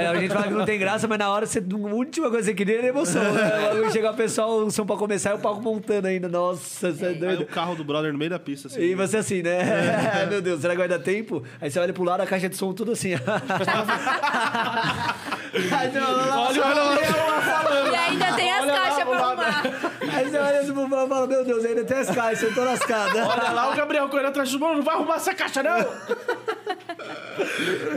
é, a gente fala que não tem graça, mas na hora você, a última coisa que você queria era emoção, né? Logo chega o pessoal, o som pra começar e o palco montando ainda. Nossa, você é Aí doido. o carro do brother no meio da pista, assim. E você assim, né? Meu Deus, será que vai dar tempo? Aí você olha pro lado, a caixa de som tudo assim. Aí você olha lá, Olha, olha, E ainda tem as Olha lá, caixas pra bolada. arrumar. aí você olha assim pro lado e fala, meu Deus, ainda tem as caixas, eu tô lascada. olha Tá lá o Gabriel correndo atrás do bolo, não vai arrumar essa caixa, não!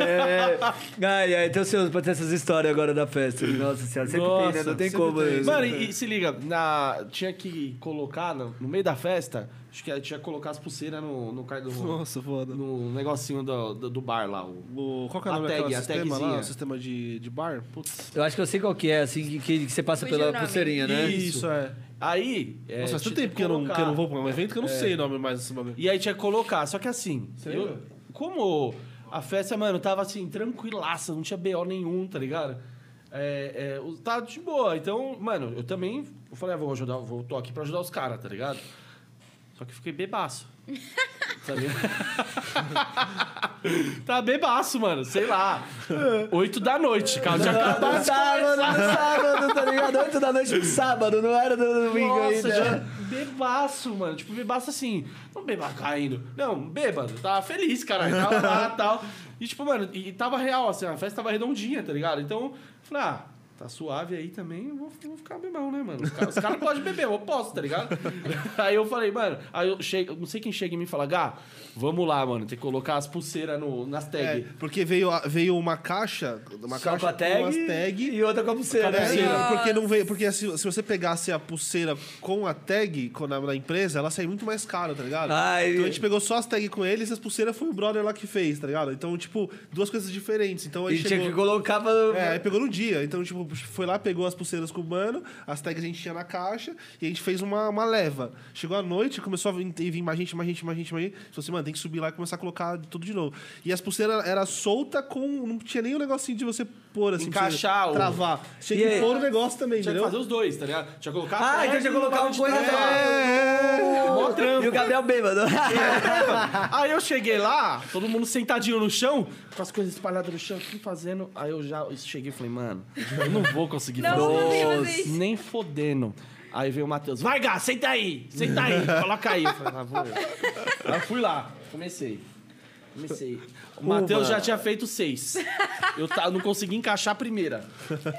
É, ai, ai, tô ansioso pra ter essas histórias agora da festa. Nossa senhora, sempre tem, né? Nossa, Não tem sempre como. tem. né? Mano, e, e se liga, na, tinha que colocar no, no meio da festa, acho que tinha que colocar as pulseiras no, no card do, Nossa, foda. no negocinho do, do, do bar lá. O, O, qual que é o A nome tag, daquela a sistema lá? tagzinha. O sistema de, de bar? Putz. Eu acho que eu sei qual que é, assim, que, que você passa Fugiu o pela nome. pulseirinha, né? Isso, é. aí. é, Nossa, faz tanto tinha tempo que eu, não, colocar. É. que eu não vou pra um evento que eu não sei o nome mais desse bagulho. E aí tinha que colocar. Só que assim, eu, como a festa, mano, tava assim, tranquilaça, não tinha BO nenhum, tá ligado? É, é, o- tava de boa. Então, mano, eu também. Eu falei, ah, vou ajudar, vou, tô aqui pra ajudar os caras, tá ligado? Só que fiquei bebaço. tá ligado? Tava bebaço, mano, sei lá. Oito da noite, carro de acabado. Ah, No sábado, no sábado, tá ligado? 8 da noite no sábado, não né? era no domingo Nossa, ainda. já bebaço, mano. Tipo, bebaço assim. Não bebaço caindo. Não, bêbado. Tava feliz, caralho. Tava lá e tal. E, tipo, mano, e tava real, assim, a festa tava redondinha, tá ligado? Então, eu falei, ah. Tá suave aí também, eu vou, vou ficar bebão, né, mano? Os caras cara não podem beber, eu posso, tá ligado? aí eu falei, mano, aí eu chego, não sei quem chega em mim e fala, Gá, vamos lá, mano, tem que colocar as pulseiras no, nas É, tags. porque veio, a- veio uma caixa, uma Só caixa com a tag, umas tag e outra com a pulseira. É, né? e Nossa. porque não veio, porque se, se você pegasse a pulseira com a tag com- na, na empresa, ela sai muito mais caro, tá ligado? Ai. então a gente pegou só as tag com eles e as pulseiras foi o brother lá que fez, tá ligado? Então, tipo, duas coisas diferentes. Então aí E tinha que chegou. colocar pra... É, aí pegou no dia. Então, tipo, foi lá, pegou as pulseiras com o mano, as tags a gente tinha na caixa e a gente fez uma, uma leva. Chegou à noite, começou a vir, vir mais gente, mais gente, mais gente, mais gente. Falou assim, mano, tem que subir lá e começar a colocar tudo de novo. E as pulseiras era solta com. Não tinha nem o negocinho de você pôr, assim, pra você Encaixar o- travar. Tinha E que aí? pôr o negócio também, Tinha que entendeu? fazer os dois, tá ligado? Tinha que colocar a Ah, então tag tinha que e o colocar balão uma de coisa tag. É. Mó trampo. E o Gabriel bêbado. Aí eu cheguei lá, todo mundo sentadinho no chão, com as coisas espalhadas no chão, o que fazendo? Aí eu já cheguei e falei, mano, eu não vou conseguir Não, fazer não tem que Nossa. fazer isso. nem fodendo. Aí veio o Matheus, vai, Gá, senta aí, senta aí, coloca aí. Eu falei, ah, vou eu. Aí eu fui lá, comecei. Comecei. O Matheus já tinha feito seis. Eu ta- não consegui encaixar a primeira.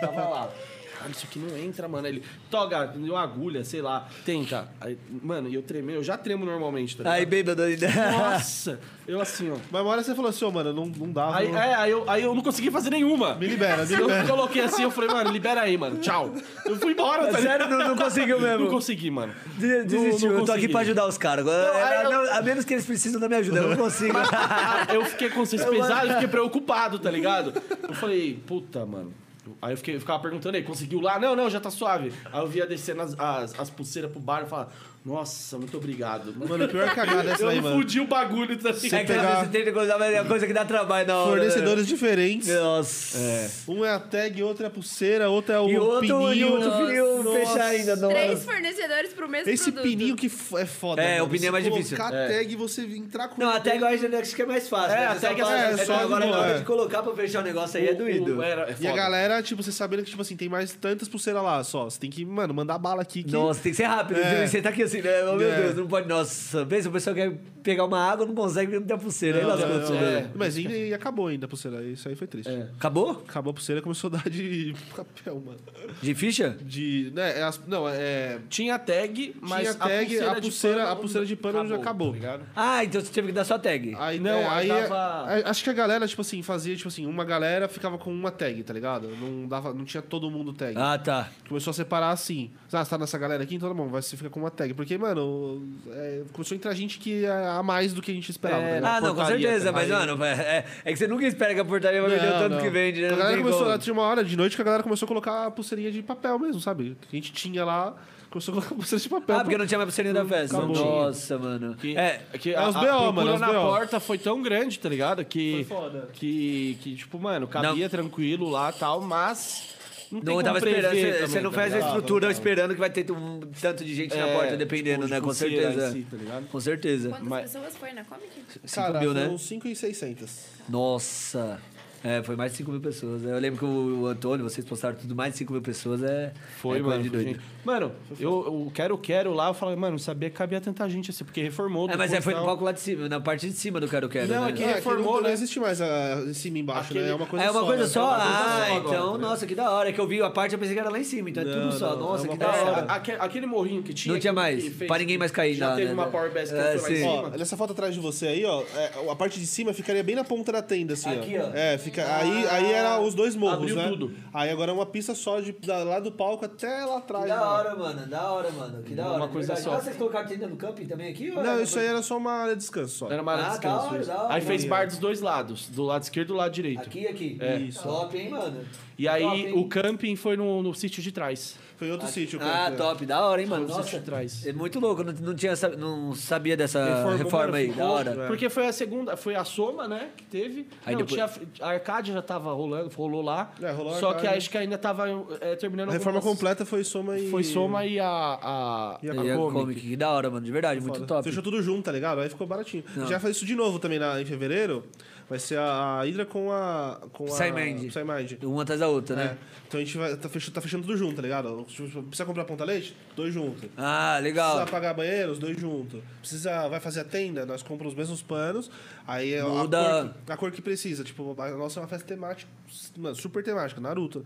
Tava lá. Cara, isso aqui não entra, mano. Ele toga, deu agulha, sei lá, tenta. Aí, mano, e eu tremei, eu já tremo normalmente, tá ligado? Aí bêbado ainda. Nossa! Eu assim, ó. Mas uma hora você falou assim, ô, mano, não, não dá. Aí, não- é, aí, eu, aí eu não consegui fazer nenhuma. Me libera, me Eu libera. coloquei assim, eu falei, mano, libera aí, mano. Tchau. Eu fui embora, tá ligado? Sério, não, não conseguiu Não mesmo. consegui, mano. De- Desistiu, não eu tô aqui consegui. pra ajudar os caras. É, aí eu- Não, A menos que eles precisam da minha ajuda, eu não consigo. Ah, Eu fiquei com vocês pesados, eu fiquei preocupado, tá ligado? Eu falei, puta, mano. Aí eu, fiquei, eu ficava perguntando aí, conseguiu lá? Não, não, já tá suave. Aí eu via descendo as, as, as pulseiras pro bar e falava, nossa, muito obrigado. Mano, Mano, a pior cagada é essa eu aí, mano. fudi o bagulho, tá ligado? É que às pegar- vezes você tem que gozar, mas é uma coisa que dá trabalho na hora. né? Fornecedores diferentes. Nossa. Um é a tag, outro é a pulseira, outro é o E outro, pininho. e outro pininho fechar ainda. Não. Três fornecedores pro mesmo Esse produto. pininho que f- é foda. É, mano. o pininho é mais Você difícil. Colocar É. a tag e você entrar com Não, o até agora eu acho que é mais fácil. É, né? até Você que é- fala- é, que só agora de na hora boa, de é. colocar pra fechar o negócio aí é doído. O- era- é E a foda. galera, tipo, você sabendo que, tipo assim, tem mais tantas pulseiras lá só. Você tem que, mano, mandar bala aqui. Que... Nossa, tem que ser rápido. É. Você tá aqui assim, né? Oh, meu É. Deus, não pode. Nossa, pensa, o pessoal quer pegar uma água, não consegue porque não tem a pulseira. Aí Não, lascou não, É. tudo, não. né? Mas ainda e acabou ainda a pulseira. Isso aí foi triste. É. Acabou? Acabou a pulseira, começou a dar de papel, mano. De ficha? De. Né, é as- não, é. Tinha tag, mas Tinha tag, a pulseira- a pulseira de pano já acabou. tá ligado? Ah, então você teve que dar sua tag. Aí, Não, não, é, aí aí, dava- a- acho que a galera, tipo assim, fazia, tipo assim, uma galera ficava com uma tag, tá ligado? Não dava, não tinha todo mundo tag. Ah, tá. Começou a separar assim. Ah, você tá nessa galera aqui, então tá bom, vai- você fica com uma tag. Porque, mano, é, começou a entrar gente que é a mais do que a gente esperava. tá É, ligado? Ah, não, com portaria certeza, também. mas, mano, é, é que você nunca espera que a portaria vai vender o tanto que vende, né? A Não galera tem começou, como. tinha uma hora de noite que a galera começou a colocar a pulseirinha de papel mesmo, sabe? Que a gente tinha lá, começou a colocar a pulseira de papel. Ah, porque não tinha mais pulseirinha da festa. Acabou. Nossa, mano. Que, É, que é a, os a BO, procura mano, é os na BO. porta foi tão grande, tá ligado? Que, Foi foda. que, que tipo, mano, cabia Não. tranquilo lá e tal, mas Não Não, tem eu tava como prever esperando. Você, também, você não tá faz a ligado? estrutura esperando que vai ter um tanto de gente na É, porta, dependendo, tipo, né? de Com pulseira em certeza. si, tá ligado? Com certeza. Quantas Mas- pessoas foi na Comic? 5 Cara, mil, né? foram 5,600. Nossa! É, foi mais de 5 mil pessoas. né? Eu lembro que o, o Antônio, vocês postaram tudo, mais de 5 mil pessoas. É, Foi, é coisa mano. de foi doido. gente. Mano, eu, eu quero, quero lá. Eu falei, mano, não sabia que cabia tanta gente assim, porque reformou. É, mas depois é, foi no tal. palco lá de cima, na parte de cima do Quero Quero. Não, né? é que Ah, reformou, não, não né? existe mais a, em cima e embaixo, né? É uma coisa É uma só. coisa né? só? É uma coisa Ah, só agora, então, tá ligado? nossa, que da hora. É que eu vi a parte, eu pensei que era lá em cima, então é tudo Não, só. não, nossa, é uma que da parte É, hora. aque- aquele, morrinho que tinha. Não tinha mais, que fez- pra ninguém mais cair Já na- teve né? uma power bass que É, entrou lá em sim. cima. Ó, nessa foto atrás de você aí, ó, é, a parte de cima ficaria bem na ponta da tenda, assim, Aqui, ó. Ah, É, fica, aí, aí era os dois morros, Abriu né? tudo. Aí agora é uma pista só, de, da- lá do palco até lá atrás. Que da né? hora, mano. Da hora, mano. Que da hora. Uma de coisa verdade. só. Ah, vocês colocaram tenda no camping também aqui? ou é Não, era isso aí é era só uma área de descanso, só. Era uma área de Ah, da hora, descanso. isso. da hora, Aí fez maneiro. bar dos dois lados, do lado esquerdo e do lado direito. Aqui e aqui. É. Isso. Top, hein, mano. E Top, aí hein? o camping foi no, no sítio de trás. Foi outro sítio. Ah, cara. top, da hora, hein, mano. Vamos Nossa, assistir atrás. é muito louco, não, não tinha, sab- não sabia dessa Reformou, reforma mano, aí, ficou- da hora. é. Porque foi a segunda, foi a soma, né, que teve. Aí Não, depois- tinha, a Arcádia já tava rolando, rolou lá. É, rolou a só que Arcádia. acho que ainda tava é, um terminando... A reforma algumas- completa foi soma e... Foi soma e a... a, E a E a Comic. comic, que da hora, mano, de verdade, muito Foda. top. Fechou tudo junto, tá ligado? Aí ficou baratinho. Não. Já faz isso de novo também na, em fevereiro. Vai ser a, a Hydra com a. Com a Psymind. Psymind. Uma atrás da outra, É. né? Então a gente vai, tá, fechando, tá fechando tudo junto, tá ligado? Tipo, Precisa comprar ponta leite? Dois juntos. Ah, legal. Precisa pagar banheiro, os dois juntos. Precisa, vai fazer a tenda, nós compramos os mesmos panos. Aí é a cor, Muda. que- a cor que precisa. Tipo, a nossa é uma festa temática, mano, super temática, Naruto.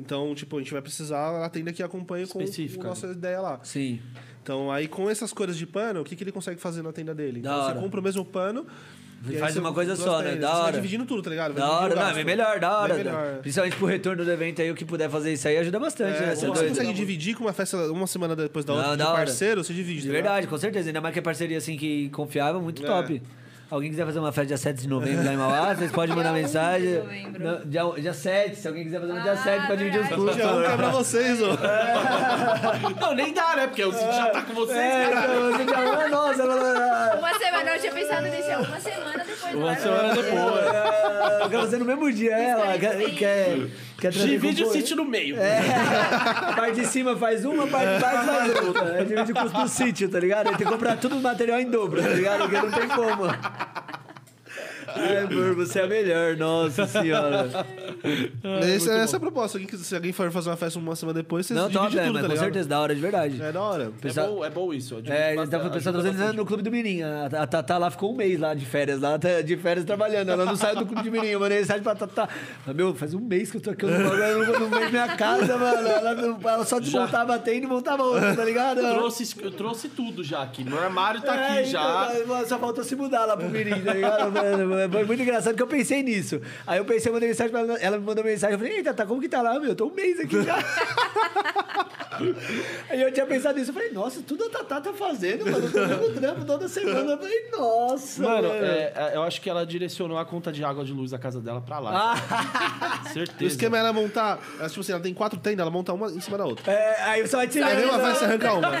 Então, tipo, a gente vai precisar da tenda que acompanha com Específica, a né? nossa ideia lá. Sim. Então, aí com essas cores de pano, o que, que ele consegue fazer na tenda dele? Da Então, hora. Você compra o mesmo pano. E aí faz você uma coisa duas só, né? tendas. Da Você vai hora. dividindo tudo, tá ligado? Vai Da hora, dividindo o não, gasto. é melhor, da hora. né? Bem melhor. Principalmente pro retorno do evento aí, o que puder fazer isso aí ajuda bastante, né? Você é Você doido. consegue dividir com uma festa uma semana depois da Não, outra de da hora. parceiro, você divide. De tá ligado? verdade, com certeza. Ainda mais que é parceria assim que confiável, muito É. top. Alguém quiser fazer uma festa dia 7 de novembro lá em Mauá, vocês podem mandar Dia 11 de mensagem. novembro. Não, dia, dia 7, se alguém quiser fazer no dia Ah, 7, pode um dividir os verdade. custos. Já vou quebrar um vocês, ó. Não, nem dá, né? Porque eu já tá com vocês, É, cara. então, você já manda, nossa, ela- ela- Uma semana, eu tinha pensado em deixar uma semana depois. né? Uma semana depois. ela- ela quer É, fazer no mesmo dia, é, ela quer, quer, quer trazer Divide o com- sítio no meio. É. A parte de cima faz uma, a parte de baixo faz outra. É divide o custo do sítio, tá ligado? Aí tem que comprar tudo o material em dobro, tá ligado? Porque não tem como. Ai, amor, você é a melhor, nossa senhora. Essa, essa é a proposta. Alguém, quiser- se alguém for fazer uma festa uma semana depois, vocês Não, dividem top, é, tudo, mas tá com ligado? certeza, da hora, de verdade. É da hora. É, Pessoal- bom, é bom isso. É, ele tava pensando fazer no- no Clube do Mirim. A, a Tatá lá ficou um mês lá de férias, lá tá- de férias trabalhando. Ela não saiu do Clube do Mirim. Eu mandei mensagem pra Tatá. Ela, Meu, faz um mês que eu tô aqui, eu não, eu não vejo minha casa, mano. Ela, não- ela só desmontava a tenda e montava outra, tá ligado? Eu trouxe, eu trouxe tudo já aqui. Meu armário tá É, aqui então, já. tá, só faltou se mudar lá pro Mirim, tá ligado? Mano, Foi muito engraçado porque eu pensei nisso. Aí eu pensei, eu mandei mensagem pra ela, ela me mandou mensagem. Eu falei, eita, tá, como que tá lá, meu? Eu tô um mês aqui já. Aí eu tinha pensado nisso. Eu falei, nossa, tudo a Tatá tá fazendo, mano. Tô mesmo trampo toda semana. Eu falei, nossa. Mano, é, é, eu acho que ela direcionou a conta de água de luz da casa dela pra lá. Ah. O Certeza. esquema é ela montar. ela, tipo assim, ela tem quatro tendas, ela monta uma em cima da outra. É, aí eu só tirei. É mesmo, vai se arrancar uma.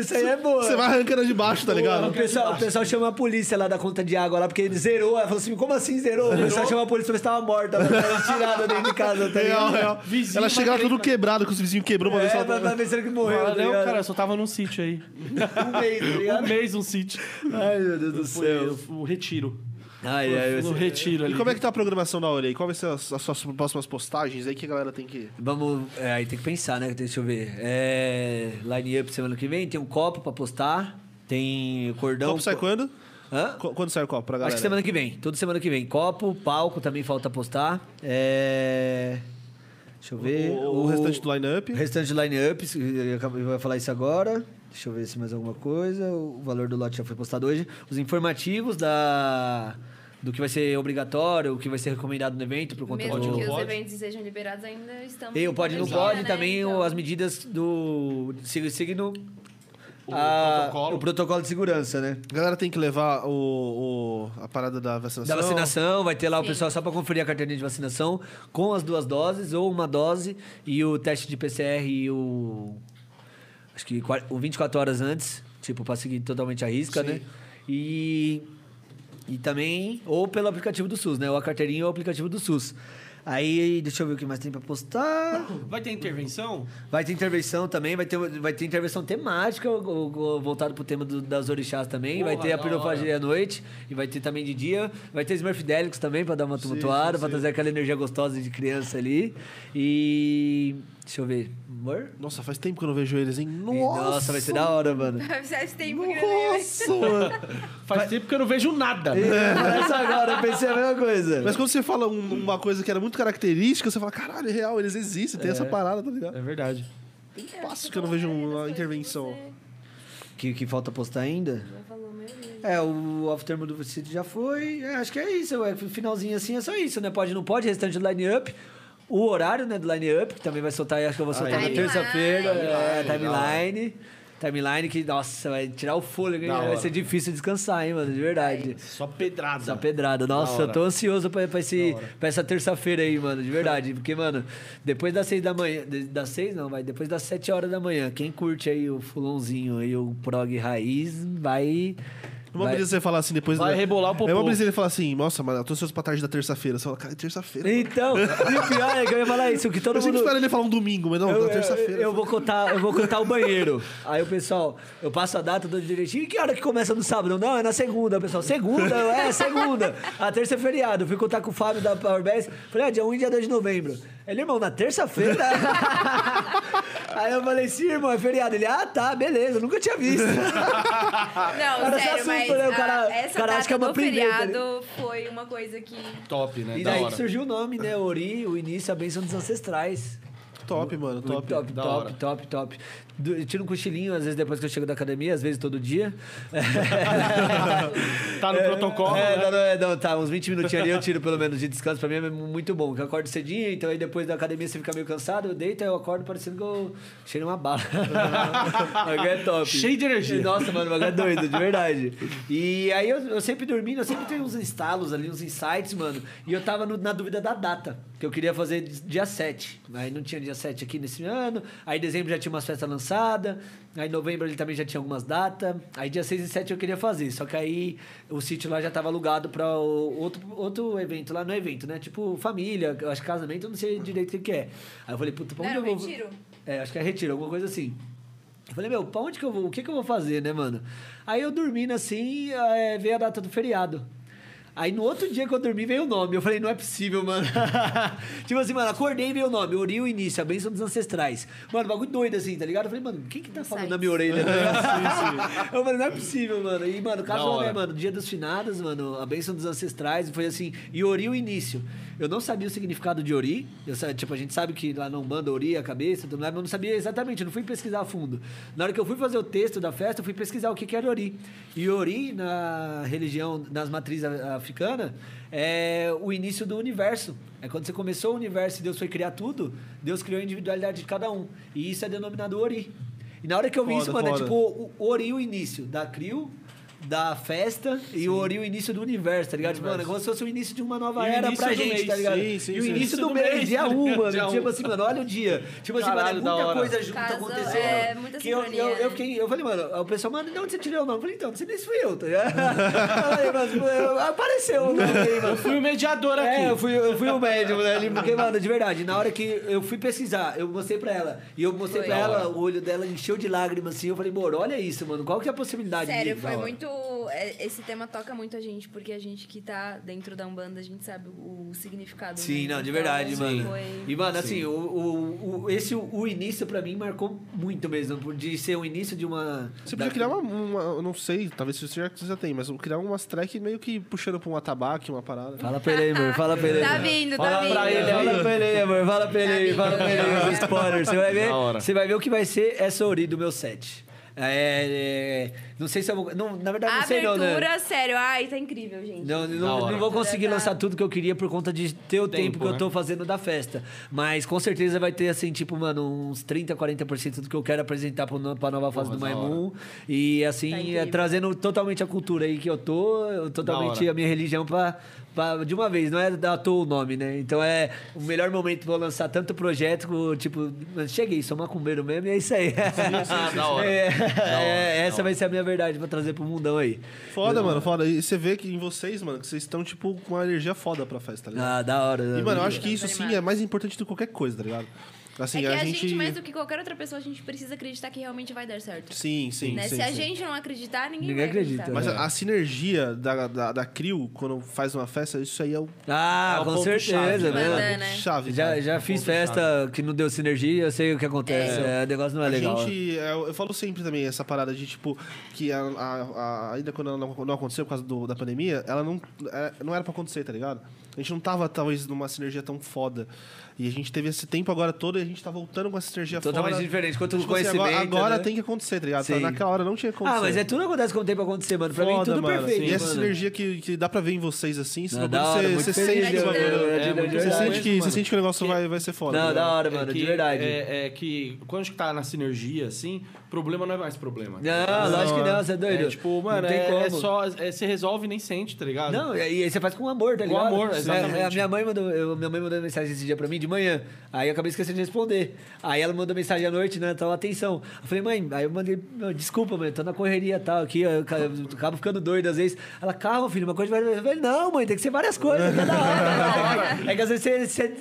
Isso aí é boa. Você vai arrancando de baixo, tá O ligado? pessoal, o pessoal chama a polícia lá da conta de água lá, porque ele zerou. Ela falou assim: como assim zerou? O pessoal chama a polícia pra ver se tava morta, pra ela tirada dentro de casa, tá Real, ligado? real. Vizinho Ela chega lá vai tudo quebrado, que os vizinhos quebrou pra ver se É, ela pra, tá... pra pensando que morreu, Fala, tá não, ligado? cara, eu só tava num sítio aí. Um mês, tá Um ligado? mês, um sítio. Ai, meu Deus do Foi eu- o retiro. Ai, ai, No eu- retiro ali. E como é que tá a programação da Olha aí? Qual vai ser as, as suas próximas postagens aí que a galera tem que... Vamos. é, aí tem que pensar, né? Deixa eu ver. É, line up semana que vem, tem um copo pra postar. Tem cordão. copo sai quando? Hã? Co- Quando sai o copo pra galera? Acho que semana que vem. Toda semana que vem. Copo, palco também falta postar. É. Deixa eu ver. O, o restante do line-up. Restante do line-up, isso, eu acabei- eu vou falar isso agora. Deixa eu ver se mais alguma coisa. O valor do lote já foi postado hoje. Os informativos da do que vai ser obrigatório, o que vai ser recomendado no evento por conta Mesmo do que os pode. eventos sejam liberados, ainda estamos. e o em pode não pandemia, pode né? também Então, o- as medidas do sig- signo O a- protocolo. o protocolo de segurança, né? A galera tem que levar o, o- a parada da Da vacinação. vacinação, vai ter lá o Sim. pessoal só para conferir a carteirinha de vacinação com as duas doses ou uma dose e o teste de PCR e o acho que qua- o 24 horas antes, tipo para seguir totalmente a risca, né? E e também ou pelo aplicativo do SUS, né? Ou a carteirinha ou o aplicativo do SUS. Aí, deixa eu ver o que mais tem pra postar. Vai ter intervenção? Vai ter intervenção também, vai ter, vai ter intervenção temática o- o- voltado pro tema do- das orixás também. vai Porra, ter a da pirofagia à noite, e vai ter também de dia. Vai ter Smurf Delics também pra dar uma tumultuada, pra trazer aquela energia gostosa de criança ali. E. Deixa eu ver. Amor? Nossa, faz tempo que eu não vejo eles, hein? E, Nossa! Nossa, vai ser da hora, mano. Faz tempo que eu não- Nossa, mano. Faz tempo que eu não vejo nada. né? Essa agora, eu pensei a mesma coisa. Mas quando você fala um- uma coisa que era muito característica, você fala, caralho, é real, eles existem, tem essa parada, tá ligado? É verdade. Tem tempo Passo eu que eu não tô vejo falando uma das coisas né? que intervenção. você Que, que falta postar ainda? Já falou, meu Deus. É, o After do City já foi. É, acho que é isso. É, finalzinho assim é só isso, né? Pode, não pode, restante do line-up. O horário, né, do line-up, que também vai soltar, acho que eu vou soltar na Timeline. terça-feira. É, timeline. Timeline que, nossa, vai tirar o fôlego, hein? Da Vai hora. ser difícil descansar, hein, mano? De verdade. Só pedrada. Essa pedrada. Nossa, eu hora. tô ansioso pra, pra, esse, pra essa terça-feira aí, mano. De verdade. Porque, mano, depois das seis da manhã. de- Das seis não, vai. Depois das sete horas da manhã. Quem curte aí o fulãozinho aí, o prog raiz, vai. É uma vai- um brisa você falar assim depois. Vai da- rebolar o popô. É uma brisa ele falar assim, nossa, mano, eu tô ansioso pra tarde da terça-feira. Você fala, cara, é terça-feira. Então, e o pior é que eu ia falar isso, que todo Eu sempre mundo. espero ele falar um domingo, mas não, Eu, eu- terça-feira. eu vou contar, eu vou contar o banheiro. Aí o pessoal, eu passo a data do direitinho. E que hora que começa no sábado? Não, é na segunda, pessoal. Segunda, eu, é segunda. A terça é feriado. Eu Fui contar com o Fábio da Powerbase. Falei, ah, dia 1 e dia 2 de novembro. Ele, irmão, na terça-feira. Aí eu falei, sim, irmão, é feriado. Ele, ah, tá, beleza, nunca tinha visto. Não, Ah, Cara, sério, se mas assusta, né? O a- cara- essa o cara acha data que é uma do primeira, tá feriado foi uma coisa que... Top, né? e da daí hora. que surgiu o nome, né? Ori, o início, a bênção dos ancestrais. Top, mano, Top, top. top, da top, hora. top, top. Do- eu Tiro um cochilinho, às vezes, depois que eu chego da academia, às vezes todo dia. Tá no protocolo, É, né? não, não, é, não, tá, uns 20 minutinhos ali eu tiro pelo menos de descanso. Pra mim é muito bom, que eu acordo cedinho, então aí depois da academia você fica meio cansado, eu deito, aí eu acordo parecendo que eu cheirei uma bala. O bagulho é top. Cheio de energia. E, Nossa, mano, o bagulho é doido, de verdade. E aí eu, eu sempre dormindo, eu sempre tenho uns instalos ali, uns insights, mano. E eu tava no- na dúvida da data, que eu queria fazer dia 7. Aí não tinha dia 7 aqui nesse ano. Aí dezembro já tinha umas festas lançadas. Aí novembro ele também já tinha algumas datas. Aí dia 6 e 7 eu queria fazer. Só que aí o sítio lá já tava alugado pra o- outro, outro evento lá, não é evento, né? Tipo família, eu acho que casamento, eu não sei direito o que que é. Aí eu falei, puta, pra Não onde era eu vou. um retiro? É, acho que é retiro, alguma coisa assim. Eu falei, meu, pra onde que eu vou? O que que eu vou fazer, né, mano? Aí eu dormindo assim, é, veio a data do feriado. Aí no outro dia que eu dormi, veio o nome. Eu falei, não é possível, mano. tipo assim, mano, acordei e veio o nome. Ori o início, a bênção dos ancestrais. Mano, bagulho doido assim, tá ligado? Eu falei, mano, quem que tá falando na minha orelha? eu falei, não é possível, mano. E, mano, casou, né, hora. mano? Dia dos finados, mano, a bênção dos ancestrais. Foi assim, e Ori o início. Eu não sabia o significado de Ori. Eu, sa- tipo, a gente sabe que lá não manda Ori a cabeça, tudo mais, mas eu não sabia exatamente, eu não fui pesquisar a fundo. Na hora que eu fui fazer o texto da festa, eu fui pesquisar o que, que era Ori. E Ori, na religião, nas matrizes a- africanas, é o início do universo. É quando você começou o universo e Deus foi criar tudo, Deus criou a individualidade de cada um. E isso é denominado Ori. E na hora que eu vi Foda, isso, mano, é foda. tipo o o Ori o início da Crio, da festa e o Ori o início do universo, tá ligado? Tipo, mano, é como se fosse o início de uma nova E o era início pra do gente, mês, tá ligado? sim, sim, e o sim. início do do mês, mês, dia tá 1, ligado? mano. Dia Tipo um. assim, mano, olha o dia. Tipo assim, Caralho, mano, é da muita hora. coisa junto Casou, acontecendo. é, muita que eu, eu, sincronia, eu né? fiquei, eu falei, mano, o pessoal, mano, de onde você tirou o nome? Eu falei, então, você nem fui eu, tá ligado? Eu falei, mas, tipo, eu- apareceu o nome aí, mano. Eu fui o mediador aqui. É, eu fui, eu fui o médium, né? Ali, Porque, mano, de verdade, na hora que eu fui pesquisar, eu mostrei pra ela. E eu mostrei Foi. pra ela, o olho dela encheu de lágrimas, assim. Eu falei, amor, olha isso, mano. Qual que é a possibilidade Sério, de- foi da hora? muito. é, Esse tema toca muito a gente, porque a gente que tá dentro da Umbanda, a gente sabe o, o significado. Sim, né? não, de Então, verdade, mano. Foi... E, mano, assim, o, o, o- esse, o início pra mim marcou muito mesmo. De ser o início de uma. Você da- podia criar uma, uma- eu não sei, talvez você já, você já tem, mas criar umas tracks meio que puxando pra um atabaque, uma parada. Fala pra ele aí, amor. Fala pra ele aí. Tá amor. vindo, tá fala vindo. Tá Pra ele, fala pra ele aí, amor. Fala pra ele aí, vindo. fala pra ele aí. os spoilers. Você vai ver, Da hora. você vai ver o que vai ser essa ori do meu set. É, é, não sei se eu vou... Não, na verdade, A não sei não, né? abertura, sério. Ai, tá incrível, gente. Não, Da não, hora. não vou conseguir Tá. lançar tudo que eu queria por conta de ter o tempo, Tempo, que eu né? tô fazendo da festa. Mas com certeza vai ter, assim, tipo, mano, uns 30, 40% do que eu quero apresentar pro no- pra nova fase do da Maimun. E, assim, Tá é, incrível. trazendo totalmente a cultura aí que eu tô, eu totalmente hora. a minha religião pra, pra- de uma vez. Não é da toa o nome, né? Então é o melhor momento pra eu lançar tanto projeto, como, tipo, mano, cheguei, sou macumbeiro mesmo e é isso aí. sim, sim, sim. Da hora. É, Da hora, é, da essa hora. vai ser a minha verdade pra trazer pro mundão aí. Foda, mano, foda. E você vê que em vocês, mano, que vocês estão, tipo, com uma energia foda pra festa, tá ligado? Ah, da hora. E, né? mano, eu acho que isso, Animado. sim, é mais importante do que qualquer coisa, tá ligado? Assim, é que a, gente... mais do que qualquer outra pessoa, a gente precisa acreditar que realmente vai dar certo. Sim, sim, né? sim. Se a sim. gente não acreditar, ninguém, Ninguém vai acreditar. acredita, Mas né? a, a sinergia da, da, da Crio, quando faz uma festa, isso aí é o Ah, É o com ponto-chave, certeza, né? né? né? É chave. Já, cara. já fiz festa que não deu sinergia, eu sei o que acontece. É, o negócio não é A legal. gente, é, eu, eu falo sempre também essa parada de tipo, que a, a- a- ainda quando ela não, não aconteceu por causa do- da pandemia, ela não, é, não era pra acontecer, tá ligado? A gente não tava, talvez, numa sinergia tão foda. E a gente teve esse tempo agora todo e a gente tá voltando com essa sinergia É Totalmente foda. diferente, quanto Tipo assim, agora, conhecimento, agora né? tem que acontecer, tá ligado? Sim. Naquela hora não tinha que acontecer. Ah, mas é tudo acontece como tem pra acontecer, mano. Pra mim, Foda, tudo mano. assim, perfeito. E essa mano. sinergia que, que dá pra ver em vocês, assim, Não, senão da hora, você, muito você feliz, sente o mano. bagulho. É, muito Você legal sente mesmo, que, você mano. sente que o negócio vai, vai ser foda. Não, tá da ligado? hora, É mano, que- de verdade. É, é que quando a gente tá na sinergia, assim, problema não é mais problema. Não, lógico que não, você é doido. É, tipo, mano, não tem é, como. é só. É, você resolve e nem sente, tá ligado? Não, e aí você faz com amor, tá Com ligado? amor, É, exatamente. a minha mãe mandou, eu- minha mãe mandou mensagem esse dia pra mim de manhã. Aí eu acabei esquecendo de responder. Aí ela mandou mensagem à noite, né? Tava atenção. Eu falei, mãe, aí eu mandei, "Meu, desculpa, mãe, tô na correria e tal aqui, eu ca- eu acabo ficando doido às vezes. Ela, calma, filho, uma coisa vai. Eu falei, não, mãe, tem que ser várias coisas. cada hora." é que às vezes você, você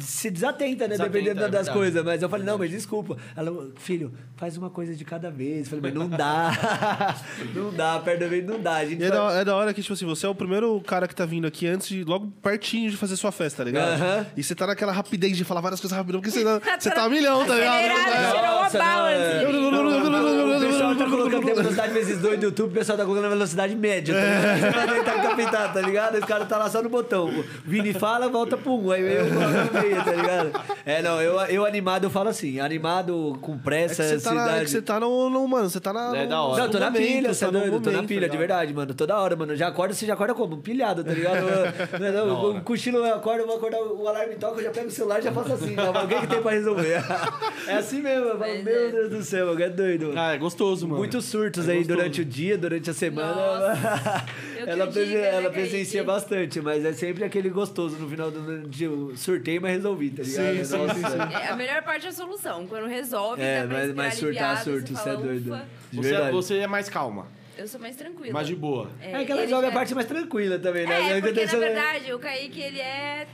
se desatenta, né? Desatenta, dependendo é das verdade. coisas. Mas eu falei, não, mãe, desculpa. Ela, filho, faz uma coisa de cada vez. Eu falei, mãe, não dá. não dá, perto do meio não dá. A gente E é faz- da, é da hora que, tipo assim, você é o primeiro cara que tá vindo aqui antes de, logo pertinho de fazer sua festa, tá ligado? Aham. E você tá naquela rapidez de falar várias coisas rapidão, porque você, tá- você tá a milhão, tá ligado? Acelerado, tirou uma Nossa, bala não, antes de é. mim. O pessoal tá colocando tem velocidade vezes 2 do YouTube, o pessoal tá colocando velocidade média. É. Tá ligado? Tá capitado, tá ligado? Os caras tá lá só no botão. O Vini fala, volta pro 1. Aí eu falo no meio, tá ligado? É, não, eu, eu animado eu falo assim, animado com É que pressa, você tá, na, é que ansiedade. você tá no, no- Mano, você tá na. É da hora. no- Não, tô na momento, pilha, você é no doido, tô na momento, pilha, tá de ligado? verdade, mano. Toda hora, mano. Já acorda, você já acorda como? Pilhado, tá ligado? Eu- eu- eu- O Um cochilo eu acordo, eu vou acordar, o alarme toca, eu já pego o celular e já faço assim. já falo, O que que tem pra resolver? É assim mesmo, eu falo, Pois meu é. Deus do céu, mano, é doido. mano. Ah, é gostoso, mano. é Muitos surtos aí durante o dia, durante a semana. Nossa, eu que ela o presen- diga, né, ela Kaique? presencia bastante, mas é sempre aquele gostoso no final do dia. Eu surtei, mas resolvi, tá ligado? Sim, sim, Nossa. sim, sim. É, a melhor parte é a solução. Quando resolve, É, dá pra mas, respirar mas surtar, aliviado, você surto, isso é fala, doido. "Ufa". De Você, é- verdade. você é mais calma, Eu sou mais tranquila. mais de boa. É, que ela ele joga a já- parte mais tranquila também, né? É, Eu porque na tenho- verdade o Kaique, ele é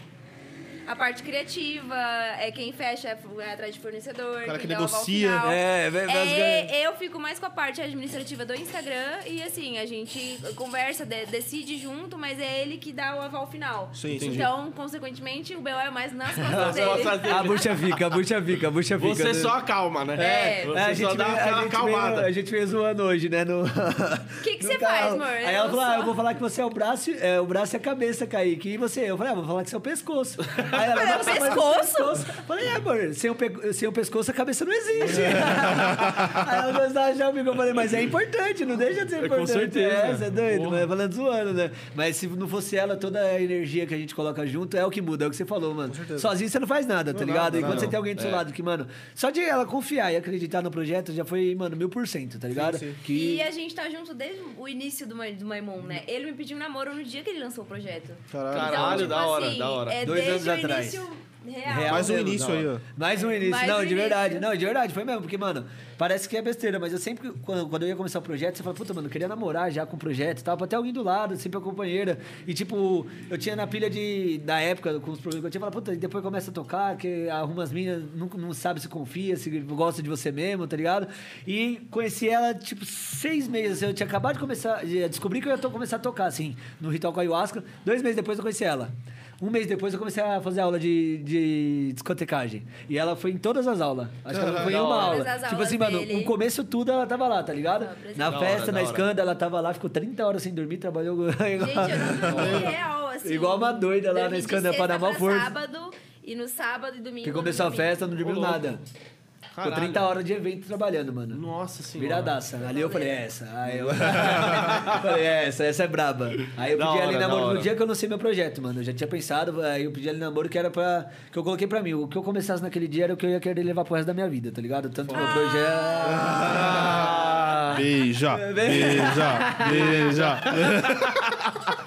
a parte criativa, é quem fecha, é atrás de fornecedor, cara que quem dá o aval negocia. final. É, é verdade. É, eu fico mais com a parte administrativa do Instagram e assim, a gente conversa, de- decide junto, mas é ele que dá o aval final. Sim, entendi. então, consequentemente, o Bel é mais nas costas dele. A bucha fica, a bucha fica, a bucha fica. Você né? só acalma, né? É, você É, a só gente, dá veio, aquela a, gente veio, acalmada. a gente veio zoando hoje, né? O Que que você faz, amor? Aí Eu ela falou: ah, sou- eu vou falar que você é o braço, é, o braço e a cabeça, Kaique. E você? Eu falei, ah, vou falar que você é o pescoço. Aí ela, Falei, nossa, mas o pescoço? Eu Falei, é, amor, sem o, pe- sem o pescoço a cabeça não existe. Aí ela gostava já comigo. Eu falei, mas é importante, não deixa de ser É, com importante. certeza. É, você é doido, Porra. mas falando zoando, né? Mas se não fosse ela, toda a energia que a gente coloca junto é o que muda, é o que você falou, mano. Sozinho você não faz nada, tá ligado? nada, Enquanto não. É. você tem alguém do seu lado que, mano, só de ela confiar e acreditar no projeto já foi, mano, mil por cento, tá ligado? Que... E a gente tá junto desde o início do, Ma- do Maimon, né? Ele me pediu um namoro no dia que ele lançou o projeto. Então, tipo Caralho. Caralho, da hora, da hora. É Dois desde anos o atrás. início real. Real Mais um mesmo, início não. aí, ó. Mais um início. Mais não, um de início. verdade. Não, de verdade, foi mesmo. Porque, mano, parece que é besteira, mas eu sempre, quando, quando eu ia começar o projeto, você fala, puta, mano, eu queria namorar já com o projeto e tal, pra ter alguém do lado, sempre a companheira. E, tipo, eu tinha na pilha de, da época, com os problemas que eu tinha, falava, puta, e depois começa a tocar, que arruma as minas, não, não sabe se confia, se gosta de você mesmo, tá ligado? E conheci ela, tipo, seis meses, assim, eu tinha acabado de começar, de- descobri que eu ia to- começar a tocar, assim, no ritual com a ayahuasca. Dois meses depois eu conheci ela. Um mês depois eu comecei a fazer aula de, de discotecagem. E ela foi em todas as aulas. Acho que ela não foi em uma Todas aula. as Tipo aulas assim, mano, dele. o começo tudo ela tava lá, tá ligado? presente. Na Da festa, hora, na da escanda, ela tava lá, ficou 30 horas sem dormir, trabalhou. Gente, eu não dormi real, assim. Igual uma doida lá na Dormi de Escândalo, sexta Panamá, pra força. sábado, e no sábado e domingo. que começou a dormi. é festa, não dormiu Ô, louco. nada. Ficou Caralho. 30 horas de evento trabalhando, mano. Nossa senhora. Viradaça. Ali eu falei, essa. Aí eu falei, essa, essa é braba. Aí eu Da pedi hora, ali da namoro hora. no dia que eu lancei meu projeto, mano. Eu já tinha pensado, aí eu pedi ali namoro que era pra. que eu coloquei pra mim. O que eu começasse naquele dia era o que eu ia querer levar pro resto da minha vida, tá ligado? Tanto meu projeto. Beija, beija, beija. tá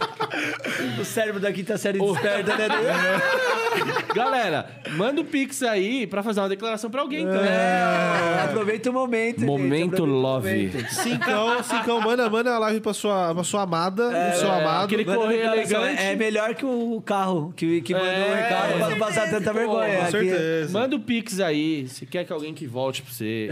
O cérebro da quinta série desperta, né? Galera, manda o Pix aí pra fazer uma declaração pra alguém, então. Ah, Aproveita o É. momento. gente, Momento aproveita o love. momento. Cincão, cincão, manda, manda a live pra sua, pra sua amada, É, pro seu amado. aquele- Manda correr declaração. elegante. É melhor que o carro que, que mandou É, o recado pra não passar tanta vergonha. Com Aqui- certeza. Manda o Pix aí, se quer que alguém que volte pra você.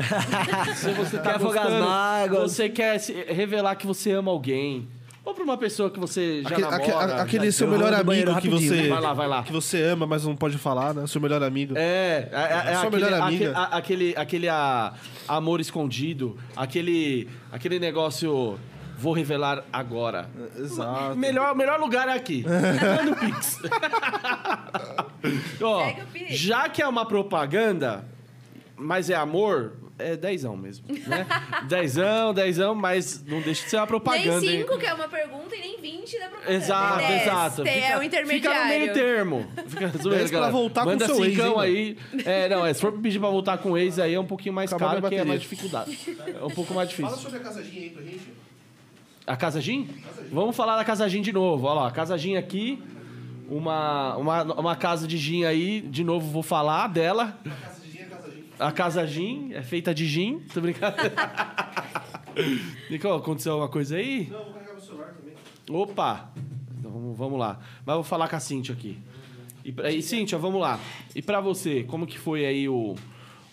se você tá Quer afogar as gostando, mágoas. Você quer se- revelar que você ama alguém. Ou pra uma pessoa que você já Aque- aque- namora. já- aquele seu Eu melhor vou um no banheiro amigo que rapidinho. você. Vai lá, vai lá. Que você ama, mas não pode falar, né? Seu melhor amigo. É, é, é, é Sua aquele, melhor aque- amiga. a- aquele, aquele ah, amor escondido, aquele, aquele negócio vou revelar agora. Exato. Melhor, melhor lugar é aqui. Manda o Pix. Ó, Segue o Pix. já que é uma propaganda, mas é amor, é dezão mesmo, né? dezão, dezão, mas não deixa de ser uma propaganda. hein? nem 5, que é uma pergunta, e nem 20 da propaganda. Exato, É dez. exato. Tem- é o intermediário. Fica no meio termo. Fica zoeira, Dez pra galera. voltar com Manda seu ex, cincão hein, aí. É, não, é, se for pedir pra voltar com o ex, aí é um pouquinho mais Acabou caro, minha que é bateria. mais dificuldade. É um pouco mais difícil. sobre a casadinha aí pra gente. A Casa Gin? Vamos falar da Casa Gin de novo. Olha lá, a Casa Gin aqui, uma, uma, uma casa de gin aí, de novo vou falar dela. A Casa Gin é feita de gin, tô brincando. Nicole, aconteceu alguma coisa aí? Não, vou carregar meu celular também. Opa! Então vamos- vamos lá. Mas vou falar com a Cíntia aqui. E, pra- e Cíntia, vamos lá. E pra você, como que foi aí o,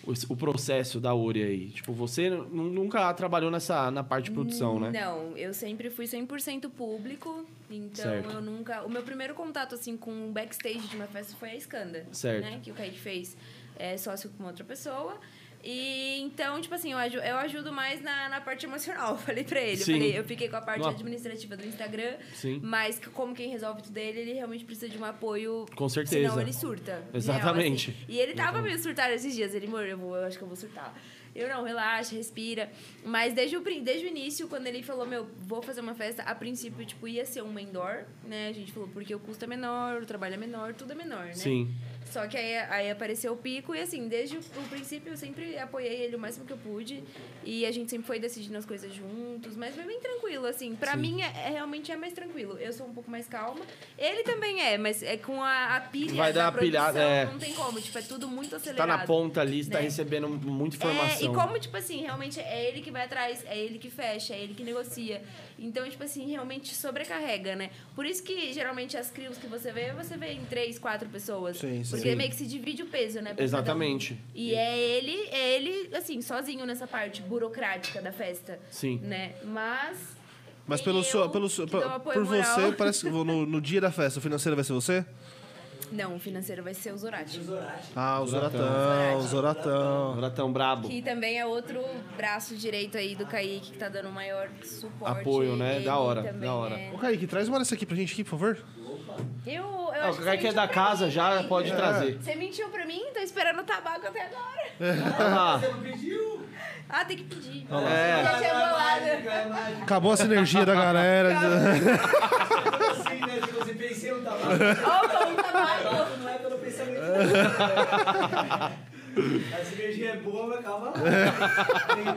o, o processo da Ori aí? Tipo, você nu- nunca trabalhou nessa, na parte de produção, né? Não, eu sempre fui 100% público, então Certo. eu nunca... O meu primeiro contato, assim, com o backstage de uma festa foi a Escanda, Certo. né? Que o Kaique fez é, sócio com outra pessoa. E então, tipo assim, eu aju- eu ajudo mais na, na parte emocional, falei pra ele. Sim. Eu, falei, eu fiquei com a parte Não. administrativa do Instagram, Sim. mas que como quem resolve tudo dele, ele realmente precisa de um apoio. Com certeza. Senão ele surta. real, Exatamente. assim. E ele tava meio surtado esses dias. Ele, amor, eu, vou, eu acho que eu vou surtar. Eu não, relaxa, respira. Mas desde o, prin- desde o início, quando ele falou, meu, vou fazer uma festa, a princípio, tipo, ia ser uma indoor, né? A gente falou, porque o custo é menor, o trabalho é menor, tudo é menor, né? Sim. Só que aí, aí apareceu o pico e assim, desde o, o princípio eu sempre apoiei ele o máximo que eu pude. E a gente sempre foi decidindo as coisas juntos, mas foi bem tranquilo, assim. Pra mim é, é- realmente é mais tranquilo. Eu sou um pouco mais calma. Ele também é, mas é com a, a pilha Vai da dar uma pilhada, produção, é. não tem como, tipo, é tudo muito tá acelerado. na ponta ali, você tá né? recebendo muita É, e informação. como, tipo assim, realmente é ele que vai atrás, é ele que fecha, é ele que negocia. Então, tipo assim, realmente sobrecarrega, né? Por isso que geralmente as crios que você vê, você vê em três, quatro pessoas. Sim, sim. Porque Sim. meio que se divide o peso, né? pra cada um. Exatamente. E é ele, é ele, assim, sozinho nessa parte burocrática da festa. Sim. Né? Mas. Mas tem pelo eu sua, pelo sua- que dou por apoio moral. você, parece que no, no dia da festa, o financeiro vai ser você? Não, o financeiro vai ser o Zorati. Ah, o Zoratão, o Zoratão. Agora tá tão brabo. Que também é outro braço direito aí do Kaique, que tá dando maior suporte. Apoio, né? Ele Da hora, também da hora. é- Ô, Kaique, traz uma dessa aqui pra gente aqui, por favor. Eu, eu Ah, o acho que tá cara você que é da mentiu pra casa mim. já pode trazer. Você mentiu pra mim? Tô esperando o tabaco até agora. Ah, Ah, tem que pedir. É. Já tinha bolado. Acabou a sinergia da galera. né, tá Opa, um tabaco. Não é pelo pensamento. A sinergia é boa, mas calma É. Tá lá.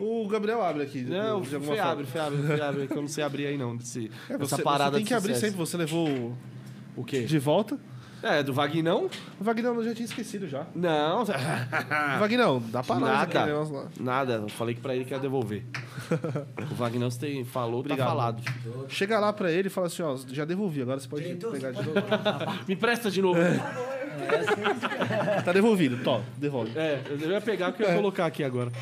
O Gabriel abre aqui. não, Tipo, de Fê alguma forma. abre, Fê abre, Fê abre, que eu não sei abrir aí não, desse, É, você, dessa parada você tem de que abrir sucesso. sempre, você levou o- O quê? de volta. É, do Vagnão? O Vagnão eu já tinha esquecido já. Não, Vagnão, dá pra nós Ah, nada, aquele negócio lá. nada. Eu falei que pra ele que ia devolver. o Vagnão você tem, falou, tá falado. Chega lá pra ele e fala assim, ó, já devolvi, agora você pode pegar de novo. Me presta de novo. tá devolvido, Tó, devolve. É, eu ia pegar porque eu ia colocar aqui agora.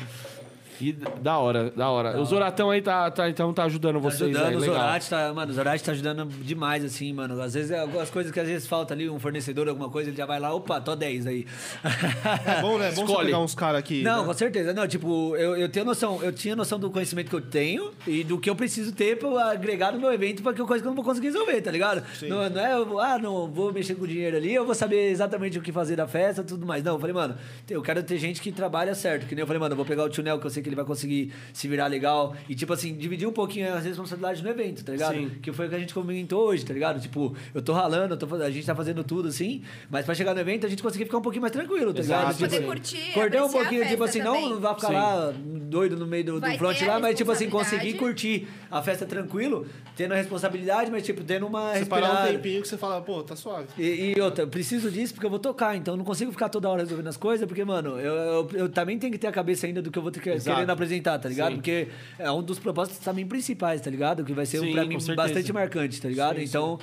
E da hora, da hora. O Zoratão aí tá, tá- então tá ajudando Tá vocês aí, ajudando, o legal. Zorati tá, mano, o Zorati tá ajudando demais, assim, mano. Às vezes, é algumas coisas que às vezes falta ali, um fornecedor, alguma coisa, ele já vai lá, opa, tô 10 aí. É bom, né? É bom Escolhe. você pegar uns caras aqui. Não, né? com certeza. Não, tipo, eu, eu tenho noção, eu tinha noção do conhecimento que eu tenho e do que eu preciso ter pra eu agregar no meu evento pra que coisa que eu não vou conseguir resolver, tá ligado? Não, não é, eu vou- ah, não, vou mexer com o dinheiro ali, eu vou saber exatamente o que fazer da festa tudo mais. Não, eu falei, mano, eu quero ter gente que trabalha certo. Que nem eu falei, mano, eu vou pegar o Tunel que eu sei que ele vai conseguir se virar legal. E, tipo assim, dividir um pouquinho as responsabilidades no evento, tá ligado? Sim. Que foi o que a gente comentou hoje, tá ligado? Tipo, eu tô ralando, eu tô faz- a gente tá fazendo tudo assim, mas pra chegar no evento a gente conseguir ficar um pouquinho mais tranquilo, tá Exato. ligado? Tipo, Poder assim, curtir, Cortar um apreciar a pouquinho, tipo festa assim, também. não, não vai ficar Sim. lá doido no meio do, do Vai front ter a lá, mas tipo assim, conseguir responsabilidade. curtir a festa tranquilo, tendo a responsabilidade, mas tipo, tendo é uma Separar um respirada. tempinho que você fala, pô, tá suave. E, e outra, eu preciso disso porque eu vou tocar, então eu não consigo ficar toda hora resolvendo as coisas, porque, mano, eu, eu, eu também tenho que ter a cabeça ainda do que eu vou ter que, Exato. querendo apresentar, tá ligado? Sim. Porque é um dos propósitos também principais, tá ligado? Que vai ser, Sim, pra com mim, certeza. bastante marcante, tá ligado? então,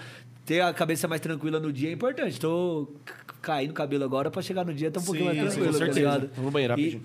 ter a cabeça mais tranquila no dia é importante. Tô c- caindo o cabelo agora pra chegar no dia tá um pouquinho mais sim, tranquilo, com tá certeza. ligado? Vou no banheiro e, rapidinho.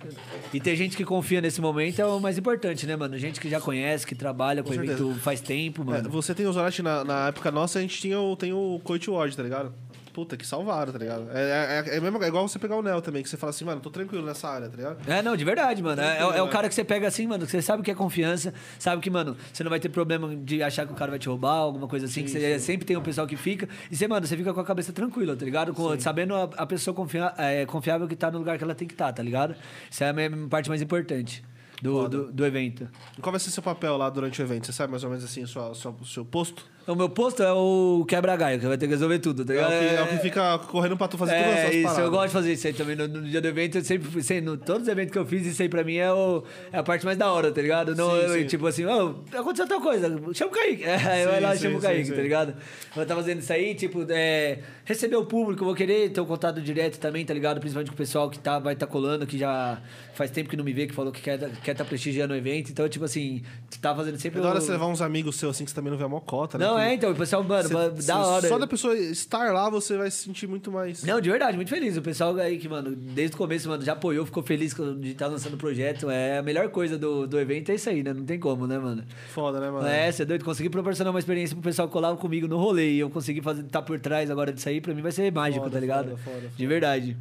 e ter gente que confia nesse momento é o mais importante, né, mano? Gente que já conhece, que trabalha com, o evento faz tempo, É, mano. você tem o Zorati na, na época nossa, a gente tinha o, tem o Coit Ward, tá ligado? Puta, que salvaram, tá ligado? É, é, é, mesmo- é igual você pegar o Neo também, que você fala assim, mano, tô tranquilo nessa área, tá ligado? É, não, de verdade, mano. É, é, o- é o cara que você pega assim, mano, que você sabe que é confiança, sabe que, mano, você não vai ter problema de achar que o cara vai te roubar, alguma coisa assim, que você sempre tem um pessoal que fica. E você, mano, você fica com a cabeça tranquila, tá ligado? Com- sabendo a, a pessoa confia- é, confiável que tá no lugar que ela tem que estar, tá, ligado? Isso é a minha parte mais importante do, do, do evento. E qual vai ser seu papel lá durante o evento? Você sabe mais ou menos assim o sua, sua- o seu posto? O meu posto é o quebra-galho, que vai ter que resolver tudo, tá É, o ligado? que, é o que fica correndo pra tu fazer todas É, essas isso, paradas. eu gosto de fazer isso aí também. No, no dia do evento, eu sempre, fui- sei, no, todos os eventos que eu fiz, isso aí pra mim é, o- é a parte mais da hora, tá ligado? Não, eu, tipo assim, "Ô, aconteceu tal coisa, chama o Kaique. É, eu Sim, vai lá e sim, chamo o sim, Kaique, sim. tá ligado? Eu tá fazendo isso aí, tipo, é, receber o público, eu vou querer ter um contato direto também, tá ligado? Principalmente com o pessoal que tá, vai estar colando, que já faz tempo que não me vê, que falou que quer estar quer tá prestigiando o evento. Então, tipo assim, tá fazendo sempre. É da hora o- você levar uns amigos seus assim que você também não vê a mocota, né? Não, Que- é, então, o pessoal, mano, Cê- da cê- hora. Só da pessoa estar lá, você vai se sentir muito mais. Não, de verdade, muito feliz. O pessoal aí que, mano, desde o começo, mano, já apoiou, ficou feliz com- de estar lançando o projeto. É a melhor coisa do, do evento, é isso aí, né? Não tem como, né, mano? Foda, né, mano? É, você é doido. Consegui proporcionar uma experiência pro pessoal que colava comigo no rolê e eu consegui fazer, tá por trás agora disso aí, pra mim vai ser mágico, Foda, tá ligado? foda, foda, De verdade.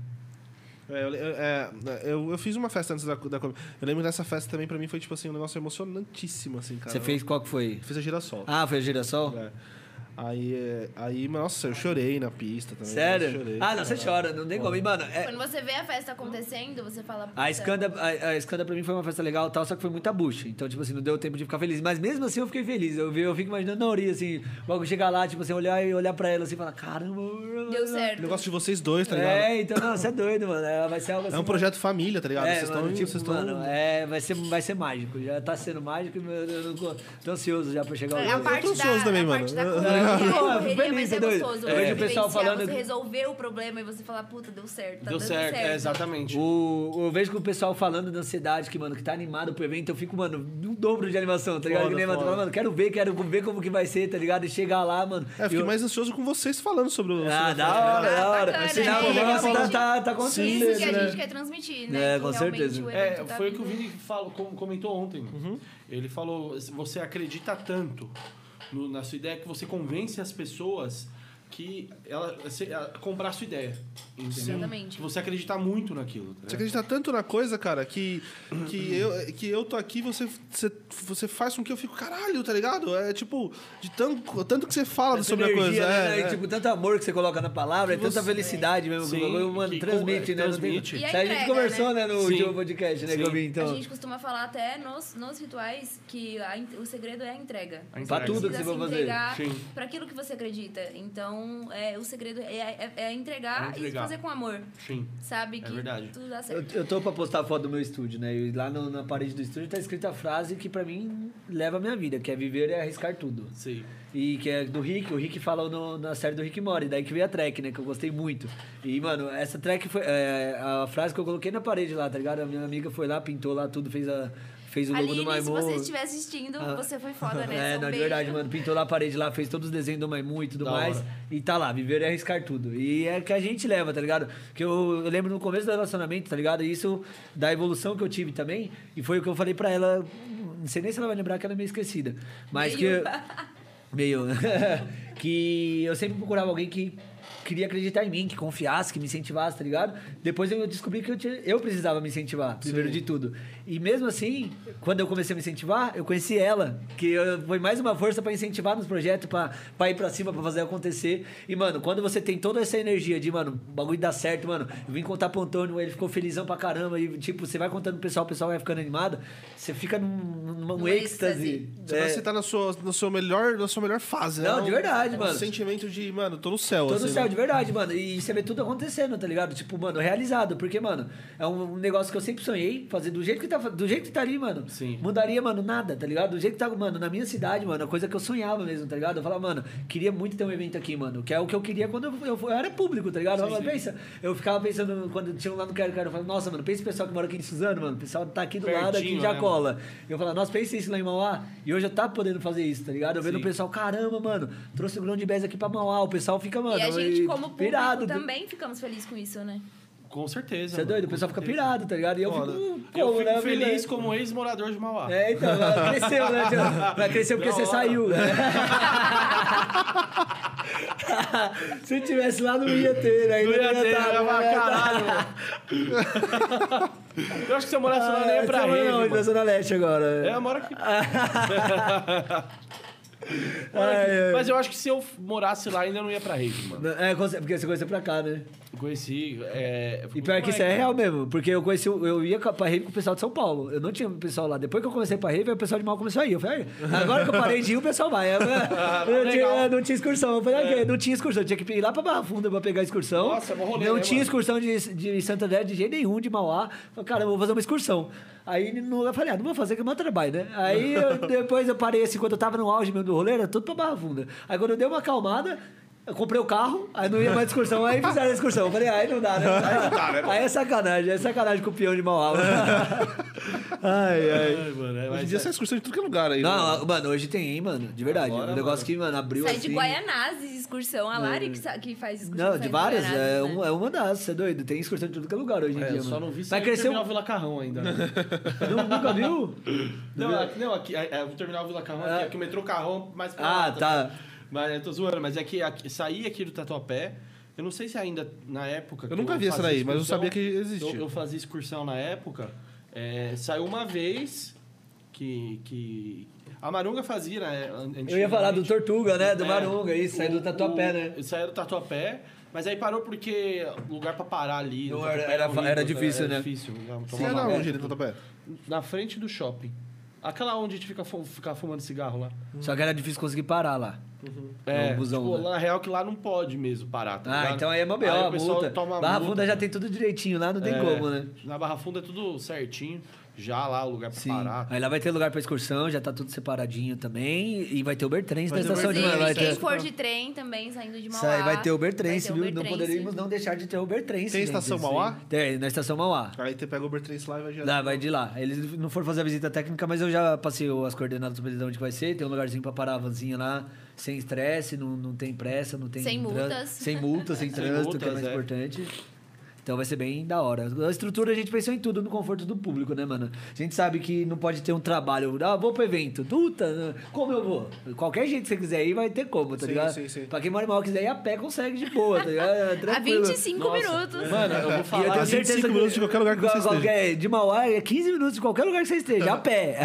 É, eu, eu- é, eu, eu fiz uma festa antes da, da Comic. Eu lembro dessa festa também, pra mim foi tipo assim, um negócio emocionantíssimo, assim, cara. Você fez qual que foi? Eu fiz a girassol. Ah, foi a girassol? É. Aí, é, aí, nossa, eu chorei na pista também. Sério? Eu chorei, ah, não, você cara. chora, não tem como. E, mano, é, Quando você vê a festa acontecendo, você fala. A "Puta, Escanda, a, a Escanda pra mim foi uma festa legal e tal, só que foi muita bucha. Então, tipo assim, não deu tempo de ficar feliz. Mas mesmo assim eu fiquei feliz. Eu, vi- eu fico imaginando na Ori, assim, logo chegar lá, tipo assim, olhar e olhar pra ela assim e falar, caramba, Deu né? O certo. negócio de vocês dois, tá ligado? É, É, então, não, você é doido, mano. É, vai ser algo assim. um projeto família, tá ligado? É, vocês mano, estão. tipo, vocês estão- mano, é, vai ser, vai ser mágico. Já tá sendo mágico, meu, eu não co- tô ansioso já pra chegar É, lá. a parte tô ansioso da, também, a mano. parte da Eu- correria, eu- é Pô, correria, feliz, mas é é doido. gostoso. É. Você O pessoal vivenciar, falando- Você resolver o problema e você falar, puta, deu certo. Tá Deu dando certo, certo. é, exatamente. O, eu vejo que o pessoal falando da ansiedade, que, mano, que tá animado pro evento, eu fico, mano, um dobro de animação, tá ligado? Foda, Que nem, mano, foda. fala, mano, quero ver, quero ver como que vai ser, tá ligado? E chegar lá, mano. É, eu fiquei eu- mais ansioso com vocês falando sobre o. sobre Ah, a da hora, festa, Ah, da hora. bacana, Esse é, não, o legal, negócio tá, realmente. tá, tá acontecendo. Isso que a né? gente quer transmitir, É, né? que com realmente certeza. o evento É, tá foi o que o vindo- Vini falou, com- comentou ontem. Uhum. Ele falou: você acredita tanto no- na sua ideia que você convence as pessoas que ela se- a comprar a sua ideia. Entendeu? Exatamente. Você acredita muito naquilo. Você Tá ligado? acredita tanto na coisa, cara, que, que, eu, que eu tô aqui, você, você, você faz com que eu fico, caralho, tá ligado? É tipo, de tanto, tanto que você fala Essa sobre energia, a coisa. né? é, E, é. Tipo, tanto amor que você coloca na palavra, é tanta felicidade mesmo. Sim, que o bagulho, mano, que transmite, com- né? Não tem- transmite. E a Isso aí a gente entrega, conversou, né, no Sim. último podcast, né, Sim. que eu vi, então. A gente costuma falar até nos, nos rituais que a en- o segredo é a entrega. A entrega. Pra tudo que Precisa você se for fazer. entregar Sim. para aquilo que você acredita. Então, é, o segredo é, é- é entregar, É entregar. e fazer com amor. Sim. Sabe que verdade. tudo dá Eu, certo. eu tô pra postar a foto do meu estúdio, né? E lá no- na parede do estúdio tá escrita a frase que pra mim leva a minha vida, que é viver e arriscar tudo. Sim. E que é do Rick, o Rick falou no- na série do Rick Mori, daí que veio a track, né? Que eu gostei muito. E, mano, essa track foi. é, a frase que eu coloquei na parede lá, tá ligado? A minha amiga foi lá, pintou lá tudo, fez, a, fez o logo do Aline, se Maimon. você estiver assistindo, Ah. você foi foda, né? É, Só um não, de beijo. verdade, mano. Pintou lá a parede lá, fez todos os desenhos do Maimu e tudo Da mais. hora. E tá lá, viver é arriscar tudo. E é que a gente leva, tá ligado? Que eu, eu lembro no começo do relacionamento, tá ligado? Isso da evolução que eu tive também. E foi o que eu falei pra ela. Não sei nem se ela vai lembrar que ela é meio esquecida. Mas Meio. né? que. Meio. que eu sempre procurava alguém que queria acreditar em mim, que confiasse, que me incentivasse, tá ligado? Depois eu descobri que eu, tinha- eu precisava me incentivar, primeiro de tudo. E mesmo assim, quando eu comecei a me incentivar, eu conheci ela, que eu- foi mais uma força pra incentivar nos projetos, pra pra ir pra cima, pra fazer acontecer. E, mano, quando você tem toda essa energia de, mano, o bagulho dá certo, mano, eu vim contar pro Antônio, ele ficou felizão pra caramba, e, tipo, você vai contando pro pessoal, o pessoal vai ficando animado, você fica num, num, Num êxtase. É. êxtase. Você parece que tá na sua, na sua melhor, na sua melhor fase, né? Não, É um- de verdade, é mano. Um sentimento de, mano, tô no céu. Todo assim, céu, né? de verdade, mano. E você vê tudo acontecendo, tá ligado? Tipo, mano, realizado. Porque, mano, é um negócio que eu sempre sonhei fazer do jeito que tá, do jeito que tá ali, mano. Sim. Mudaria, mano, nada, tá ligado? Do jeito que tá, mano, na minha cidade, mano, a coisa que eu sonhava mesmo, tá ligado? Eu falava, mano, queria muito ter um evento aqui, mano. Que é o que eu queria quando eu, eu, eu era público, tá ligado? Eu, falava, pensa, eu ficava pensando, quando tinha um lá no Quero Quero, eu falava, nossa, mano, pensa o pessoal que mora aqui em Suzano, mano. O pessoal tá aqui do lado, aqui Pertinho, né, em Jacó escola. Eu falava, nossa, pensei isso lá em Mauá. E hoje eu tava podendo fazer isso, tá ligado? Eu vendo o pessoal, caramba, mano, trouxe o grão de Bez aqui pra Mauá. O pessoal fica, mano, tipo, e a gente, como público, pirado. também ficamos felizes com isso, né? Com certeza. Você é mano, doido? O com pessoal fica certeza. pirado, tá ligado? E eu Foda. fico, hum, Eu como, fico né, feliz velho? como ex-morador de Mauá. É, então, ela cresceu, né? tio? Ela cresceu porque Da você hora. saiu. né? Se tivesse lá, não ia ter, né? Eu Ainda ia ter, tá- eu ia falar, não ia tá- caralho. Eu acho que se eu morasse lá, nem ia pra Ah, você mora rave, onde? Na mano. Zona Leste agora. É, eu moro aqui. Ai, ai. Mas eu acho que se eu morasse lá, ainda não ia pra rave, mano. É, com cer- porque você conheceu pra cá, né? Eu conheci... É... E pior que isso é real mesmo, porque eu conheci, o- eu ia ca- pra rave com o pessoal de São Paulo. Eu não tinha pessoal lá. Depois que eu comecei pra rave, aí o pessoal de mal começou a ir. Eu falei, "Ah, agora que eu parei de ir, o pessoal vai. Eu, eu, eu, tinha- legal. eu não tinha excursão. Eu falei, "Ah, que- não tinha excursão, eu tinha que ir lá pra Barra Funda pra pegar a excursão. Nossa, mó rolê, Não né, tinha mano? excursão de, de Santo André de jeito nenhum, de Mauá. Eu Falei, cara, eu vou fazer uma excursão. Aí não, eu falei, ah, não vou fazer, que é meu trabalho, né? Aí eu- depois eu parei assim, quando eu tava no auge mesmo do rolê, era tudo pra Barra Funda. Aí quando eu dei uma acalmada, eu comprei o carro, aí não ia mais excursão, aí fizeram a excursão. Eu falei, ah, aí não dá, né? Aí, aí é sacanagem, aí é sacanagem com o peão de Mauá. ai, ai. Ai, mano, é, Hoje em mas dia é- você é excursão de tudo que é lugar aí. mano. Não, mano, hoje tem, hein, mano? De verdade. um negócio que, mano, abriu Sai assim... É. de Guaianazes, excursão. A Lari que, sa- que faz excursão. Não, sai de várias. Guaianazes, É, né? um- é uma das, você é doido. Tem excursão de tudo que é lugar hoje em É, dia, eu só mano. não vi se Vai crescer terminar um- o Vila Carrão ainda. Não, nunca viu? não, aqui, não, aqui, é, é, vou terminar o Vila Carrão Ah. aqui, aqui o metrô Carrão mais pra lá, Ah, tá. Mas eu tô zoando, mas é que aqui, saí aqui do Tatuapé. Eu não sei se ainda na época. que Eu nunca vi essa fazia daí, mas eu excursão, sabia que existia. Eu, eu fazia excursão na época. é, saiu uma vez que. que a Marunga fazia, né? an- Eu ia falar do antigamente. Tortuga, né? Do É, Marunga, isso. Saiu do o- Tatuapé, o- né? Saiu do Tatuapé, mas aí parou porque o lugar pra parar ali. no Não, era- Tatuapé era- horrível, era difícil, né? difícil, tomar Você era uma- onde, ele, tá Tatuapé? Na frente do shopping. Aquela onde a gente fica, fu- fica fumando cigarro lá. Só que era difícil conseguir parar lá. É, É, um busão, tipo, né? lá, na real que lá não pode mesmo parar, tá Ah, ligado? então aí é uma Aí B.O. o a pessoal multa. toma Barra multa. né? Funda já tem tudo direitinho lá, não tem É, como, né? Na Barra Funda é tudo certinho, já lá o lugar pra Sim. parar. Aí lá vai ter lugar pra excursão, já tá tudo separadinho também. E vai ter Uber Trens na estação de Inclusive, Mauá. Vai quem ter... for de trem também, saindo de Mauá. Isso aí vai ter Uber Trens, vai ter viu? Uber não Trens, poderíamos sim. não deixar de ter Uber Trens. Tem gente, estação isso aí. Mauá? Tem, na estação Mauá. Aí você pega o Uber 3 lá e vai já. Lá, vai de lá. Eles não foram fazer a visita técnica, mas eu já passei o- as coordenadas pra eles de onde vai ser. Tem um lugarzinho pra parar a vanzinha lá, sem estresse, não, não tem pressa, não tem... Sem tran- multas. Sem multas, sem Sem trânsito, que é multas, mais é. importante. Então vai ser bem da hora. A estrutura a gente pensou em tudo, no conforto do público, né, mano? A gente sabe que não pode ter um trabalho. Ah, vou pro evento. Puta, como eu vou? Qualquer jeito que você quiser ir, vai ter como, tá Sim, ligado? sim, sim. Pra quem mora em Mauá quiser ir a pé, consegue de boa, tá ligado? Há Tranquilo. 25 minutos. Mano, eu vou E eu falar. tenho disso. certeza 25 que- minutos de qualquer lugar que você esteja. qualquer- De Mauá é 15 minutos de qualquer lugar que você esteja, a pé.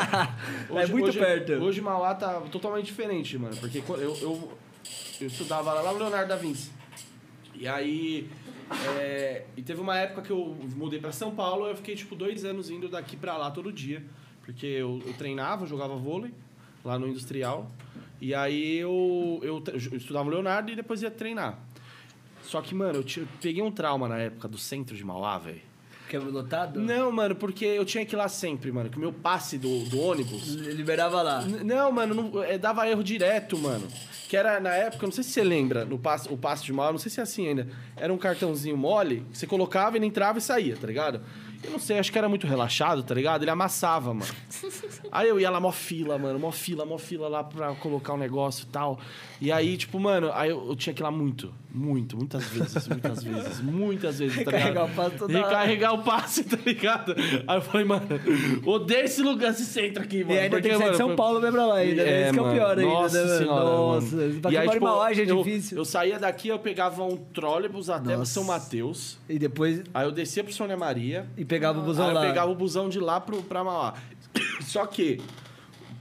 é Hoje- muito hoje- perto. Hoje Mauá tá totalmente diferente, mano. Porque quando eu, eu, eu estudava lá no Leonardo da Vinci. E aí. é, e teve uma época que eu mudei pra São Paulo, eu fiquei tipo dois anos indo daqui pra lá todo dia. Porque eu, eu treinava, eu jogava vôlei lá no Industrial. E aí eu, eu, tre- eu estudava o Leonardo e depois ia treinar. Só que, mano, eu, ti- eu peguei um trauma na época do centro de Mauá, velho. Que é lotado? Não, mano, porque eu tinha que ir lá sempre, mano. Que o meu passe do, do ônibus Liberava lá. N- Não, mano, não- é, dava erro direto, mano. Que era na época, não sei se você lembra, no passo, o passo de mal, não sei se é assim ainda. Era um cartãozinho mole, que você colocava, ele entrava e saía, tá ligado? Eu não sei, acho que era muito relaxado, tá ligado? Ele amassava, mano. Aí eu ia lá, mó fila, mano, mó fila, mó fila lá pra colocar o negócio e tal. E aí, tipo, mano, aí eu, eu tinha que ir lá muito, muito, muitas vezes, muitas vezes, muitas vezes, tá ligado? Recarregar o passe toda hora. Recarregar o passe, tá ligado? Aí eu falei, mano, odeio esse lugar, esse centro aqui, mano. E ainda porque, tem que sair mano, de São foi- Paulo mesmo pra lá ainda, né? Esse que é o mano. pior ainda, Nossa né, mano? Senhora, Nossa, mano. pra E quem aí, mora em tipo, Mauá já é eu, difícil. Eu saía daqui, eu pegava um trólebus até Nossa. São Mateus. E depois. Aí eu descia pro Sônia Maria. E pegava o busão Aí lá. Ah, eu pegava o busão de lá pro, pra Mauá. Só que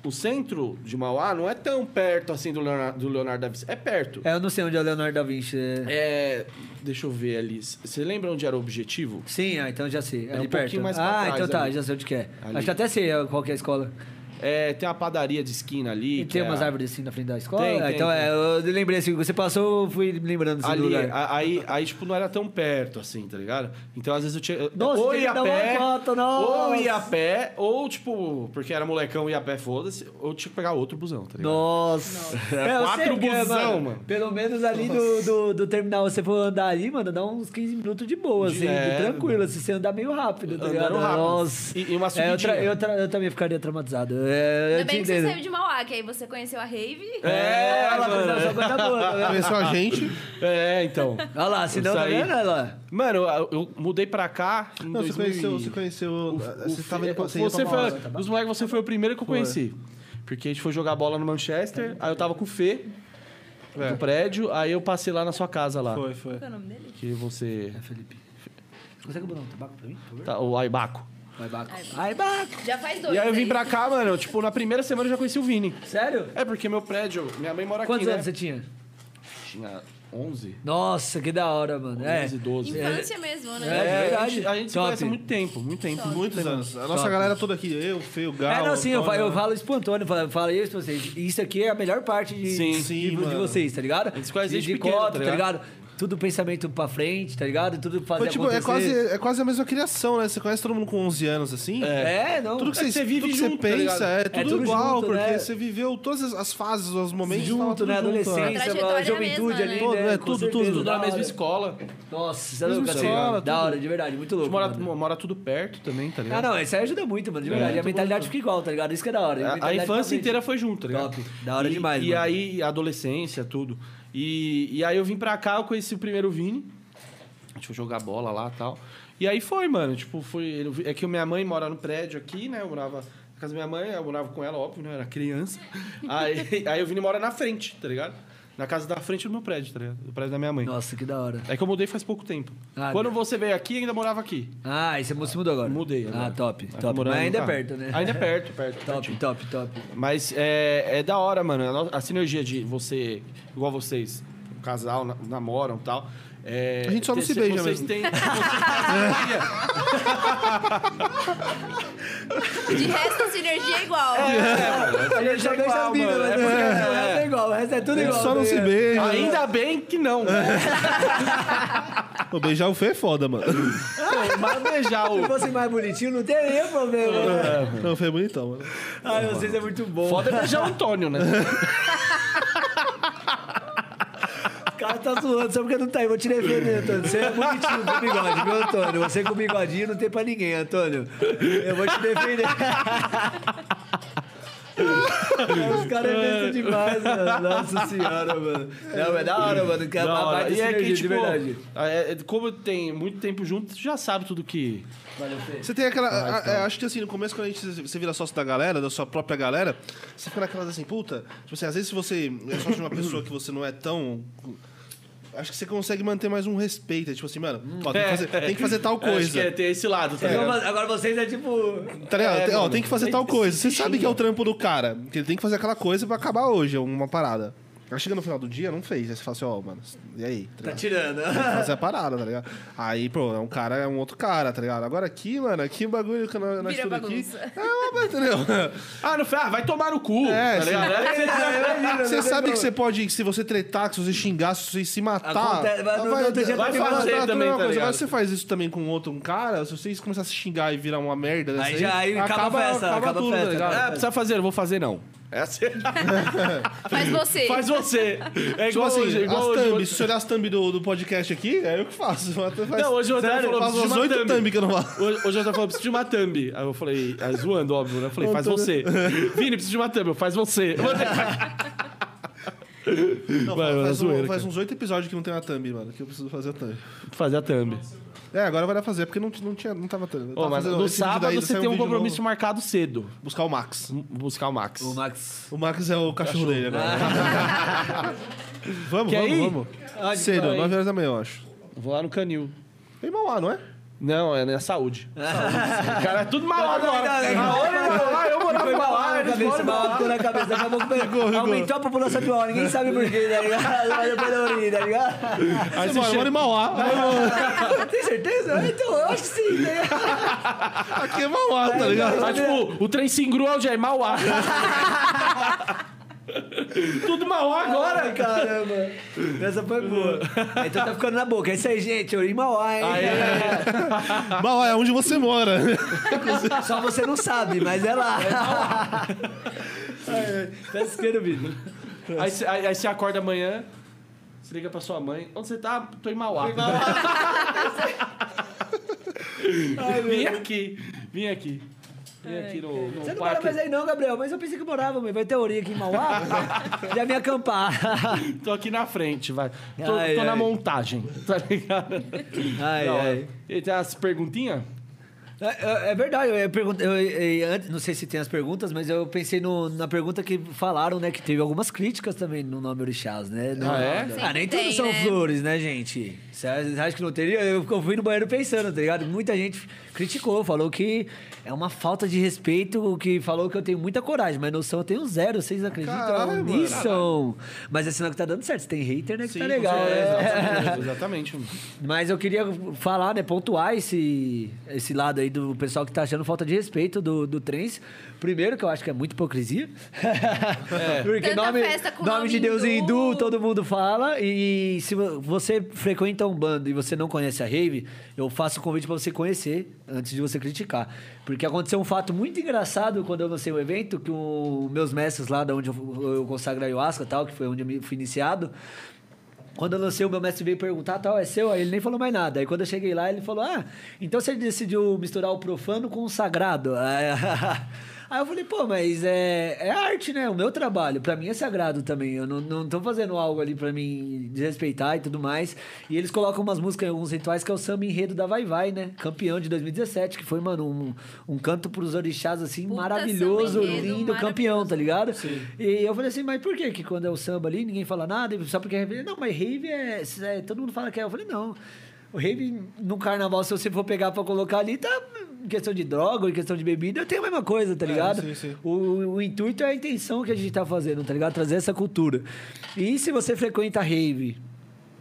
o centro de Mauá não é tão perto assim do Leonardo, do Leonardo da Vinci. É perto. É, eu não sei onde é o Leonardo da Vinci. né? É, deixa eu ver ali. Você lembra onde era o objetivo? Sim, ah, então já sei. É ali um pouquinho perto. mais pra ah, trás, então tá, ali. já sei onde que é. Ali. Acho que até sei qual que é a escola. É, tem uma padaria de esquina ali. E que tem é umas a- árvores assim na frente da escola? Tem, Ah, tem, então tem. é, eu lembrei assim, você passou, eu fui lembrando assim, do Ali, lugar. a- aí, aí, tipo, não era tão perto, assim, tá ligado? Então, às vezes, eu tinha... Nossa, ou tinha que ia a dar uma pé, volta, nossa. ou ia a pé, ou, tipo, porque era molecão, ia a pé, foda-se, ou tinha que pegar outro busão, tá ligado? Nossa. Era eu quatro sei que é, busão, mano. Pelo menos ali do, do, do terminal, você for andar ali, mano, dá uns 15 minutos de boa, assim, Direto, de tranquilo, assim, você andar meio rápido, tá Andando ligado? rápido. Nossa. E- e uma É, eu, tra- subidinha. eu, tra- eu também ficaria traumatizado. É, eu Ainda te bem que você entendo. saiu de Mauá, que aí você conheceu a Rave. É, É, ela mano. precisava coisa boa, tá vendo? Conheceu a gente. É, então. Olha lá, senão, tá saí. vendo? Olha lá. Mano, eu, eu mudei pra cá em Não, você 2000 e- conheceu, você conheceu. você Fe- tava indo pra- né? você você ia pra foi- Mauá. Os moleques, você foi o primeiro que eu conheci. Porque a gente foi jogar bola no Manchester, aí eu tava com o Fê, É. do prédio, aí eu passei lá na sua casa lá. Foi, foi. Qual é o nome dele? Que você... Felipe. Você consegue botar um tabaco pra mim? por favor? Tá, o Aibaco. Vai, Baco. Ai, Baco. Já faz dois. E aí eu vim né? pra cá, mano, eu, tipo, na primeira semana eu já conheci o Vini. Sério? É, porque meu prédio, minha mãe mora Quantos anos aqui, você né? tinha? Tinha 11, Nossa, que da hora, mano. É. 11, 12. Infância mesmo, É, né? verdade. a gente, a gente se Top. conhece há muito tempo, muito tempo. Muitos anos. A nossa Top. galera toda aqui, eu, Feio, Gal. né? É, não, sim, eu Antônio, falo, eu falo isso pro Antônio, falo, falo isso pra vocês. Isso aqui é a melhor parte de, Sim, de- sim, de mano. vocês, tá ligado? gente se conhece de, desde de pequeno, cota, tá tá ligado? Tudo pensamento pra frente, tá ligado? Tudo fazer Foi, tipo, acontecer. é, quase, é quase a mesma criação, né? Você conhece todo mundo com 11 anos, assim. É, não. Tudo que, É que você, você vive tudo que junto, tá você pensa ligado? é É tudo, tudo igual, junto, porque né? você viveu todas as, as fases, os momentos. tava junto, tudo né? né? Adolescência, Trajetória juventude mesma, ali, né? Todo, né? é, Com tudo, certeza, tudo. Tudo na da mesma hora. escola. Nossa, você é Mesma louco, assim, escola, da hora, de verdade, muito A louco. gente mora, mano. mora tudo perto também, tá Ah, ligado? não, isso aí ajuda muito, mano, de verdade. a muito mentalidade fica igual, tá ligado? Isso que é da hora. A- a, mentalidade pra infância frente. inteira foi junto, tá ligado? Top. Da hora E- demais, E mano. aí, a adolescência, tudo. E, e aí eu vim pra cá, eu conheci o primeiro Vini. A gente foi jogar bola lá e tal. E aí foi, mano. Tipo, foi. ele- É que minha mãe mora no prédio aqui, né? Eu morava na casa da minha mãe, eu morava com ela, óbvio, né? Eu era criança. Aí, aí o Vini mora na frente, tá ligado? Na casa da frente do meu prédio, tá ligado? Do prédio da minha mãe. Nossa, que da hora. É que eu mudei faz pouco tempo. Ah, Quando você veio aqui, ainda morava aqui. Ah, e você se mudou agora? Mudei agora. Ah, top, Tá top. morando Mas no ainda é carro. perto, né? Ainda é perto, perto. Top, top, top. Mas é, é da hora, mano. A no- A sinergia de você, igual vocês, um casal, na- namoram e tal. É, A gente só não se cê- beija vocês mesmo. Têm, vocês têm sinergia. De resto, a sinergia é igual. A gente já deixa as minas, né? O resto é igual, o resto é tudo Ele igual. só não tá se ligado? beija. Ainda bem que não. né? Pô, beijar o Fê é foda, mano. Mas É. beijar né? Se o... fosse mais bonitinho, não teria problema. né? Uhum. Não, o Fê é bonitão, mano. Ai, vocês é muito bom. Foda é beijar o Antônio, né? O cara tá zoando só porque não tá aí. Vou te defender, Antônio. Você é bonitinho com bigode, meu Antônio. Você com bigodinho não tem pra ninguém, Antônio. Eu vou te defender. Os caras é besta demais, mano. Nossa senhora, mano. Não, é da hora, mano. Que é Da uma hora. baita E é sinergia, que, de tipo, verdade. é- é- como tem muito tempo junto, você já sabe tudo que... Valeu, Fê. Você tem aquela. a- a- acho que assim, no começo, quando a gente, você vira sócio da galera, da sua própria galera, você fica naquelas assim, puta. Tipo assim, às vezes se você é sócio de uma pessoa que você não é tão. Acho que você consegue manter mais um respeito. É tipo assim, mano, ó, tem, que fazer, tem que fazer tal Hum. Acho que coisa. é, tem esse lado, tá Então, ligado? mas Agora vocês é tipo. Tá ligado? É, Tem- ó, mano. tem que fazer tal coisa. Você sabe que é o trampo do cara. Que ele tem que fazer aquela coisa pra acabar hoje, uma parada. Aí chega no final do dia, não fez. Aí você fala assim, ó, mano, e aí? Tá Tá ligado? tirando. fazer a parada, tá ligado? Aí, pô, é um cara, é um outro cara, tá ligado? Agora aqui, mano, aqui o bagulho que nós nós Vira tudo aqui. bagunça. É uma ba- entendeu? Ah, não foi? Ah, vai tomar no cu, É, tá sim. ligado? É, né? Você sabe que você pode, que se você tretar, que se você xingar, se você se matar. Acontece, mas no outro dia Tá. Então vai tá- fazer tá- tá- também, uma tá coisa. Agora ligado? você faz isso também com outro um cara, se vocês começarem a se xingar e virar uma merda, dessa Aí já aí acaba, a festa, acaba, a tudo, tá festa. ligado? É, Ah, precisa fazer, eu vou fazer não. É assim. Faz você. Faz você. É Tipo igual assim, hoje. Igual as hoje, thumb, hoje. se você olhar as thumb do, do podcast aqui, é eu que faço. Faz- Não, hoje o Otávio Sério, falou, eu faço preciso de umas uma oito thumb. thumb que eu não faço. Hoje hoje eu tava falando, preciso de uma thumb. Aí eu falei, ah, zoando, óbvio, né? Eu falei, faz você. Vini, preciso de uma thumb. Eu, faz você. Não, Vai, vai, faz, um- zoeira, faz cara. uns oito episódios que não tem uma thumb, mano, que eu preciso fazer a thumb. Fazer a thumb. É, agora vai dar fazer, porque não, não, tinha, não tava thumb. Eu Ô, tava mas fazendo no esse vídeo sábado daí, você saiu tem um vídeo compromisso novo. marcado cedo. Buscar o Max. M- Buscar o Max. O Max. O Max é o cachorro, Ah. dele agora. vamos, Quer vamos, ir? vamos. Onde Cedo, vai? 9 horas da manhã, eu acho. Vou lá no canil. Tem Mauá, não é? Não, é na saúde. Cara, é tudo mal Tá Não, não, né? agora. É não. Mauro, ele né? vai lá, eu vou lá Foi pra mal lá, né? eles na cabeça, moram mal lá. ficou na cabeça. Daqui a pouco pegou. Aumentou a população de Mauá, ninguém sabe porquê, tá ligado? Mas eu falei, tá ligado? Aí você mora, mora em Mauá. Tem certeza? Então, eu acho que sim, tá ligado? Aqui é Mauá, tá ligado? Mas, tipo, o trem singru onde é Em Mauá. Tudo Mauá agora. Ai, caramba. Essa foi boa. Então tá ficando na boca. É isso aí, gente. Eu em Mauá, hein? Ah, Mauá é onde você mora. Só você não sabe, mas é lá. Ai, ai. Tá assistindo o vídeo. Aí você aí, aí você acorda amanhã, você liga pra sua mãe. Onde você tá? Tô em Mauá. Vim aqui. Vim aqui. Vim aqui no, no Você não mora parque. mais aí não, Gabriel, mas eu pensei que morava, mãe. Vai ter orinha aqui em Mauá? Já me acampar. Tô aqui na frente, vai. Tô, Ai, tô na ai. montagem, tá ligado? Ai, Não, ai. e tem as perguntinhas? É, é- é verdade, eu, ia perguntar- eu- eu- antes- não sei se tem as perguntas, mas eu pensei no- na pergunta que falaram, né? Que teve algumas críticas também no nome Orixás, né? No- Ah, é? Ah, nem Sempre todos tem, são né? flores, né, gente? Você acha que não teria? Eu, eu fui no banheiro pensando, tá ligado? Muita gente criticou, falou que é uma falta de respeito, que falou que eu tenho muita coragem, mas noção eu tenho zero, vocês acreditam Caralho, mano. nisso? Mas é sinal que tá dando certo, você tem hater, né? Que Sim, tá com legal, né? É, exatamente. Mas eu queria falar, né, pontuar esse, esse lado aí do pessoal que tá achando falta de respeito do, do trens. Primeiro, que eu acho que é muita hipocrisia. Porque Tanta nome, festa com nome, de nome Deus hindu. hindu. todo mundo fala. E se vo- você frequenta um bando e você não conhece a rave, eu faço o convite pra você conhecer antes de você criticar. Porque aconteceu um fato muito engraçado quando eu lancei o evento, que os meus mestres lá, da onde eu, eu consagro a ayahuasca e tal, que foi onde eu me- fui iniciado, quando eu lancei, o meu mestre veio perguntar, tal, é seu? Aí ele nem falou mais nada. Aí quando eu cheguei lá, ele falou, ah, então você decidiu misturar o profano com o sagrado. Aí aí eu falei, pô, mas é, é arte, né? O meu trabalho, pra mim é sagrado também. Eu não, não tô fazendo algo ali pra mim desrespeitar e tudo mais. E eles colocam umas músicas em alguns rituais que é o samba enredo da Vai Vai, né? Campeão de 2017, que foi, mano, um, um canto pros orixás, assim, Puta maravilhoso, samba enredo, lindo, maravilhoso. campeão, tá ligado? E eu falei assim, mas por que que quando é o samba ali ninguém fala nada? E Só porque é rave? Não, mas rave é, é- Todo mundo fala que é. Eu falei, não. O rave no carnaval, se você for pegar pra colocar ali, tá. Em questão de droga, em questão de bebida, tem a mesma coisa, tá ligado? É, sim, sim. O, o intuito é a intenção que a gente tá fazendo, tá ligado? Trazer essa cultura. E se você frequenta rave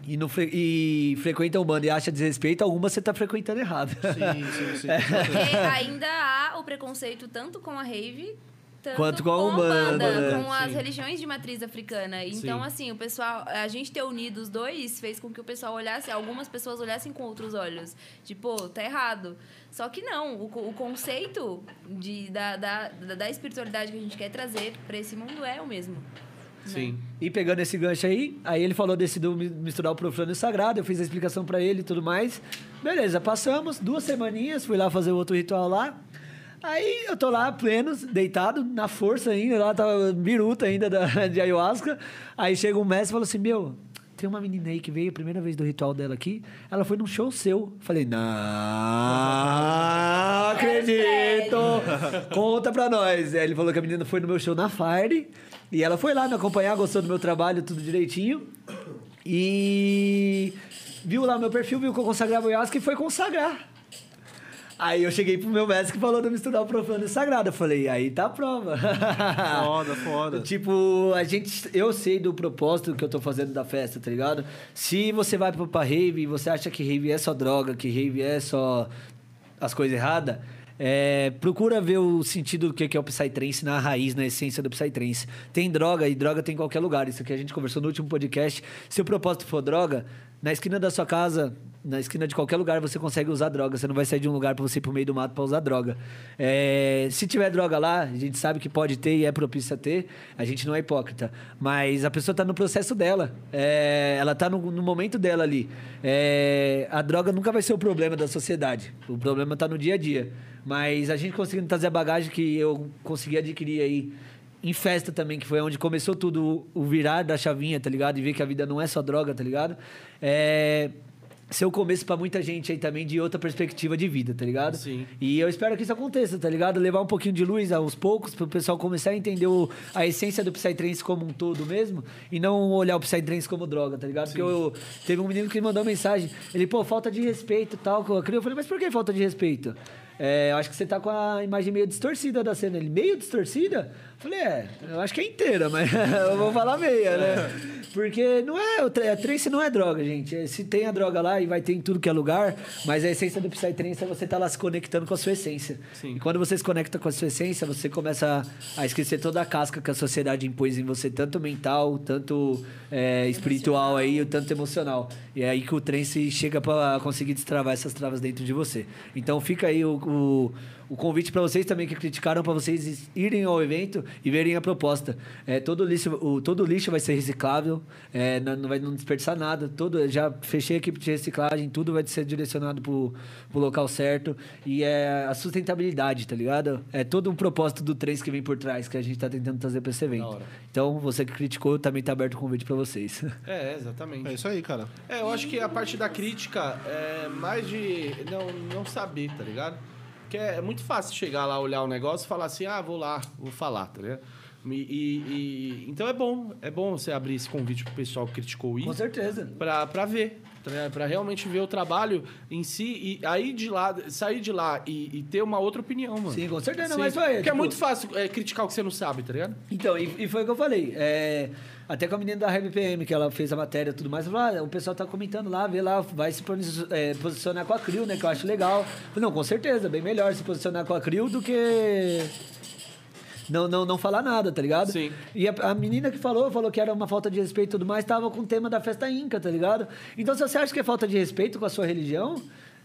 e, não fre- e frequenta um bando e acha desrespeito, alguma você tá frequentando errado. Sim, sim, sim. Porque ainda há o preconceito tanto com a rave tanto Quanto com a Umbanda, né? com as religiões de matriz africana. Então, assim, o pessoal, a gente ter unido os dois fez com que o pessoal olhasse, algumas pessoas olhassem com outros olhos. Tipo, "Pô, tá errado. Só que não, o, co- o conceito de, da, da, da, da espiritualidade que a gente quer trazer pra esse mundo é o mesmo. Sim. E pegando esse gancho aí, aí ele falou desse do mi- misturar o profano e o sagrado, eu fiz a explicação pra ele e tudo mais. Beleza, passamos duas semaninhas, fui lá fazer outro ritual lá. Aí eu tô lá, plenos, deitado, na força ainda, lá tava biruta ainda da, de ayahuasca. Aí chega um mestre e fala assim: Meu, tem uma menina aí que veio a primeira vez do ritual dela aqui, ela foi num show seu. Falei: Não acredito! Conta pra nós. Aí ele falou que a menina foi no meu show na Fire. E ela foi lá me acompanhar, gostou do meu trabalho, tudo direitinho. E viu lá o meu perfil, viu que eu consagrava o Ayahuasca e foi consagrar. Aí eu cheguei pro meu mestre que falou de eu misturar o profano e o sagrado. Eu falei, aí tá a prova. Foda, foda. Tipo, a gente. Eu sei do propósito que eu tô fazendo da festa, tá ligado? Se você vai pra, pra rave e você acha que rave é só droga, que rave é só as coisas erradas. é, procura ver o sentido do que que é o Psytrance na raiz, na essência do Psytrance. Tem droga e droga tem em qualquer lugar. Isso que a gente conversou no último podcast. Se o propósito for droga, Na esquina da sua casa, na esquina de qualquer lugar, você consegue usar droga. Você não vai sair de um lugar pra você ir pro meio do mato pra usar droga. É, se tiver droga lá, a gente sabe que pode ter e é propício a ter. A gente não é hipócrita. Mas a pessoa tá no processo dela. É, ela tá no, no momento dela ali. É, a droga nunca vai ser o problema da sociedade. O problema tá no dia a dia. Mas a gente conseguindo trazer a bagagem que eu consegui adquirir aí em festa também, que foi onde começou tudo, o virar da chavinha, tá ligado? E ver que a vida não é só droga, tá ligado? É ser o começo pra muita gente aí também de outra perspectiva de vida, tá ligado? Sim. E eu espero que isso aconteça, tá ligado? Levar um pouquinho de luz aos poucos pro pessoal começar a entender o- a essência do Psytrance como um todo mesmo e não olhar o Psytrance como droga, tá ligado? Porque eu, teve um menino que me mandou uma mensagem, ele, pô, falta de respeito e tal, com a cria. Eu falei, mas por que falta de respeito? É, eu acho que você tá com a imagem meio distorcida da cena. Ele, meio distorcida? Eu falei, é, eu acho que é inteira, mas eu vou falar meia, né? Porque não é. o tra- A trance não é droga, gente. É, Se tem a droga lá e vai ter em tudo que é lugar, mas a essência do Psytrance é você tá lá se conectando com a sua essência. Sim. E quando você se conecta com a sua essência, você começa a esquecer toda a casca que a sociedade impôs em você, tanto mental, tanto é, espiritual aí, o tanto emocional. E é aí que o trance chega pra conseguir destravar essas travas dentro de você. Então fica aí o, o, o convite pra vocês também que criticaram, pra vocês irem ao evento e verem a proposta. É, todo, lixo, o, todo lixo vai ser reciclável, é, não, não vai não desperdiçar nada. Todo, já fechei a equipe de reciclagem, tudo vai ser direcionado pro, pro local certo. E é a sustentabilidade, tá ligado? É todo um propósito do trens que vem por trás, que a gente tá tentando trazer pra esse evento. hora. Então, você que criticou, também tá aberto o convite pra vocês. É, exatamente. É isso aí, cara. É, eu acho que a parte da crítica é mais de não, não saber, tá ligado? Porque é muito fácil chegar lá, olhar o negócio e falar assim, ah, vou lá, vou falar, tá ligado? E, e- e- então é bom, é bom você abrir esse convite pro pessoal que criticou isso. certeza. Pra, pra ver, tá ligado? pra realmente ver o trabalho em si e aí de lá, sair de lá e, e ter uma outra opinião, mano. Sim, com certeza, Sim. mas tipo foi. Porque é muito fácil é, criticar o que você não sabe, tá ligado? Então, e, e foi o que eu falei. é, até com a menina da Reb PM, que ela fez a matéria e tudo mais, falou, ah, o pessoal tá comentando lá, vê lá, vai se posi- é, posicionar com a Crio, né? Que eu acho legal. Falei, não, com certeza, bem melhor se posicionar com a Crio do que. Não, não, não falar nada, tá ligado? Sim. E a, a menina que falou, falou que era uma falta de respeito e tudo mais, tava com o tema da festa Inca, tá ligado? Então, se você acha que é falta de respeito com a sua religião,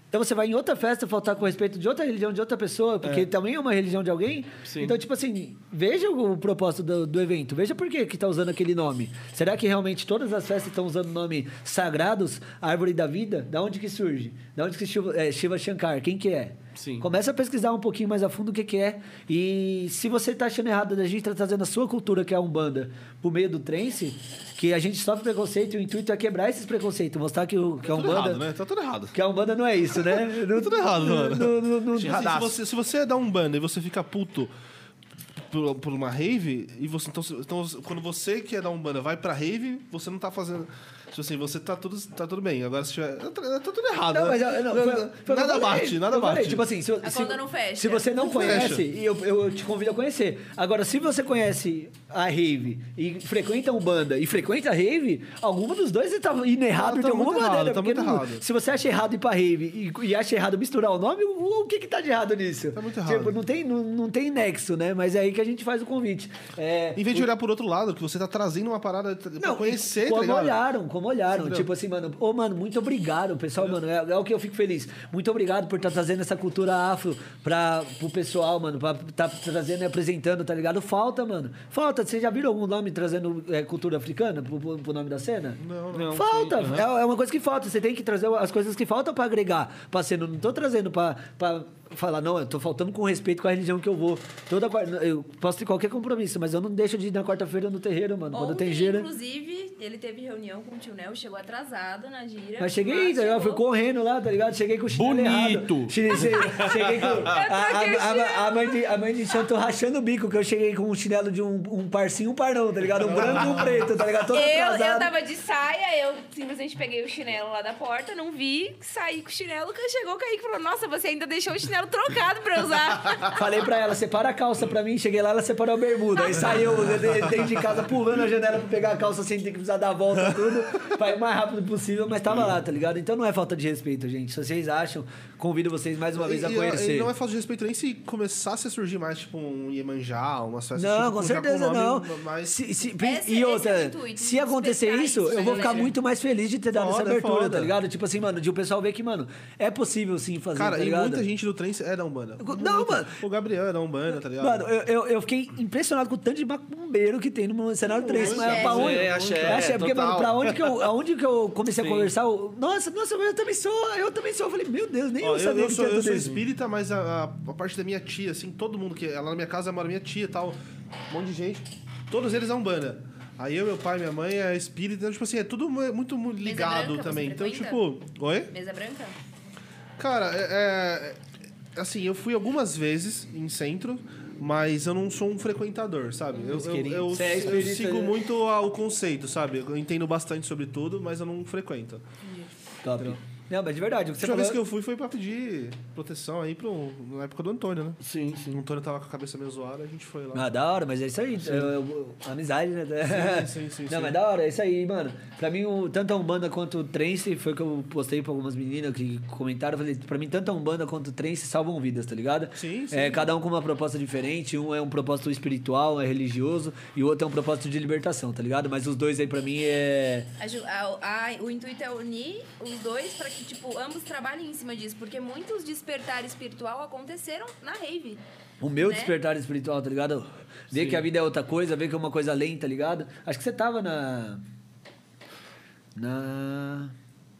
então você vai em outra festa faltar com respeito de outra religião, de outra pessoa, porque também é uma religião de alguém. Sim. Então, tipo assim, veja o propósito do, do evento, veja por que que tá usando aquele nome. Será que realmente todas as festas estão usando nome sagrados, árvore da vida? Da onde que surge? Da onde que Shiva, é, Shiva Shankar, quem que é? Sim. Começa a pesquisar um pouquinho mais a fundo o que que é. E se você tá achando errado da gente tá trazendo a sua cultura, que é a Umbanda, pro meio do trance, que a gente sofre preconceito e o intuito é quebrar esses preconceitos, mostrar que, o, que a Tudo Umbanda... errado, né? Tá tudo errado. Que a Umbanda não é isso, né? Não, Tá Tudo errado, mano. não- não- não- Tipo assim, se, você, se você é da Umbanda e você fica puto por, por uma rave, e você. Então, se- então, quando você que é da Umbanda vai pra rave, você não tá fazendo. Tipo assim, você tá tudo, tá tudo bem. Agora se tiver. Tá, tá tudo errado. Não, né? mas eu- não, foi- foi o que eu nada falei. bate, nada Eu falei, bate. Tipo assim, se, se- conta não fecha. se você não Não conhece, fecha. e eu, eu te convido a conhecer. Agora, se você conhece a rave e frequenta a Umbanda e frequenta a rave, alguma dos dois tá indo errado Ah, tá de alguma muito errado, maneira. tá porque muito não- errado. Se você acha errado ir pra rave e, e acha errado misturar o nome, o, o que que tá de errado nisso? Tá muito Tipo, errado. não tem, não, não tem nexo, né? Mas é aí que a gente faz o convite. É, Em vez de olhar por outro lado, que você tá trazendo uma parada pra conhecer, tá como ligado? olharam, como olharam. Tipo assim, mano, ô, mano, muito obrigado, pessoal, mano. É, é o que eu fico feliz. Muito obrigado por estar trazendo essa cultura afro pra, pro pessoal, mano. Pra tá trazendo e apresentando, tá ligado? Falta, mano. Falta. Você já viram algum nome trazendo é, cultura africana pro, pro- pro nome da cena? Não, não. Falta. É, é uma coisa que falta. Você tem que trazer as coisas que faltam pra agregar. Pra cena. Eu Não tô trazendo pra. pra Falar, não, eu tô faltando com respeito com a religião que eu vou. Toda quarta- eu posso ter qualquer compromisso, mas eu não deixo de ir na quarta-feira no terreiro, mano. Quando Ontem, tem gira. Inclusive, ele teve reunião com o tio Nel, chegou atrasado na gira. Mas cheguei, tá ligado? Fui chegou. correndo lá, tá ligado? Cheguei com o chinelo Bonito. errado. Che- che- Cheguei com... A, troquei o a- a- a mãe de, a mãe de santo rachando o bico, que eu cheguei com um chinelo de um, um parcinho e um parão, tá ligado? Um branco e um preto, tá ligado? Todo Eu, eu atrasado. tava de saia, eu simplesmente peguei o chinelo lá da porta, não vi, saí com o chinelo, que chegou o Kaique e falou, nossa, você ainda deixou o chinelo deixaram trocado pra eu usar. Falei pra ela, separa a calça pra mim. Cheguei lá, ela separou a bermuda. Aí saiu de- dentro de casa, pulando a janela pra pegar a calça sem ter que precisar dar a volta tudo. Pra ir o mais rápido possível, mas tava lá, tá ligado? Então não é falta de respeito, gente. Se vocês acham, convido vocês mais uma vez a E- e- conhecer. e não é falta de respeito nem se começasse a surgir mais, tipo, um Iemanjá, umas festas Não, tipo, com já certeza nome não. mais- Se- se- Esse- e esse outra, é o intuito, se acontecer despertar isso, isso eu na vou ficar né? galera. muito mais feliz de ter dado Foda, essa abertura, foda. tá ligado? Tipo assim, mano, de o pessoal ver que, mano, é possível sim fazer, Cara, tá e ligado? muita gente do trem é da Umbanda. Não, Muita. mano. O Gabriel é da Umbanda, tá ligado? Mano, eu, eu, eu fiquei impressionado com o tanto de macumbeiro que tem no cenário 3. Mas um axé. pra onde? É, axé, porque, mano, total. pra onde que eu, aonde que eu comecei a conversar? eu- nossa, nossa, mas eu também sou, eu também sou. Eu falei, meu Deus, nem Ó, eu eu, sabia eu que sou, tinha eu tudo sou isso. espírita, mas a, a- a parte da minha tia, assim, todo mundo que. Ela na minha casa mora minha tia e tal. Um monte de gente. Todos eles da Umbanda. Aí eu, meu pai, minha mãe é espírita. Então, tipo assim, é tudo mu- muito mu- ligado branca, também. você Então, tipo. frequenta? Oi? Mesa branca? Cara, é, é- Assim, eu fui algumas vezes em centro, mas eu não sou um frequentador, sabe? Eu, eu, eu- Você é eu espírita, sigo né? muito ao conceito, sabe? Eu entendo bastante sobre tudo, mas eu não frequento. Top. Não, mas de verdade, o que A você última vez falou... que eu fui foi pra pedir proteção aí pro, na época do Antônio, né? Sim, sim. O Antônio tava com a cabeça meio zoada, a gente foi lá. Ah, da hora, mas é isso aí. Eu- eu- amizade, né? Sim, sim, sim, Não, sim. mas da hora, é isso aí, mano. Pra mim, o- tanto a Umbanda quanto o Trance, foi que eu postei pra algumas meninas que comentaram. eu Falei, pra mim, tanto a Umbanda quanto o Trance salvam vidas, tá ligado? Sim, sim. É, cada um com uma proposta diferente. Um é um propósito espiritual, um é religioso, e o outro é um propósito de libertação, tá ligado? Mas os dois aí, pra mim, é. Aju- a- a- o intuito é unir os dois para que, tipo, ambos trabalhem em cima disso. Porque muitos despertar espiritual aconteceram na rave. O meu Né? despertar espiritual, tá ligado? Ver que a vida é outra coisa, ver que é uma coisa além, tá ligado? Acho que você tava na. Na.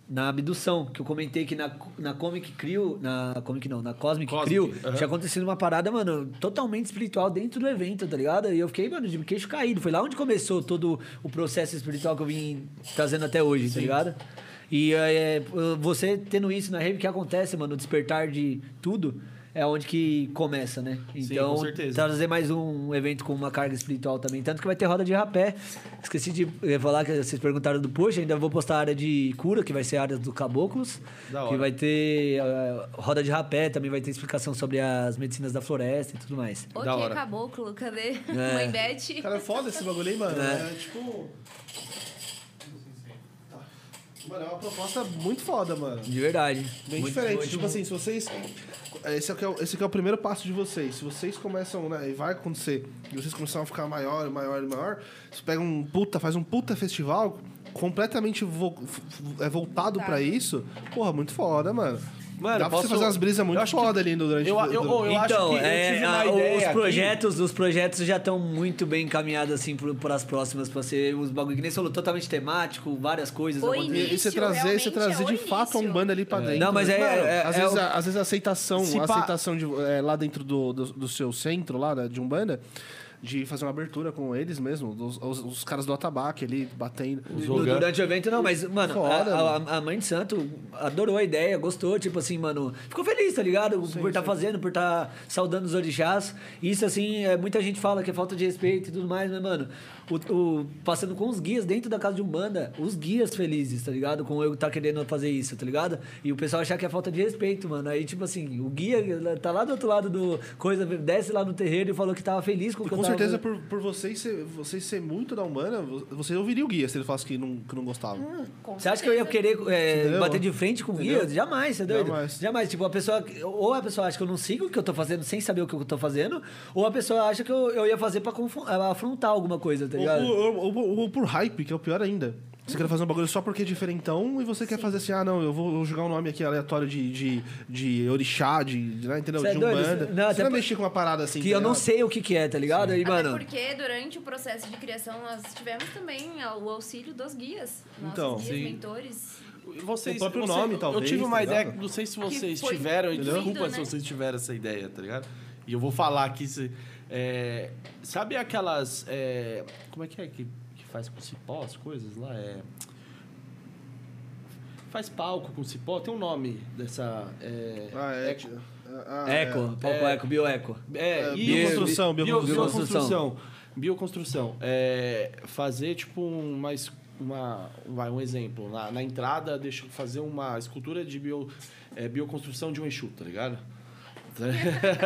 Na abdução, que eu comentei que na, na Comic Crew. Na Comic não, na Cosmic, Cosmic, Crew, aham. tinha acontecido uma parada, mano, totalmente espiritual dentro do evento, tá ligado? E eu fiquei, mano, de queixo caído. Foi lá onde começou todo o processo espiritual que eu vim trazendo até hoje, tá ligado? E é, você tendo isso na rave, o que acontece, mano? O despertar de tudo é onde que começa, né? Então, com certeza. trazer mais um evento com uma carga espiritual também. Tanto que vai ter roda de rapé. Esqueci de eh, falar que vocês perguntaram do Poxa, ainda vou postar a área de cura, que vai ser a área do Caboclos. Da Que hora. vai ter eh, roda de rapé, também vai ter explicação sobre as medicinas da floresta e tudo mais. O Da que hora. caboclo? Cadê? Mãe Beth? Cara, é foda esse bagulho aí, mano. É. É, tipo. Mano, é uma proposta muito foda, mano. De verdade. Bem Muito- diferente. muito- tipo assim, se vocês. Esse aqui, é o, esse aqui é o primeiro passo de vocês. Se vocês começam, né? E vai acontecer. E vocês começam a ficar maior, maior, maior. Você pega um puta, faz um puta festival completamente vo- f- f- é voltado pra isso. Porra, muito foda, mano. Mano, Dá pra posso- você fazer umas brisas eu muito acho foda ali no- durante eu- o- eu- durante- eu- acho então, que eu é, tive uma a- ideia os aqui. projetos, os projetos já estão muito bem encaminhados assim para as próximas para ser uns bagulho que nem você falou totalmente temático, várias coisas. Oi, acontecendo. E- E você Início, trazer, você realmente, trazer é o de fato a início. Umbanda ali pra dentro. Não, mas é- né? é- é- às, é vezes, o- a, às vezes a aceitação, Se a pá- aceitação de, é, lá dentro do, do, do seu centro, lá da- de um Umbanda, de fazer uma abertura com eles mesmo, dos- os, os caras do atabaque ali batendo. No- durante o evento, não, mas, mano, Foda, a, a- a mãe de santo adorou a ideia, gostou, tipo assim, mano, ficou feliz, tá ligado? por estar fazendo, por estar saudando os orixás. Isso, assim, é, muita gente fala que é falta de respeito e tudo mais, mas, mano, o, o- passando com os guias dentro da casa de Umbanda, os guias felizes, tá ligado? Com eu tá querendo fazer isso, tá ligado? E o pessoal achar que é falta de respeito, mano. Aí, tipo assim, o guia tá lá do outro lado do coisa, desce lá no terreiro e falou que tava feliz com o E que eu com tava certeza, por, por vocês, ser, vocês ser muito da Umbanda, vo- você ouviria o guia se ele falasse que não, que não gostava. Ah, Com Você acha que eu ia certeza. querer é, Entendeu? bater de frente com o Entendeu? guia? Jamais, você é doido? Jamais. Jamais. Tipo, a pessoa. Ou a pessoa acha que eu não sigo o que eu tô fazendo sem saber o que eu tô fazendo, ou a pessoa acha que eu, eu ia fazer pra confon- afrontar alguma coisa, tá Ou, ligado? por- ou- ou- ou por hype, que é o pior ainda. Você quer fazer um bagulho só porque é diferentão e você quer fazer assim, ah, não, eu vou jogar um nome aqui aleatório de, de, de orixá, de, de- né, entendeu? Cê é de doido? Umbanda. Não, até você não por- mexer com uma parada assim. que tá eu não ligado? sei o que, que é, tá ligado? E, Até mano. porque durante o processo de criação nós tivemos também o auxílio dos guias. Nossos Então. guias, Sim. mentores. Vocês, O próprio vocês- nome, Eu talvez, tive uma tá ideia, ligado? que não sei se vocês Que foi tiveram, e fluido, desculpa se né? vocês tiveram essa ideia, tá ligado? E eu vou falar aqui. Se, é, sabe aquelas. é, como é que é que, que faz com cipó as coisas lá? É, faz palco com cipó, tem um nome dessa. É, Ah, é. é- Ah, é. eco, tá palco eco, bioeco. é, É, e- bioconstrução, bio- bioconstrução. bioconstrução. Bioconstrução. É, fazer tipo um- uma, es- uma vai um exemplo na, na entrada deixa fazer uma escultura de bio, é, bioconstrução de um Exu, tá ligado?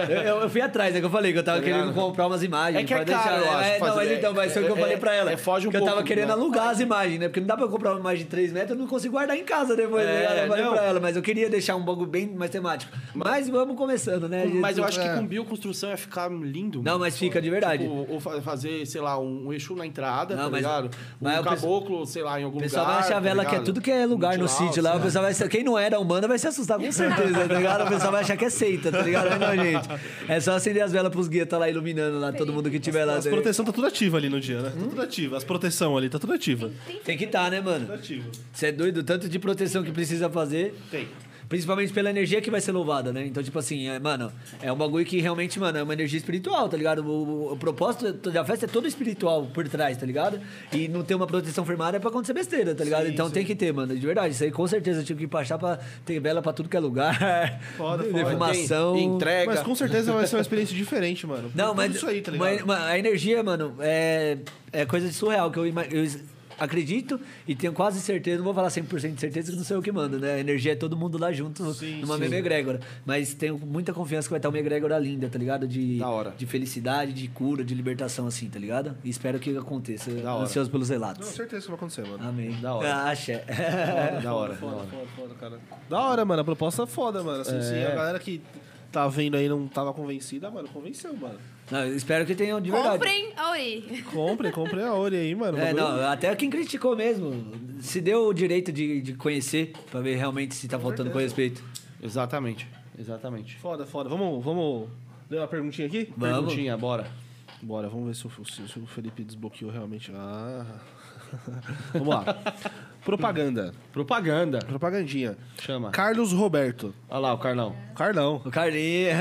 Eu, eu- eu fui atrás, é que eu falei que eu tava querendo comprar umas imagens. Tá É que é pra caro, eu acho, é, não, fazer- mas então, mas foi o que eu é- falei pra ela. é, foge um que eu tava pouco, querendo né? alugar as imagens, né? Porque não dá pra eu comprar uma imagem de 3 metros, eu não consigo guardar em casa depois. É, né? Eu falei não. pra ela, mas eu queria deixar um bagulho bem mais temático. Mas vamos começando, né? Mas eu acho que é. com bioconstrução ia ficar lindo. Não, mano. mas fica de verdade. Tipo, ou fa- fazer, sei lá, um, um Exu na entrada, Não, tá mas- ligado? mas um o pessoal- caboclo, sei lá, em algum O lugar. pessoal vai achar tá vela que é ligado? tudo que é lugar no Multilaus, sítio lá. O né? pessoal vai ser- Quem não era humana vai se assustar com certeza, tá ligado? O pessoal vai achar que é seita, tá ligado? Mas Não, gente. É só acender as velas pros guias tá lá iluminando lá, todo mundo que tiver lá. As proteção tá tudo ativa ali no dia, né? Hum. Tá tudo ativa. As proteção ali tá tudo ativa. Tem que estar, tá, né, mano? Tudo ativa. Você é doido, o tanto de proteção que precisa fazer. Tem. Principalmente pela energia que vai ser louvada, né? Então, tipo assim, é, mano, é um bagulho que realmente, mano, é uma energia espiritual, tá ligado? O, o- o propósito da festa é todo espiritual por trás, tá ligado? E não ter uma proteção firmada é pra acontecer besteira, tá ligado? então tem que ter, mano, de verdade. Isso aí com certeza eu tive que baixar pra ter vela pra tudo que é lugar. Foda, foda. Defumação. Tem entrega. Mas com certeza vai ser uma experiência diferente, mano. Não, Tudo mas, isso aí, tá ligado? mas- mas a energia, mano, é, é coisa de surreal, que eu, ima- eu es- acredito e tenho quase certeza, não vou falar 100% de certeza que não sou eu que mando, né? A energia é todo mundo lá junto numa mesma egrégora. Mas tenho muita confiança que vai estar uma egrégora linda, tá ligado? De, Da hora. de felicidade, de cura, de libertação, assim, tá ligado? E espero que aconteça. Da hora. Ansioso pelos Não, relatos. certeza que vai acontecer, mano. Amém. Ah, Da hora. Acha. Da hora, da hora. Foda, foda, cara. Da hora, mano. A proposta é foda, mano. Assim, se a galera que tá vendo aí não tava convencida, mano, convenceu, mano. Não, espero que tenham de verdade. Comprem a Ori. Comprem, comprem a Ori aí, mano. É, Bagulho- não, até quem criticou mesmo. Se deu o direito de, de conhecer, pra ver realmente se tá faltando com respeito. né? Exatamente, exatamente. Foda, foda. Vamos, vamos ler uma perguntinha aqui? Vamos. Perguntinha, bora. Bora, vamos ver se o, se- se o Felipe desbloqueou realmente. Ah. vamos lá. Propaganda. Propaganda. Propagandinha. Chama. Carlos Roberto. Olha lá o Carlão. Carlão. O Carlinhos.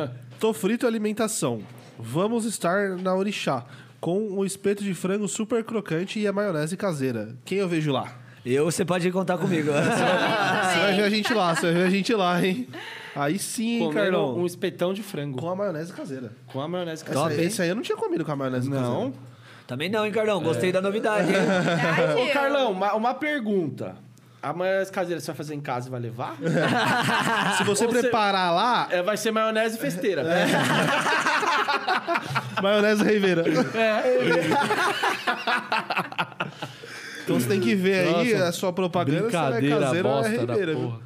Tô frito alimentação. Vamos estar na Orixá. Com o espeto de frango super crocante e a maionese caseira. Quem eu vejo lá? Eu, você pode contar comigo. Você vai ver a gente lá, você vai ver a gente lá, hein? Aí sim, hein, Comendo Carlão. Tá um espetão de frango. Com a maionese caseira. Com a maionese Essa, caseira. esse aí eu não tinha comido com a maionese caseira. Não. Também não, hein, Carlão? Gostei da novidade, hein? Verdade? Ô, Carlão, uma, uma pergunta. A maionese caseira você vai fazer em casa e vai levar? Ah, Se você Ou você- preparar lá, É, vai ser maionese festeira. É. né? maionese Rivera. É, Então você tem que ver aí Nossa, a sua propaganda se ela é brincadeira caseira ou é bosta da Rivera. viu? porra.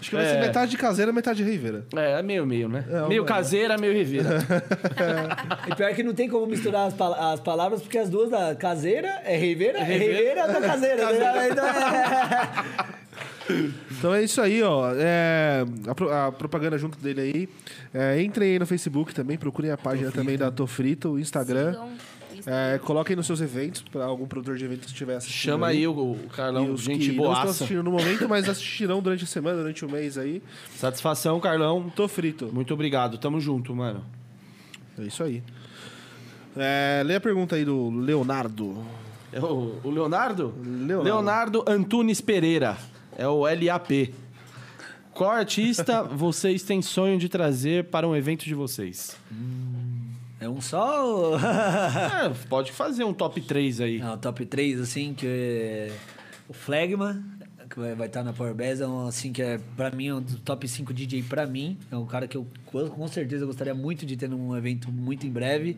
Acho que vai ser É. metade caseira, metade Rivera. É, é meio meio, né? É, meio uma- caseira, meio Rivera. E pior que não tem como misturar as, pala- as palavras, porque as duas da caseira é Ribeira, é Ribeira da caseira. né? Então, é... Então é isso aí, ó. É, a, pro- a propaganda junto dele aí. É, entrem aí no Facebook também, procurem a página também da Tô Frito, o Instagram. Sigam o Instagram. É, coloquem nos seus eventos, pra algum produtor de eventos que estiver assistindo. Chama aí o, o E Carlão, os gente que não estão boaça. assistindo no momento, mas assistirão durante a semana, durante o mês aí. Satisfação, Carlão. Tô frito. Muito obrigado. Tamo junto, mano. É isso aí. É, lê a pergunta aí do Leonardo. É o, o Leonardo? Leonardo. Leonardo Antunes Pereira. É o LAP. Qual artista vocês têm sonho de trazer para um evento de vocês? é um só. ou- Ah, pode fazer um top 3 aí. Não, top 3, assim, que é o Flagma, que vai vai estar na Power Bass, é um, assim, que é, pra mim, é um dos top 5 DJ pra mim. É um cara que eu, co- com certeza, gostaria muito de ter num evento muito em breve.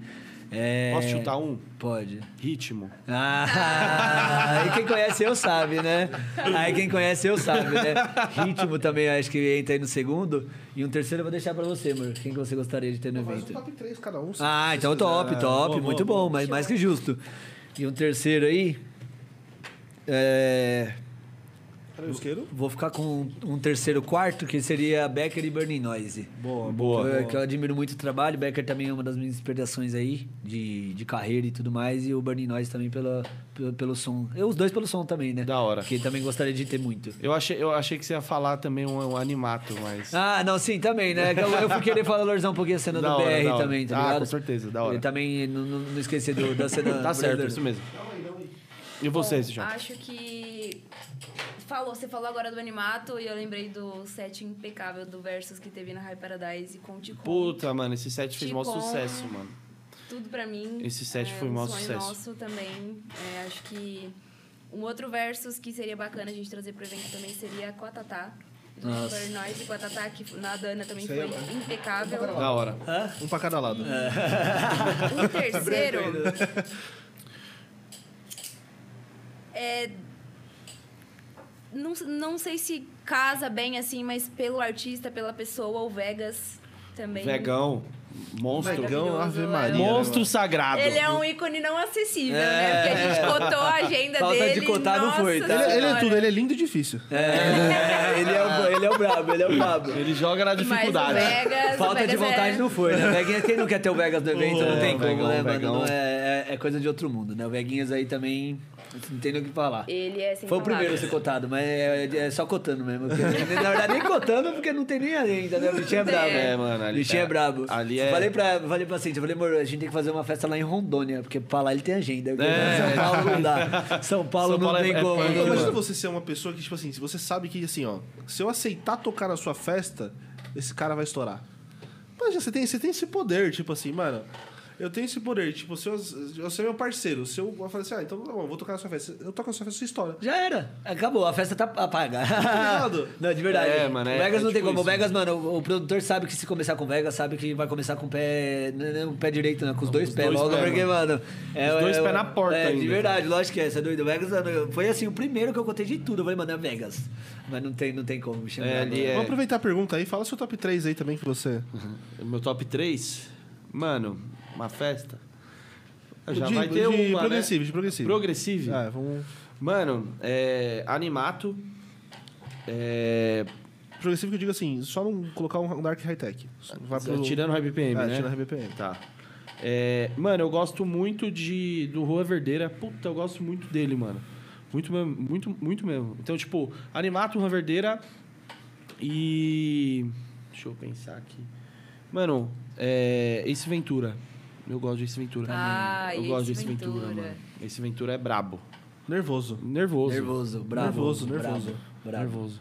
É, Posso chutar um? Pode. Ritmo. Ah, e quem conhece eu sabe, né? Aí quem conhece eu sabe, né? Ritmo também acho que entra aí no segundo. E um terceiro eu vou deixar pra você, amor. Quem que você gostaria de ter no Faz um evento? top 3 cada um. se Ah, você então quiser. top, top. Boa, muito boa, bom, mas mais que justo. E um terceiro aí. É, boa. Peraí, isqueiro. vou ficar com um terceiro quarto, que seria Becker e Bernie Noise. É, Boa, Boa. Que eu- Que eu admiro muito o trabalho. Becker também é uma das minhas inspirações aí, de, de carreira e tudo mais. E o Bernie Noise também pela, pelo, pelo som. Eu, os dois pelo som também, né? Da hora. Que também gostaria de ter muito. Eu achei, eu achei que você ia falar também um, um animato, mas. Ah, não, sim, também, né? Eu, eu fui querer valorizar um pouquinho a cena Da do hora, BR da hora. também, tá Ah, ligado? com certeza, da hora. E também não, não- não esquecer do- da cena. Ah, tá certo, brasileira. isso mesmo. E você, Bom, Sejão? Acho que. Falou, você falou agora do Animato e eu lembrei do set impecável do Versus que teve na High Paradise com o Ticon. Puta, mano, esse set fez maior Ticon. sucesso, mano. Tudo pra mim. Esse set é, foi um maior sonho sucesso. nosso também. É, acho que um outro versus que seria bacana a gente trazer pro evento também seria a Cotatá. do Super Nós e com a Tatá, que na Dana também Isso aí foi é bom. impecável. Da hora. Ah, Um pra cada lado. O Um terceiro é. Não, não sei se casa bem assim, mas pelo artista, pela pessoa, o Vegas também. Vegão. Monstro. é Vegão. Negão, Ave Maria. né, Monstro sagrado. Ele é um ícone não acessível, É. né? Porque a gente cotou a agenda Falta de dele. cotar não nossa foi, tá? senhora. mano? Ele é tudo, ele é lindo e difícil. É, ele é o, ele é o brabo, ele é o brabo. Ele joga na um Mas é. o dificuldade. Vegas, o Falta de Vegas vontade é... não foi, né? Veguinha, quem não quer ter o Vegas no evento, não tem o como, Vegão, né, o mano? Vegão. Não é, é- é coisa de outro mundo, né? O Veguinhas aí também não tem nem o que falar. Ele é sem Foi o primeiro a palavras. ser cotado, mas é, é só cotando mesmo. porque- na verdade, nem cotando, porque não tem nem ainda, né? O bichinho é brabo. É, mano, ali bichinho é, tá- brabo. ali é- Falei pra, falei pra Cintia, falei, amor, a gente tem que fazer uma festa lá em Rondônia, porque pra lá ele tem agenda. porque É. São Paulo não dá. São Paulo São não Paulo é- tem é como. punk, não- Imagina mano. você ser uma pessoa que, tipo assim, se você sabe que, assim, ó, se eu aceitar tocar na sua festa, esse cara vai estourar. Mas você tem, você tem esse poder, tipo assim, mano. Eu tenho esse poder, tipo, se eu, você é meu parceiro, se eu, eu falar assim, ah, então tá bom, eu vou tocar na sua festa. Eu toco na sua festa, você estoura. Já era. Acabou, a festa tá apaga. ligado? não, de verdade. É, mano, é- o Vegas é não tem tipo como. O isso. Vegas, mano, o, o produtor sabe que se começar com o Vegas, sabe que vai começar com o pé. Não, não, o pé direito, não, com os dois pés dois logo, pés, porque, mano. é- Os dois é- pés na porta É, de ainda. verdade, lógico que é, você é doido. O Vegas mano, foi assim, o primeiro que eu contei de tudo. Eu falei, mano, é Vegas. Mas não tem, não tem como chamar. É, ali é- Uhum. Vamos aproveitar a pergunta aí, fala seu top 3 aí também que você. Meu top 3? Mano, uma festa. Já de, vai ter de uma, progressivo, de né? progressivo. Progressive? Ah, vamos. Mano, é, Animato. É, Progressivo que eu digo assim, só não colocar um dark high-tech. Vai pro... Tirando o RBPM, É, né? tirando o RBPM. Tá. É, mano, eu gosto muito de do Rua Verdeira. Puta, eu gosto muito dele, mano. Muito mesmo, muito, muito mesmo. Então, tipo, Animato, Rua Verdeira e... Deixa eu pensar aqui. Mano, é, Ace Ventura. Eu gosto de Ace Ventura. Ah, eu Ace gosto de Ace Ventura, Ventura. mano. Ace Ventura é brabo. Nervoso. Nervoso. Nervoso, bravo. Nervoso, bravo, nervoso. bravo. Nervoso.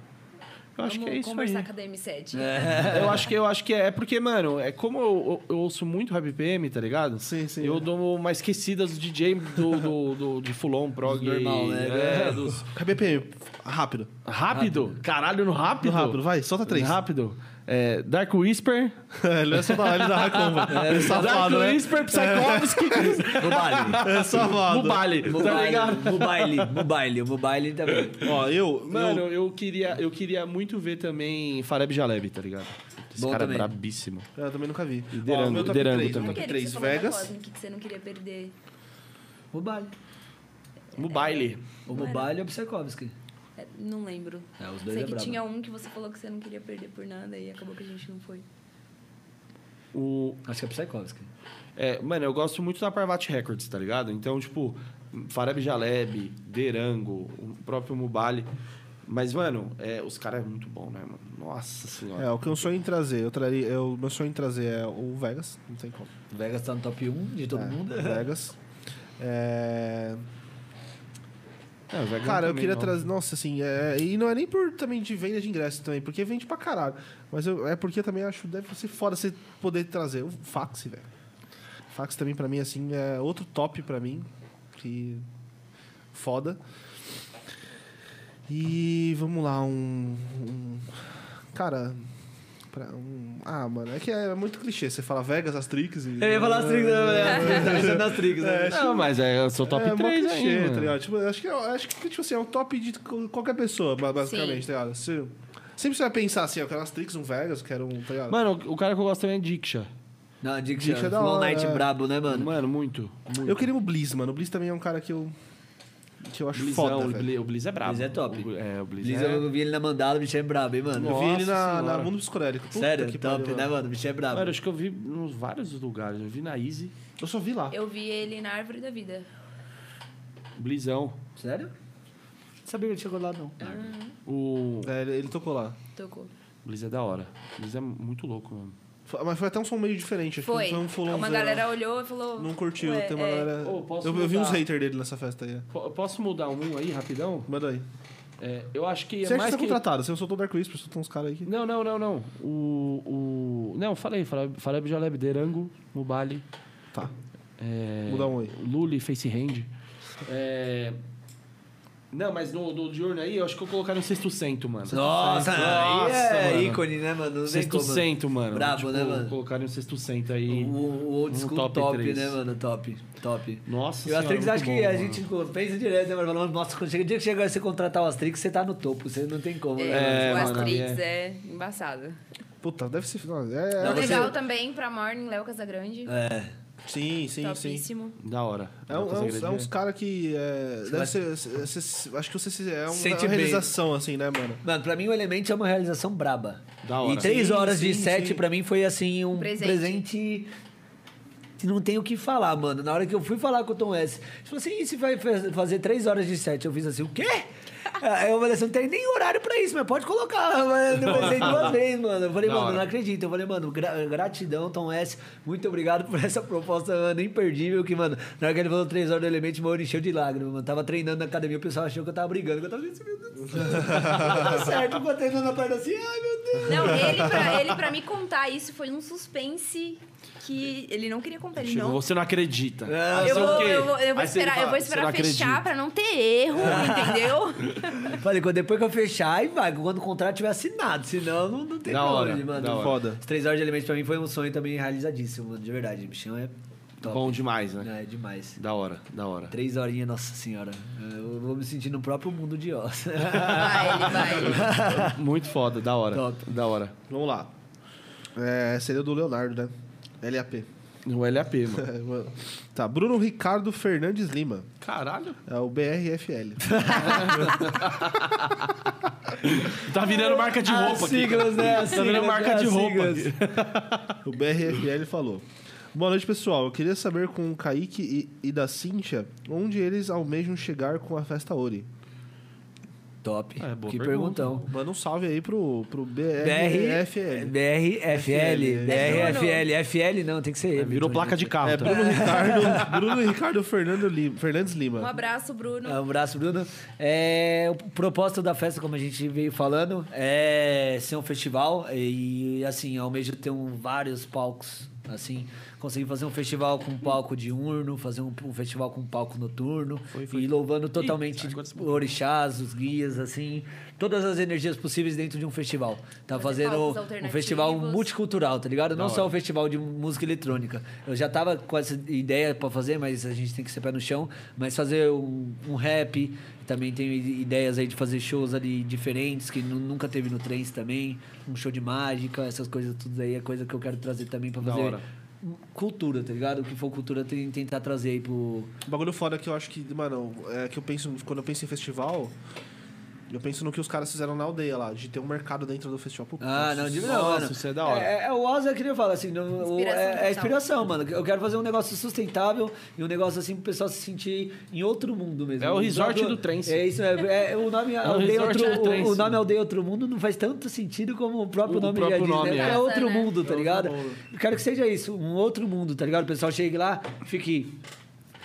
Eu acho Vamos que é isso aí. conversar com a DM7. É. Eu acho que eu acho que é, é porque, mano, é como eu, eu- eu ouço muito rap PM, tá ligado? Sim, sim. é. Eu dou uma esquecida dos DJ do, do, do- de Fulon, Prog. normal, né? é, dos- RBPM, rápido. Rápido? Caralho, no rápido? No rápido, vai, solta três. Rápido. É, Dark Whisper. ele é só da ele da Racomba. É, Dark safado, né? Whisper, Psychovski. No baile. É safado. no baile, No tá ligado? baile, no baile, no baile, no baile também. Ó, eu. Mano, eu queria, eu queria muito ver também Fareb Jaleb, tá ligado? Esse Bom cara também. é brabíssimo. Eu, eu Ah, também nunca vi. Liderango, Ó, meu top liderango 3, também. Meu Aquele top que 3, você falou da Vegas. Cosmic, que você não queria perder. No baile. No baile. O Mobile é o Psychovski. É, Não lembro. É, os dois Sei é que brabo. tinha um que você falou que você não queria perder por nada e acabou que a gente não foi. O, Acho que é Psychovski. É, mano, eu gosto muito da Parvati Records, tá ligado? Então, tipo, Fareb Jaleb, Derango, o próprio Mubali. Mas, mano, é, os caras é muito bom, né, mano? Nossa senhora. É, o que eu sonho em trazer, eu traria. Eu, meu sonho em trazer é o Vegas, não tem como. O Vegas tá no top 1 de todo É, mundo. Vegas. É, É, o Vegão Cara, eu também queria não. trazer. Nossa, assim, é, e não é nem por também de venda de ingresso também, porque vende pra caralho. Mas eu- é porque eu também acho deve ser foda você poder trazer o fax, velho. Fax também pra mim, assim, é outro top pra mim. Que. Foda. E vamos lá, um. um- cara. pra um- ah, mano, é que é muito clichê. Você fala Vegas, Astrix e. Eu ia falar as tricks, é né? Tá pensando nas tricks, né? Não, mas é, eu sou top é, mó 3 clichê, aí, tá mano. ligado? Tipo, acho que, acho que tipo assim, é um top de co- qualquer pessoa, ba- basicamente, tá ligado? Você- sempre você vai pensar assim, eu quero um Astrix, um Vegas, quero um, tá ligado? Mano, o o cara que eu gosto também é Diksha. Não, Diction. Diction é da Flow hora, Night é. brabo, né, mano? Mano, muito. muito. eu queria o Blizz, mano. O Blizz também é um cara que eu, que eu acho Blizão, foda, o, velho. Bli- o Blizz é brabo. Blizz é top. O- é, o Blizz, Liz, é... eu vi ele na mandala, o bicho é brabo, hein, mano? Eu vi ele na, Nossa na Senhora. Então, Mundo Psicodélico. Puta Sério, que top, pariu, mano. né, mano? O bicho é brabo. Mano, acho que eu vi em vários lugares. Eu vi na Easy, Eu só vi lá. Ah. Eu vi ele na Árvore da Vida. Blizão. Sério? Não sabia que ele chegou lá, não. O É, ele, ele tocou lá. Tocou. Blizz é da hora. O Blizz é muito louco, mano. Foi- mas foi até um som meio diferente. Acho Foi. Que não foi um fulão Uma zero. galera olhou e falou. Não curtiu, "Ué, tem uma é, galera... Ô, posso eu, eu vi mudar? uns haters dele nessa festa aí. Po- Posso mudar um aí rapidão? Manda aí. É, eu acho que é Você acha que mais você tá que... contratado? Você soltou o Dark Whisper, soltou uns caras aí que... Não, não, não, não. O, o... Não, falei. Farab Farab Jaleb, Derango, Mubali. Tá. É... Mudar um aí. Luli, Face Hand. É... Não, mas no, no diurno aí, eu acho que eu colocaria um sexto cento, mano. Nossa, aí é mano. ícone, né, mano? Não tem Sexto como. cento, mano. Brabo, Tipo, né, mano? Colocaria um sexto cento aí. O, o old um school top, top três. né, mano? Top, top. Nossa E o Astrix, senhora, acho muito que bom, a mano. gente pensa direto, né, mano? Falando, nossa, quando chega o dia que chega você contratar o Astrix, você tá no topo, você não tem como, né? mano? É, É, o mano, Astrix é, embaçado. Puta, deve ser. não, é- Não, O você- legal também pra Morning, Léo Casagrande. É. Sim, sim, sim. topíssimo. Da hora. É, um- é Nossa, uns, é uns caras que. É, deve vai- ser, se- se- acho que você se- é um- é Sente uma bem. realização, assim, né, mano? Mano, pra mim o Elemento é uma realização braba. Da hora. E três Sim, horas de sim, sete, sim. pra mim, foi assim, um presente. Presente. que Não tem o que falar, mano. Na hora que eu fui falar com o Tom S, ele falou assim: e se vai fa- fazer três horas de sete? Eu fiz assim, o quê? Aí eu falei assim, não tem nem horário pra isso, mas pode colocar. Mas Eu pensei duas vezes, mano. Eu falei, Da mano, hora. não acredito. Eu falei, mano, gra- gratidão, Tom S. Muito obrigado por essa proposta, mano, imperdível. Que, mano, na hora que ele falou três horas do elemento, meu olho encheu de lágrimas, mano. Tava treinando na academia, o pessoal achou que eu tava brigando. Que eu tava assim, meu Deus do céu. Não Tá certo, eu botei na perna assim, ai meu Deus. Não, ele pra, ele pra me contar isso foi um suspense que ele não queria contar. Ele Chegou, não. você não acredita. É, Eu Você o vou, quê? eu vou, eu vou Aí você esperar, fala, eu vou "Você esperar não fechar acredita." pra não ter erro, entendeu? Falei, quando- depois que eu fechar, aí vai, quando o contrato tiver assinado, senão não, não tem Da pra hora, onde, mano. da hora. Foda. As três horas de elementos pra mim foi um sonho também realizadíssimo, mano, de verdade. O bichão é top. Bom demais, né? É, demais. Da hora, da hora. Três horinhas, nossa senhora. Eu vou me sentir no próprio mundo de Oz. Tá Vai, ele vai. Muito foda, da hora. Top. Da hora. Vamos lá. É, seria o do Leonardo, né? LAP. O LAP, mano. tá, Bruno Ricardo Fernandes Lima. Caralho. É o BRFL. Tá virando marca de roupa As aqui. siglas, né? As Tá virando siglas, marca as de roupa siglas. aqui. O BRFL falou. Boa noite, pessoal. Eu queria saber com o Kaique e, e da Cíntia onde eles almejam chegar com a festa Ori. Top. É, boa que pergunta. perguntão. Manda um salve aí pro, pro BR, BRFL. BRFL, É BRFL, FL não, tem que ser. né? Virou Everton, placa de carro. É tá? Bruno Ricardo, Bruno Ricardo Fernando Lima, Fernandes Um Lima. abraço, Bruno. Um abraço, Bruno. É, o propósito da festa, como a gente veio falando, é ser um festival e, assim, ao mesmo ter um, vários palcos. Assim, conseguir fazer um festival com palco diurno, fazer um, um festival com palco noturno e louvando totalmente agora se orixás, os guias, assim, todas as energias possíveis dentro de um festival. Tá Fazer fazendo palcos um festival alternativos. multi cultural, tá ligado? Não só o festival de música eletrônica. Eu já tava com essa ideia pra fazer, mas a gente tem que ser pé no chão. Mas fazer um, um rap, também tenho i- ideias aí de fazer shows ali diferentes, que nu- nunca teve no trens também. Um show de mágica, essas coisas tudo aí é coisa que eu quero trazer também pra Da fazer. hora. Cultura, tá ligado? O que for cultura, tem tentar trazer aí pro. O Um bagulho foda que eu acho que, mano, é que eu penso, quando eu penso em festival, eu penso no que os caras fizeram na aldeia lá, de ter um mercado dentro do festival. Pô, Ah, não, de não, Nossa, mano. isso é da hora. É, é, o Oz, eu queria falar assim, não, o- Inspiração é, é total. inspiração, mano. Eu quero fazer um negócio sustentável e um negócio assim pro pessoal se sentir em outro mundo mesmo. É o Um resort próprio- do trance. É isso, é, é o nome o aldeia resort outro, do o, trance. o nome aldeia outro mundo não faz tanto sentido como o próprio O nome próprio já diz, nome, né? é. É outro Nossa, né? mundo, tá ligado? Eu quero que seja isso, um outro mundo, tá ligado? O pessoal chegue lá, fique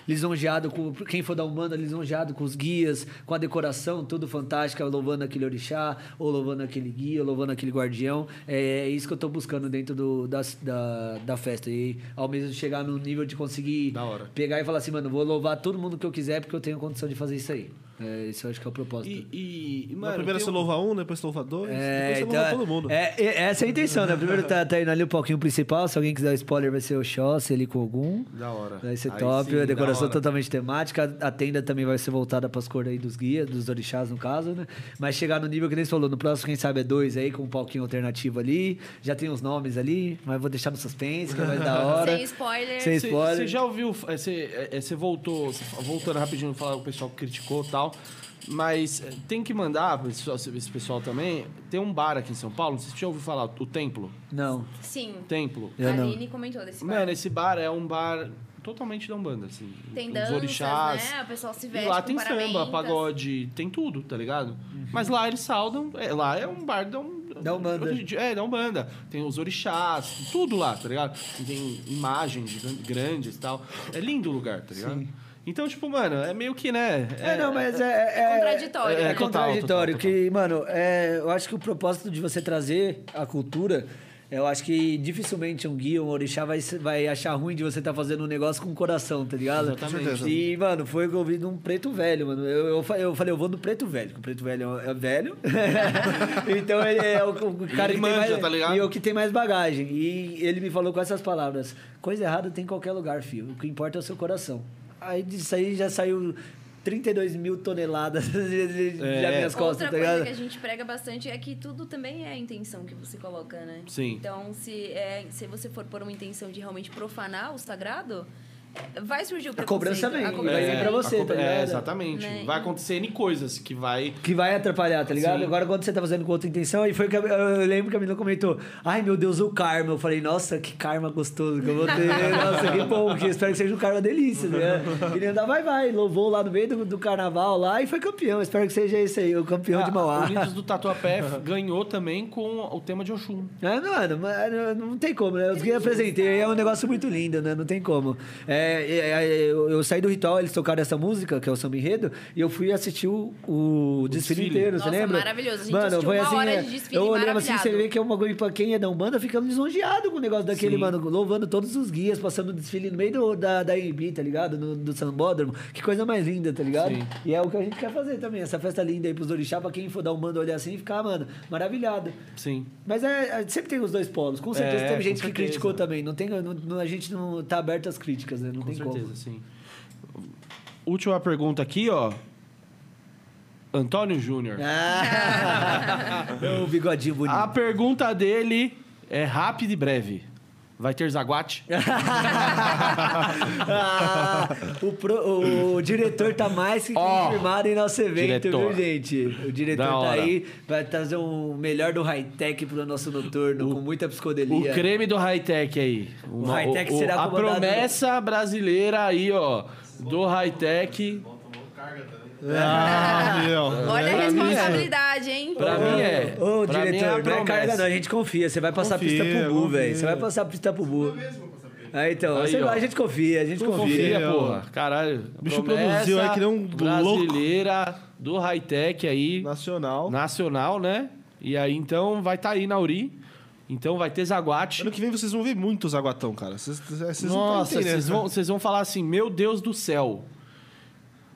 lisonjeado com quem for da Umbanda, lisonjeado com os guias, com a decoração, tudo fantástica, louvando aquele orixá, ou louvando aquele guia, ou louvando aquele guardião. É, é isso que eu tô buscando dentro do, da, da, da festa. E ao mesmo chegar no nível de conseguir Da hora. pegar e falar assim, mano, vou louvar todo mundo que eu quiser porque eu tenho condição de fazer isso aí. É, isso eu acho que é o propósito. E, e- e, Na mano, primeira tem você um- louva um, depois você louva dois, depois É, você então, louva todo mundo. é, é, essa é a intenção, né? Primeiro tá, tá indo ali o palquinho principal. Se alguém quiser spoiler, vai ser o Xossi ali com algum. Da hora. Vai ser Aí top. sim, a da decoração hora. totalmente temática. A tenda também vai ser voltada pras cores aí dos guias, dos orixás, no caso, né? Mas chegar no nível que nem você falou, no próximo, quem sabe é dois aí, com um palquinho alternativo ali. Já tem os nomes ali, mas vou deixar no suspense, que é mais da hora. Sem spoiler. Sem Você- spoiler. Você já ouviu. é, Você é, você voltou. você- Voltando rapidinho, falar o pessoal que criticou e tal. Mas é, tem que mandar pra esse- esse pessoal também. Tem um bar aqui em São Paulo, não sei se você já ouviu falar, o Templo. Não. Sim. Templo. Eu a não. Aline comentou desse bar. Mano, esse bar é um bar totalmente da Umbanda, assim. Tem Os danças, orixás. né? O pessoal se E veste lá com tem samba, paramentas. pagode, tem tudo, tá ligado? Uhum. Mas lá eles saudam, é, lá é um bar da, um, Da Umbanda. É, da Umbanda. Tem os orixás, tudo lá, tá ligado? E Tem imagens grandes e tal. É lindo o lugar, tá ligado? Então, tipo, mano, é meio que, né? É, não, mas é. é- Contraditório, É, né? é Total, contraditório. total, Que, mano, é, eu acho que o propósito de você trazer a cultura Eu acho que dificilmente um guia, um orixá vai, se- vai achar ruim de você estar fazendo um negócio com o coração, tá ligado? Exatamente. Com certeza. E, mano, foi o que eu vi de um preto velho, mano. Eu, eu, fa- eu falei, eu vou no preto velho, que o preto velho é velho. então ele é o, o cara Ele que manja, tem mais, tá ligado? E é o que tem mais bagagem. E ele me falou com essas palavras: coisa errada tem em qualquer lugar, filho. O que importa é o seu coração. Aí disso aí já saiu 32 mil toneladas de- de- de- É. das minhas costas, Outra tá coisa ligado? que a gente prega bastante é que tudo também é a intenção que você coloca, né? Sim. Então, se, é, se você for por uma intenção de realmente profanar o sagrado, é, vai surgir o A cobrança preconceito. vem, A cobrança vai vir vem. pra você, a culpa- tá É, ligado? exatamente. Né? Vai acontecer N coisas que vai... Que vai atrapalhar, tá ligado? Sim. Agora, quando você tá fazendo com outra intenção, aí foi que a- eu lembro que a menina comentou: Ai meu Deus, o karma. Eu falei, nossa, que karma gostoso que eu vou ter. nossa, que bom, que espero que seja um karma delícia, né? Ele andar, vai, vai, louvou lá no meio do, do carnaval lá e foi campeão. Espero que seja esse aí, o campeão de Ah, O Mauá. Unidos do Tatuapé ganhou também com o tema de Oxum. Ah, não, mano, mas não, não tem como, né? Os que eu apresentei é um negócio muito lindo, né? Não tem como. É, é, é, eu, eu saí do ritual, eles tocaram essa música, que é o samba enredo, e eu fui assistir o, o desfile, desfile. inteiro, você Nossa, lembra? maravilhoso, a gente mano, assistiu foi uma assim, hora é, de desfile eu olhando assim, você maravilhado. vê que é uma coisa pra quem é da Umbanda, ficamos lisonjeados com o negócio daquele, mano, louvando todos os guias, passando o desfile no meio do, da, da AMB, tá ligado? No, do sambódromo. Que coisa mais linda, tá ligado? Sim. E é o que a gente quer fazer também, essa festa linda aí pros orixá, pra quem for dar Umbanda olhar assim e ficar, mano, maravilhado. Sim. Mas é, é- sempre tem os dois polos. Com certeza É, teve com gente que certeza. criticou também. Não tem, não- não- a gente não tá aberto às críticas, né? Não Com tem certeza, sim. Última pergunta aqui, ó. Antônio Júnior. como. Ah, o bigodinho É bonito. A pergunta dele é rápida e breve. Vai ter zaguate? É. Ah, o, pro- o diretor tá mais que Ó, confirmado em nosso evento, diretor. viu, gente? O diretor Da tá hora. aí, vai trazer um melhor do high-tech pro nosso noturno, com muita O psicodelia. creme do high-tech aí. Uma- high-tech será A comandado- promessa brasileira aí, ó. Do high-tech. Ah, meu. Olha a Pra mim, responsabilidade, hein? Pra mim é. Ô, pra mim é diretor, a não é carga não, promessa. a gente confia. Você vai passar Confia, a pista pro Bu, confia. velho. Você vai passar a pista pro Bu. Aí, então, Aí, você- ó. a gente confia, a gente confia. Confia, Confia, porra. Caralho. O bicho Promessa produziu aí que nem um louco. Brasileira do high-tech aí. Nacional. Nacional, né? E aí, então, vai estar aí na Uri. Então, vai ter Zaguate. Ano que vem vocês vão ver muito Zaguatão, cara. Vocês, vocês não Nossa, estão entendendo. vocês vão, vocês vão falar assim, meu Deus do céu.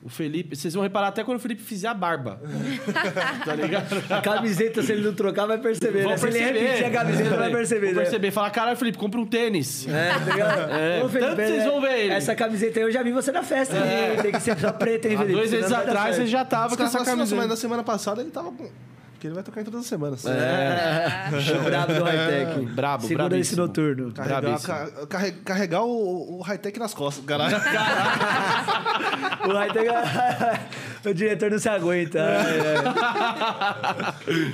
O Felipe... Vocês vão reparar até quando o Felipe fizer a barba. tá ligado? A camiseta, se ele não trocar, vai perceber. Vão né? Se ele repetir a camiseta, vai perceber. Vão né? perceber. Falar, caralho, Felipe, compra um tênis. É, tá ligado? É, Ô, tanto que vocês é- vão ver ele. É. Essa camiseta aí eu já vi você na festa. né? Tem que ser só preta, hein, Há Felipe? tá dois Senão meses não dá atrás, certo. você já tava Os com caras essa falaram assim, "Nossa, mas camiseta. na semana passada ele tava. com- Porque ele vai tocar em todas as semanas. É. Bicho É. Brabo do high-tech. Brabo, Segura esse brabíssimo. noturno. Carregar, Brabíssimo. ca- carre- carregar o, o high-tech nas costas, caralho. O high-tech... é- O diretor não se aguenta.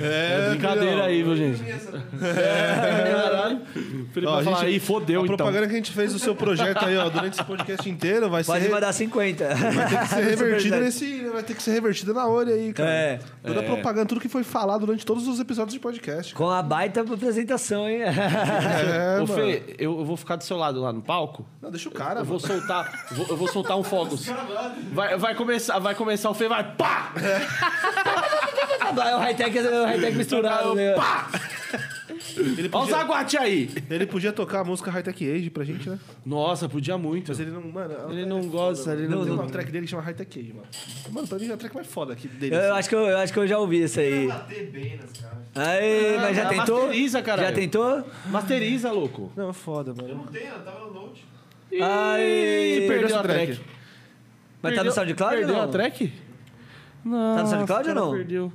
É brincadeira aí, viu, gente? É, caralho. O Felipe Ó, vai a falar gente- aí, fodeu, a então. propaganda que a gente fez do seu projeto aí, ó, durante esse podcast inteiro, vai Pode ser, mandar 50. vai ter que ser revertida nesse. Vai ter que ser revertida na hora aí, cara. É. Toda a propaganda, tudo que foi falado durante todos os episódios de podcast. Com a baita apresentação, hein? É, Ô, mano. Fê, eu, eu vou ficar do seu lado lá no palco. Não, deixa o cara, Eu vou mano. soltar, vou- eu vou soltar um fogos. Vai, vai começar, vai começar o Fê, vai pá! É o high-tech é o high-tech misturado, né? Ele Olha o podia, zaguate aí! ele podia tocar a música high-tech age pra gente, né? Nossa, podia muito. Mas ele não, mano. é Ele não gosta, ele não... Tem uma track dele que chama high-tech age, mano. Mano, pra mim é a track mais foda aqui dele. Eu, eu assim. acho que eu, eu acho que eu já ouvi isso aí. Aí, mas já Ah, tentou? Masteriza, caralho. Já tentou? Masteriza, louco. Não, é foda, mano. Aí, Ih, perdeu perdeu essa a track. track. Mas tá no SoundCloud ou Perdeu não? a track? Tá no SoundCloud ou Nossa, não? Perdeu.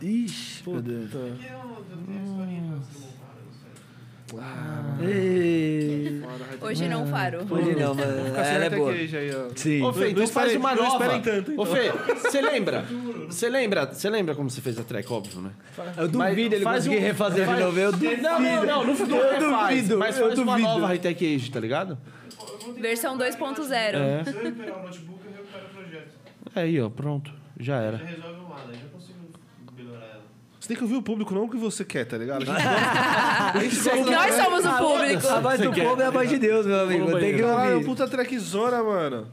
Ixi, meu Deus. Ih, Hoje não faro. Hoje não, mano. Fica sem Ela é high-tech boa. age aí, ó. Sim. Ô, Fê, então não faz esperem- uma não nova. esperem tanto, então. Ô, Fê, você lembra? Você lembra? Você lembra como você fez a track, óbvio, né? Eu duvido ele faz conseguir um- refazer faz- de novo. Eu duvido. Não, não, não, não, não Eu refaz, duvido, Mas eu faz uma duvido. nova high-tech age, tá ligado? Versão 2.0. É. Se eu recuperar o notebook, eu recupero o projeto. Aí, ó, pronto. Já Já era. resolve um lado, aí já consigo melhorar ela. Você tem que ouvir o público, não o que você quer, tá ligado? é Nós somos o público. A voz do povo é a voz de Deus, meu amigo. Vou no Tem que é. banheiro. Caralho, ouvir. puta trackzona, um mano.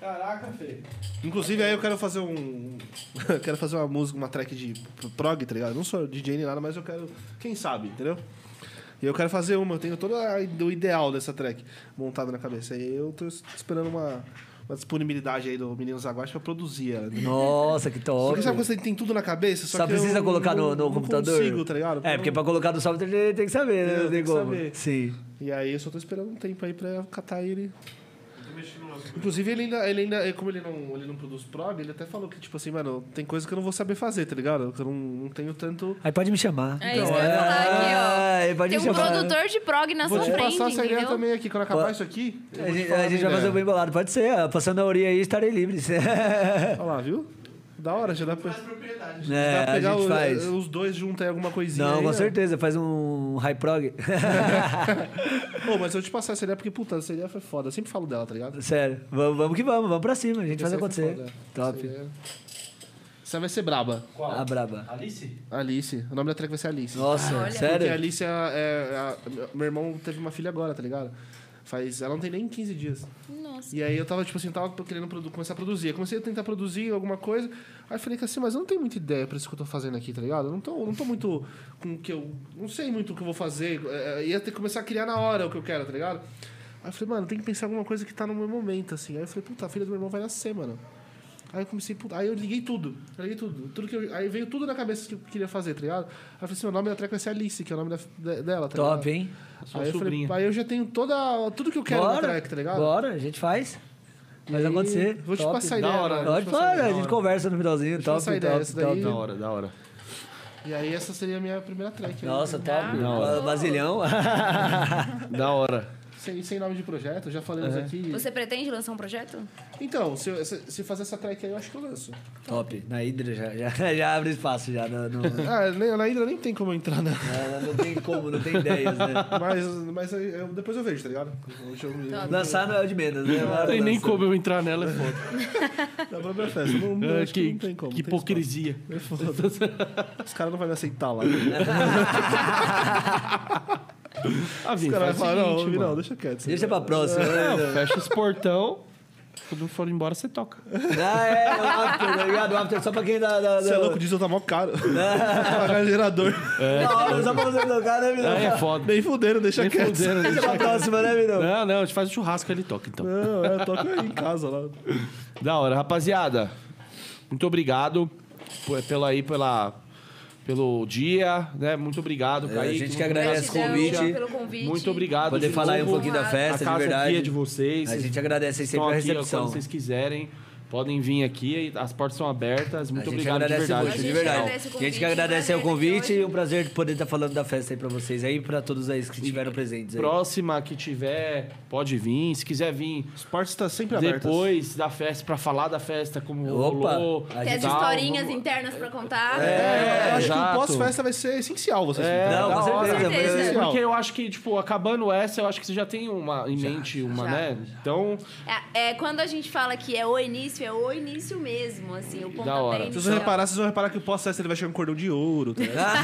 Caraca, Fê. Inclusive, aí eu quero fazer um. eu quero fazer uma música, uma track de prog, tá ligado? Eu Não sou DJ nem nada, mas eu quero. Quem sabe, entendeu? E eu quero fazer uma, eu tenho todo a- o ideal dessa track montado na cabeça. E eu tô esperando uma, uma disponibilidade aí do Menino Zaguache pra produzir ela. Nossa, que top. Porque sabe quando você tem tudo na cabeça? Só, Só que precisa eu colocar no, não- no não computador. Consigo, tá ligado? É, porque pra colocar no software ele tem que saber, né? Eu Não tem tenho que como. saber. Sim. E aí eu só tô esperando um tempo aí pra catar ele. Eu tô mexendo lá. Inclusive, ele ainda, ele ainda como ele não, ele não produz prog, ele até falou que, tipo assim, mano, tem coisa que eu não vou saber fazer, tá ligado? Que eu não, não tenho tanto. Aí pode me chamar. É isso que eu ia falar aqui, ó. Ah, aí Então, pode Tem me um chamar. produtor de prog na Vou sua te frente, passar essa ideia entendeu? também aqui. Quando acabar isso aqui, eu A vou te gente, falar a gente vai fazer o minha bem bolado, pode ser. ó. Passando a orelha aí, estarei livre. ideia. Olha lá, viu? Da hora, já dá pra, Mais propriedade. dá é, pra um- a pegar gente o- faz. os dois juntos aí alguma coisinha. Não, aí, com né? certeza, faz um high prog. Pô, mas eu te passar essa ideia porque, puta, essa ideia foi foda. Eu sempre falo dela, tá ligado? Sério, vamos, vamos que vamos, vamos pra cima, a gente faz Essa aí foi acontecer. foda. Top. Essa ideia- Essa vai ser braba. Qual? A braba. Alice? Alice. O nome da track vai ser Alice. Nossa, Olha. Porque a sério? Alice é. é- é- meu irmão teve uma filha agora, tá ligado? Faz, ela não tem nem 15 dias. Nossa. E aí eu tava, tipo assim, tava querendo produ- começar a produzir. Eu comecei a tentar produzir alguma coisa. Aí eu falei que assim, mas eu não tenho muita ideia pra isso que eu tô fazendo aqui, tá ligado? Eu não tô, não tô muito com o que eu. Não sei muito o que eu vou fazer. É, é, ia ter que começar a criar na hora o que eu quero, tá ligado? Aí eu falei, mano, tem que pensar alguma coisa que tá no meu momento, assim. Aí eu falei, puta, a filha do meu irmão vai nascer, mano. Aí eu comecei, puta, aí eu liguei tudo. Eu liguei tudo. tudo que eu- aí veio tudo na cabeça que eu queria fazer, tá ligado? Aí eu falei assim, o nome da track vai ser Alice, que é o nome da- da- dela, tá ligado? Top, hein? Sua Aí eu, falei, sobrinha. aí eu já tenho toda, tudo que eu quero na Bora, track, tá ligado? bora, a gente faz. Faz E acontecer. Vou te top. passar a ideia. Da hora, cara. Pode Vou te passar falar, a ideia. gente conversa no finalzinho, Deixa eu top, passar a top, ideia, essa top. daí- Da hora, da hora. E aí essa seria a minha primeira track. né? Nossa, top. Da hora. Vasilhão. Da hora. Sem, sem nome de projeto, já falamos aqui. Você pretende lançar um projeto? Então, se, eu- se, se fazer essa track aí, eu acho que eu lanço. Top. Na Hydra já, já, já abre espaço já. Não, não, ah, na na Hydra nem tem como eu entrar, né? não- não tem como, não tem ideias, né? Mas, mas aí, eu- depois eu vejo, tá ligado? Hoje eu me... Lançar não é o de menos, né? Não tem nem Lança. como eu entrar nela, é foda. Na própria festa. Não, não, Ah, acho que, que não tem como. que não tem hipocrisia. espaço. É foda. Os caras não vão me aceitar lá. Os Ah, Vini, caras faz vão o falar, não, seguinte, não, mano. deixa quieto. Deixa pra próxima. É, né? Não, fecha os portão. Quando for embora, você toca. Ah, é, o after, tá ligado? O after só pra quem dá. dá, Você é louco, o diesel tá mó caro. Pagar gerador. Não, tá só pra você tocar, né, Vinão? Aí é foda. Nem fuderam, deixa Nem quieto. fudendo, Deixa deixa pra quieto. próxima, né, Vinão? Não, não, a gente faz o churrasco e ele toca, então. Não, é, toca aí em casa lá. Da hora, rapaziada. Muito obrigado por- pela aí, pela, pelo dia, né? Muito obrigado, É, a Kaique. gente que Muito agradece o Gratidão convite. pelo convite. Muito obrigado. Poder de falar aí um novo. pouquinho da A festa, casa aqui de é verdade. de vocês. A gente agradece aí Estão sempre a aqui, ó, Quando recepção. vocês quiserem, podem vir aqui. As portas são abertas. Muito a gente obrigado, de agradece verdade. muito, de A gente verdade. agradece o A gente que convite, agradece aí o prazer estar aqui convite hoje. e um prazer de poder estar falando da festa aí pra vocês aí e pra todos aí que estiveram presentes aí. Próxima que tiver, pode vir. Se quiser vir As portas estão sempre abertas. depois da festa, pra falar da festa, como Opa, rolou. a Tem as tal, historinhas então. vamos- internas pra contar. É, eu acho que exato. o pós-festa vai ser essencial, você É, Não, da com hora. certeza. Com é certeza. mas- Porque eu acho que, tipo, acabando essa, eu acho que você já tem uma em mente, uma, já. né? Então, É, é, quando a gente fala que é o início, é o início mesmo, assim, o pontapé hora. inicial. Se vocês reparar, vocês vão reparar que o pós-festa ele vai chegar com um cordão de ouro, tá ligado?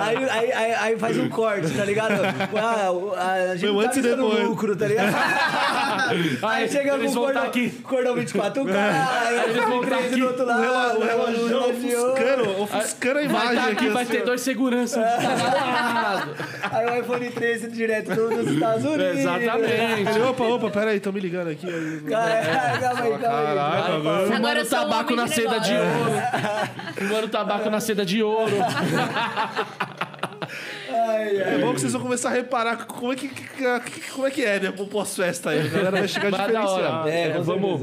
Aí, aí, aí, aí faz um corte, tá ligado? Ah, o- a, a gente Meu, não tá antes e visando depois. lucro, tá ligado? aí Aí, chega eles com o vão tá cordão, aqui. cordão 24, o cara, aí eles vão tá 23 aqui. do outro O lado. rela- um o relógio de ouro. ofuscando, ofuscando a vai imagem. estar aqui, vai assim, ter ó. dois seguranças. Aí o iPhone 13 direto do- dos Estados Unidos. Exatamente. Ele, opa, opa, pera aí, tão me ligando aqui. aí- Cara, calma aí, calma aí. Caralho, agora- Agora eu Fumando sou um tabaco homem na de seda de ouro. Fumando tabaco na seda de ouro. É bom que vocês vão começar a reparar como é que, que- que- como é, que é, né? O pós-festa aí. A galera vai chegar Mas da hora. diferenciada. É, É, com vamos.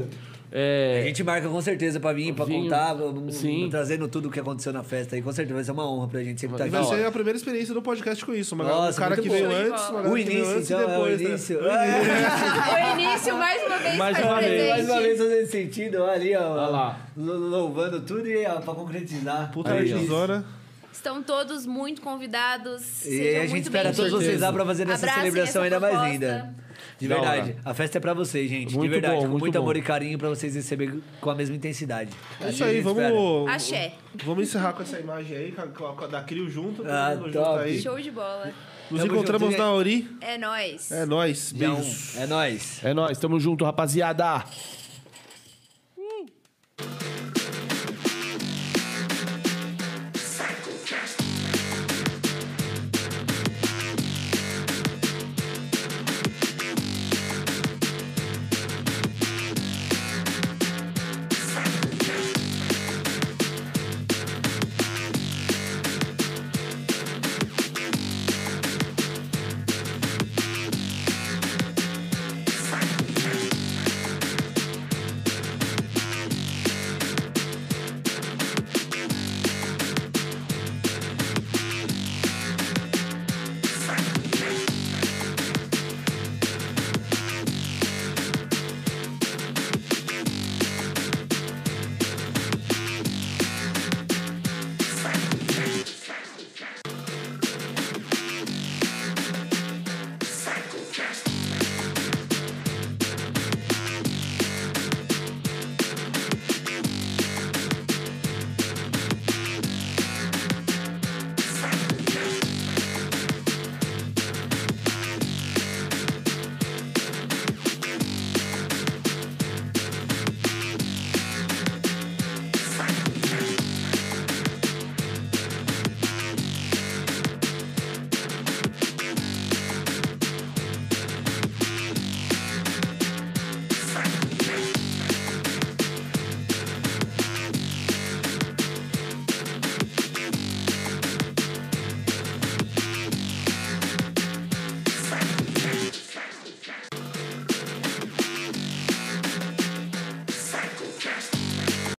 A É, gente marca com certeza pra vir, pra Vinho. contar, vamos- Sim. trazendo tudo o que aconteceu na festa aí. Com certeza vai ser uma honra pra gente sempre estar E aqui. vai ser a pribola. primeira experiência do podcast com isso. Uma Nossa, um cara muito que bom. veio Show de antes, uma bola. galera O que veio início, antes então, e é depois. o né? início. É, O início, mais uma vez, Mais faz uma vez. presente. mais uma vez fazendo sentido, ó, ali, ó. Olha lá. lo- Louvando tudo e ó, pra concretizar. Puta Aí, ó. energizona. Estão todos muito convidados. E sejam a gente muito espera todos bem-vindos. vocês lá pra fazer essa Abracem celebração essa ainda mais proposta. linda. De Da verdade. A festa é pra vocês, gente. de Muito verdade. bom, com muito muito amor bom. e carinho pra vocês receberem com a mesma intensidade. É isso A aí, gente espera. vamos. Axé. Vamos encerrar com essa imagem aí, com a, com a- com a da Crio junto. todo Ah, mundo junto top. aí. Show de bola. Nos Tamo encontramos junto, na Ori. É nóis. É nóis. Dia um. Beijos. É nóis. É nóis, tamo junto, rapaziada.